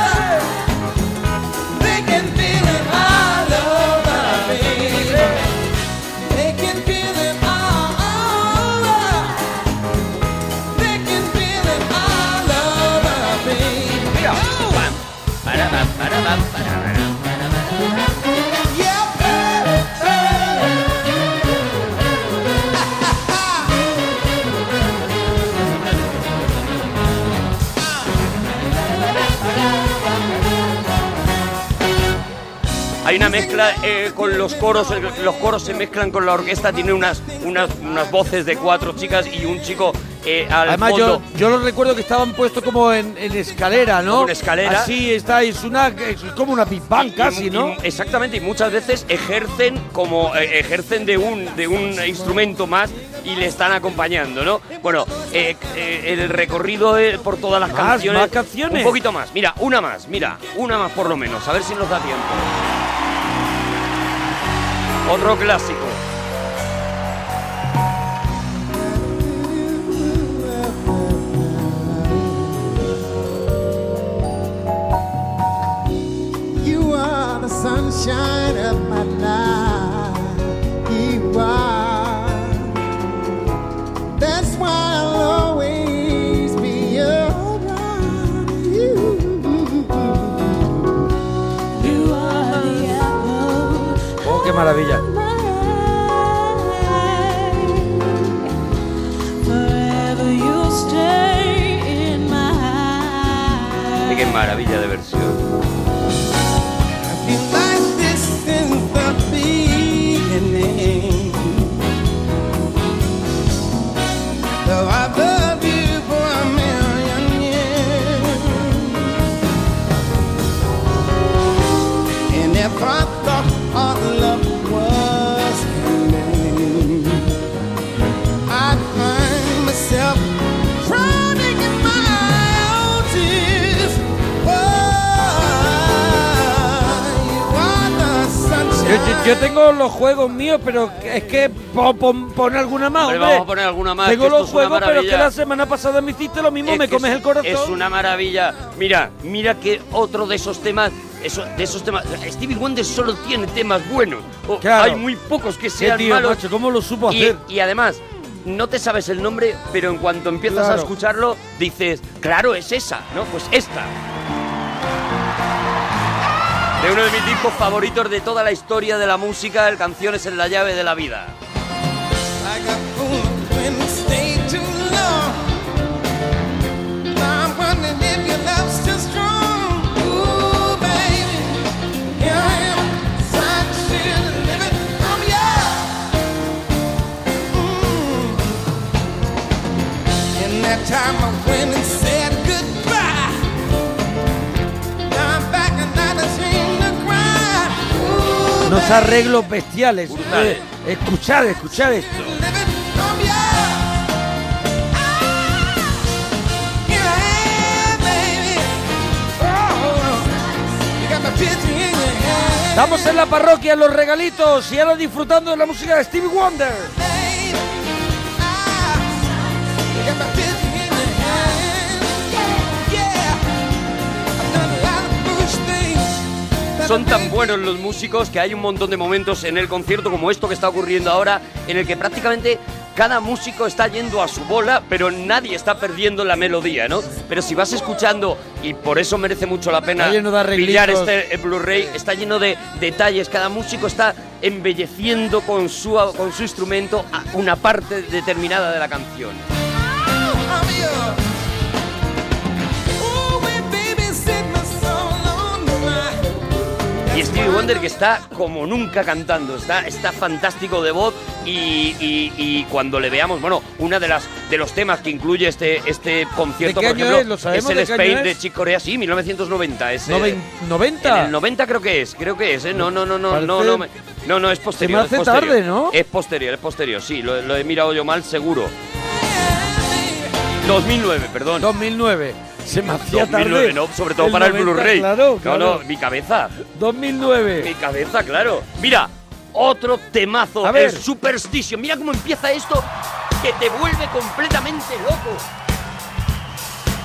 Speaker 2: hay una mezcla eh, con los coros, el- los coros se mezclan con la orquesta, tiene unas, unas, unas voces de cuatro chicas y un chico eh, al
Speaker 3: Además, yo,
Speaker 2: fondo.
Speaker 3: yo lo recuerdo que estaban puestos como en, en escalera, ¿no?
Speaker 2: Como en escalera.
Speaker 3: Así estáis, una, es como una big band casi,
Speaker 2: Y-
Speaker 3: ¿no?
Speaker 2: y- exactamente, y muchas veces ejercen como eh, ejercen de un, de un instrumento más y le están acompañando, ¿no? Bueno, eh, eh, el recorrido eh, por todas las
Speaker 3: Más,
Speaker 2: canciones.
Speaker 3: más canciones.
Speaker 2: Un poquito más, mira, una más, mira, una más por lo menos, a ver si nos da tiempo. Otro clásico.
Speaker 11: You are the sunshine of my life. You are. That's why I'll always be around you. You are the apple
Speaker 3: Oh, qué maravilla.
Speaker 7: Forever you'll stay in my
Speaker 2: Eh, Qué maravilla de versión.
Speaker 11: like this in the beginning. Though I've loved you for a million years, and if I thought our love was ending, I'd find myself drowning in my own tears. Why you are the
Speaker 3: Yo,
Speaker 11: sunshine.
Speaker 3: yo- yo tengo los juegos míos, pero es que po- pon, pon alguna más,
Speaker 2: Hombre,
Speaker 3: hombre.
Speaker 2: vamos a poner alguna más,
Speaker 3: Tengo
Speaker 2: que esto
Speaker 3: los
Speaker 2: es una
Speaker 3: juegos, pero es que
Speaker 2: maravilla.
Speaker 3: la semana pasada me hiciste lo mismo,
Speaker 2: Es
Speaker 3: me
Speaker 2: que
Speaker 3: comes
Speaker 2: es-
Speaker 3: el corazón.
Speaker 2: Es una maravilla. Mira, mira que otro de esos temas, eso, de esos temas, Stevie Wonder solo tiene temas buenos. O
Speaker 3: Claro.
Speaker 2: Hay muy pocos que sean
Speaker 3: tío,
Speaker 2: malos.
Speaker 3: macho, ¿cómo lo supo
Speaker 2: y,
Speaker 3: hacer?
Speaker 2: y además, no te sabes el nombre, pero en cuanto empiezas a
Speaker 3: Claro.
Speaker 2: escucharlo, dices, claro, es esa, ¿no? Pues esta. De uno de mis discos favoritos de toda la historia de la música, el Canciones en la llave de la vida.
Speaker 11: Like a fool when we stay too long. Now I'm wondering if your love's still strong. Ooh, baby, here I am, signed, sealed, and delivered from you. Mm. And that time I went and said goodbye. Now I'm back and not a thing to cry. Ooh,
Speaker 3: Unos
Speaker 11: baby.
Speaker 3: arreglos bestiales.
Speaker 11: Brutales.
Speaker 3: Eh, escuchad, escuchad esto. Estamos en la parroquia, en los regalitos y ahora disfrutando de la música de Stevie Wonder.
Speaker 2: Son tan buenos los músicos que hay un montón de momentos en el concierto como esto que está ocurriendo ahora, en el que prácticamente cada músico está yendo a su bola, pero nadie está perdiendo la melodía, ¿no? Pero si vas escuchando, y por eso merece mucho la pena
Speaker 3: Está lleno de
Speaker 2: pillar
Speaker 3: arreglitos.
Speaker 2: este eh, Blu-ray, está lleno de detalles, cada músico está embelleciendo con su, con su instrumento a una parte determinada de la canción. Y Stevie Wonder que está como nunca cantando, está, está fantástico de voz y, y- y cuando le veamos, bueno, una de las de los temas que incluye este este concierto,
Speaker 3: ¿De qué
Speaker 2: por
Speaker 3: año
Speaker 2: ejemplo,
Speaker 3: es? ¿Lo sabemos
Speaker 2: el
Speaker 3: de qué año
Speaker 2: Spain
Speaker 3: es?
Speaker 2: de Chick Corea, sí, 1990, es, eh,
Speaker 3: Noven- ¿90?
Speaker 2: en el 90 creo que es, creo que es, ¿eh? No, no, no, no, no,
Speaker 3: Parece-
Speaker 2: no, me- no, no, es posterior.
Speaker 3: hace
Speaker 2: es posterior.
Speaker 3: tarde, ¿no?
Speaker 2: Es posterior, es posterior, sí, lo, lo he mirado yo mal, seguro. 2009, perdón.
Speaker 3: 2009. Se me hacía
Speaker 2: 2009,
Speaker 3: tarde.
Speaker 2: no, sobre todo
Speaker 3: El
Speaker 2: para
Speaker 3: 90,
Speaker 2: el Blu-ray.
Speaker 3: Claro, claro.
Speaker 2: No, no, mi cabeza.
Speaker 3: 2009.
Speaker 2: Mi cabeza, claro. Mira, otro temazo.
Speaker 3: A ver.
Speaker 2: El Superstition. Mira cómo empieza esto que te vuelve completamente loco.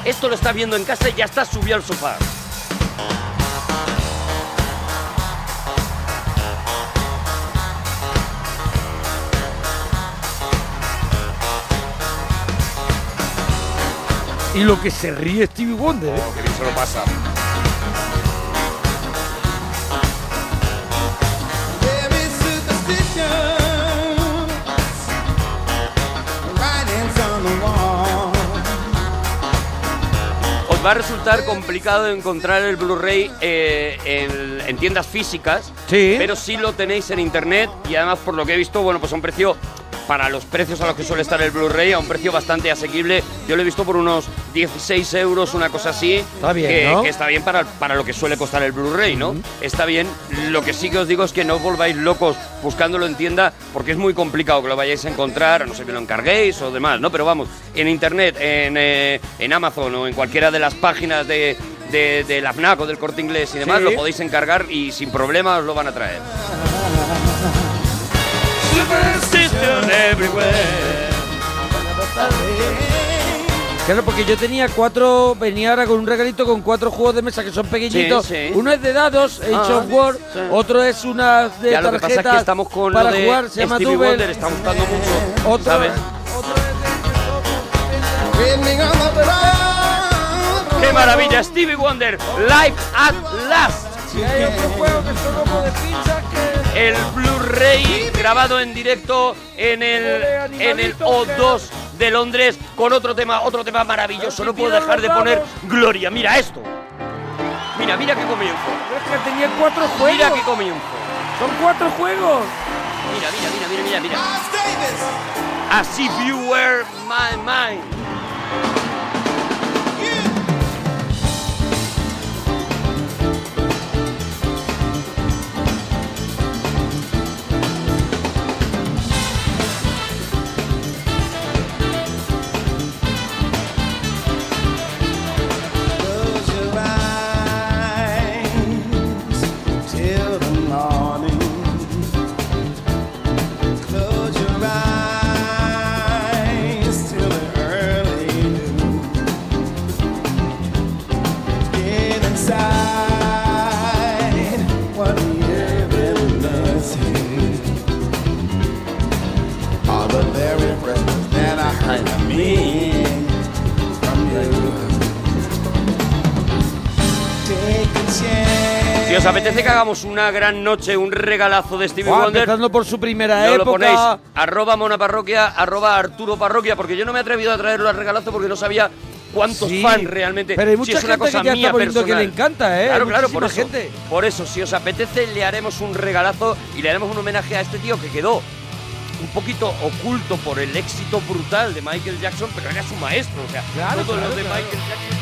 Speaker 2: Esto lo estás viendo en casa y ya estás subido al sofá.
Speaker 3: Y lo que se ríe Stevie Wonder. ¿eh?
Speaker 5: Que bien se lo pasa.
Speaker 2: Os va a resultar complicado encontrar el Blu-ray eh, en, en tiendas físicas,
Speaker 3: Sí.
Speaker 2: pero sí lo tenéis en internet y además por lo que he visto, bueno, pues a un precio, para los precios a los que suele estar el Blu-ray, a un precio bastante asequible. Yo lo he visto por unos 16 euros, una cosa así,
Speaker 3: Está bien,
Speaker 2: que,
Speaker 3: ¿no?
Speaker 2: que está bien para, para lo que suele costar el Blu-ray, ¿no? Está bien, lo que sí que os digo es que no os volváis locos buscándolo en tienda, porque es muy complicado que lo vayáis a encontrar, a no sé que lo encarguéis o demás, ¿no? Pero vamos, en internet, en, eh, en Amazon o en cualquiera de las páginas de, de, de la FNAC o del Corte Inglés y demás,
Speaker 3: Sí.
Speaker 2: lo podéis encargar y sin problema os lo van a traer.
Speaker 3: Claro, porque yo tenía cuatro, venía ahora con un regalito con cuatro juegos de mesa que son pequeñitos.
Speaker 2: Sí, sí.
Speaker 3: Uno es de dados, Age
Speaker 2: Ah,
Speaker 3: of War,
Speaker 2: sí.
Speaker 3: otro es una de
Speaker 2: Ya lo que pasa es que
Speaker 3: tarjetas
Speaker 2: estamos con
Speaker 3: para
Speaker 2: lo de
Speaker 3: jugar, se llama
Speaker 2: Stevie
Speaker 3: Double.
Speaker 2: Wonder, está gustando mucho,
Speaker 3: Otro-
Speaker 2: ¿sabes? ¡Qué maravilla! Stevie Wonder, Live at Last. El Blu-ray grabado en directo en el, en el O2 de Londres con otro tema, otro tema maravilloso. No puedo dejar de poner Gloria. Mira esto. Mira, mira qué comienzo.
Speaker 3: tenía cuatro juegos.
Speaker 2: Mira qué comienzo.
Speaker 3: Son cuatro juegos.
Speaker 2: Mira, mira, mira, mira, mira, mira. As if you were my mind.
Speaker 11: Close your eyes till the morning. Close your eyes till the early noon. Get inside what heaven does here. All the very breath that I heard I mean from you.
Speaker 2: Si os apetece que hagamos una gran noche, un regalazo de Stevie
Speaker 3: Buah,
Speaker 2: Wonder,
Speaker 3: empezando por su primera
Speaker 2: No
Speaker 3: época.
Speaker 2: lo ponéis. Arroba monaparroquia, arroba arturo parroquia, porque yo no me he atrevido a traerlo al regalazo porque no sabía cuántos
Speaker 3: Sí,
Speaker 2: fans realmente.
Speaker 3: Pero hay
Speaker 2: Si
Speaker 3: mucha
Speaker 2: es una
Speaker 3: gente
Speaker 2: cosa
Speaker 3: que ya
Speaker 2: mía
Speaker 3: está poniendo que le
Speaker 2: personal.
Speaker 3: encanta, ¿eh?
Speaker 2: Claro,
Speaker 3: Hay
Speaker 2: claro, por
Speaker 3: muchísima
Speaker 2: eso.
Speaker 3: gente.
Speaker 2: Por eso, si os apetece, le haremos un regalazo y le haremos un homenaje a este tío que quedó un poquito oculto por el éxito brutal de Michael Jackson, pero era su maestro. O sea,
Speaker 3: Claro,
Speaker 2: todos los
Speaker 3: claro,
Speaker 2: de
Speaker 3: claro.
Speaker 2: Michael Jackson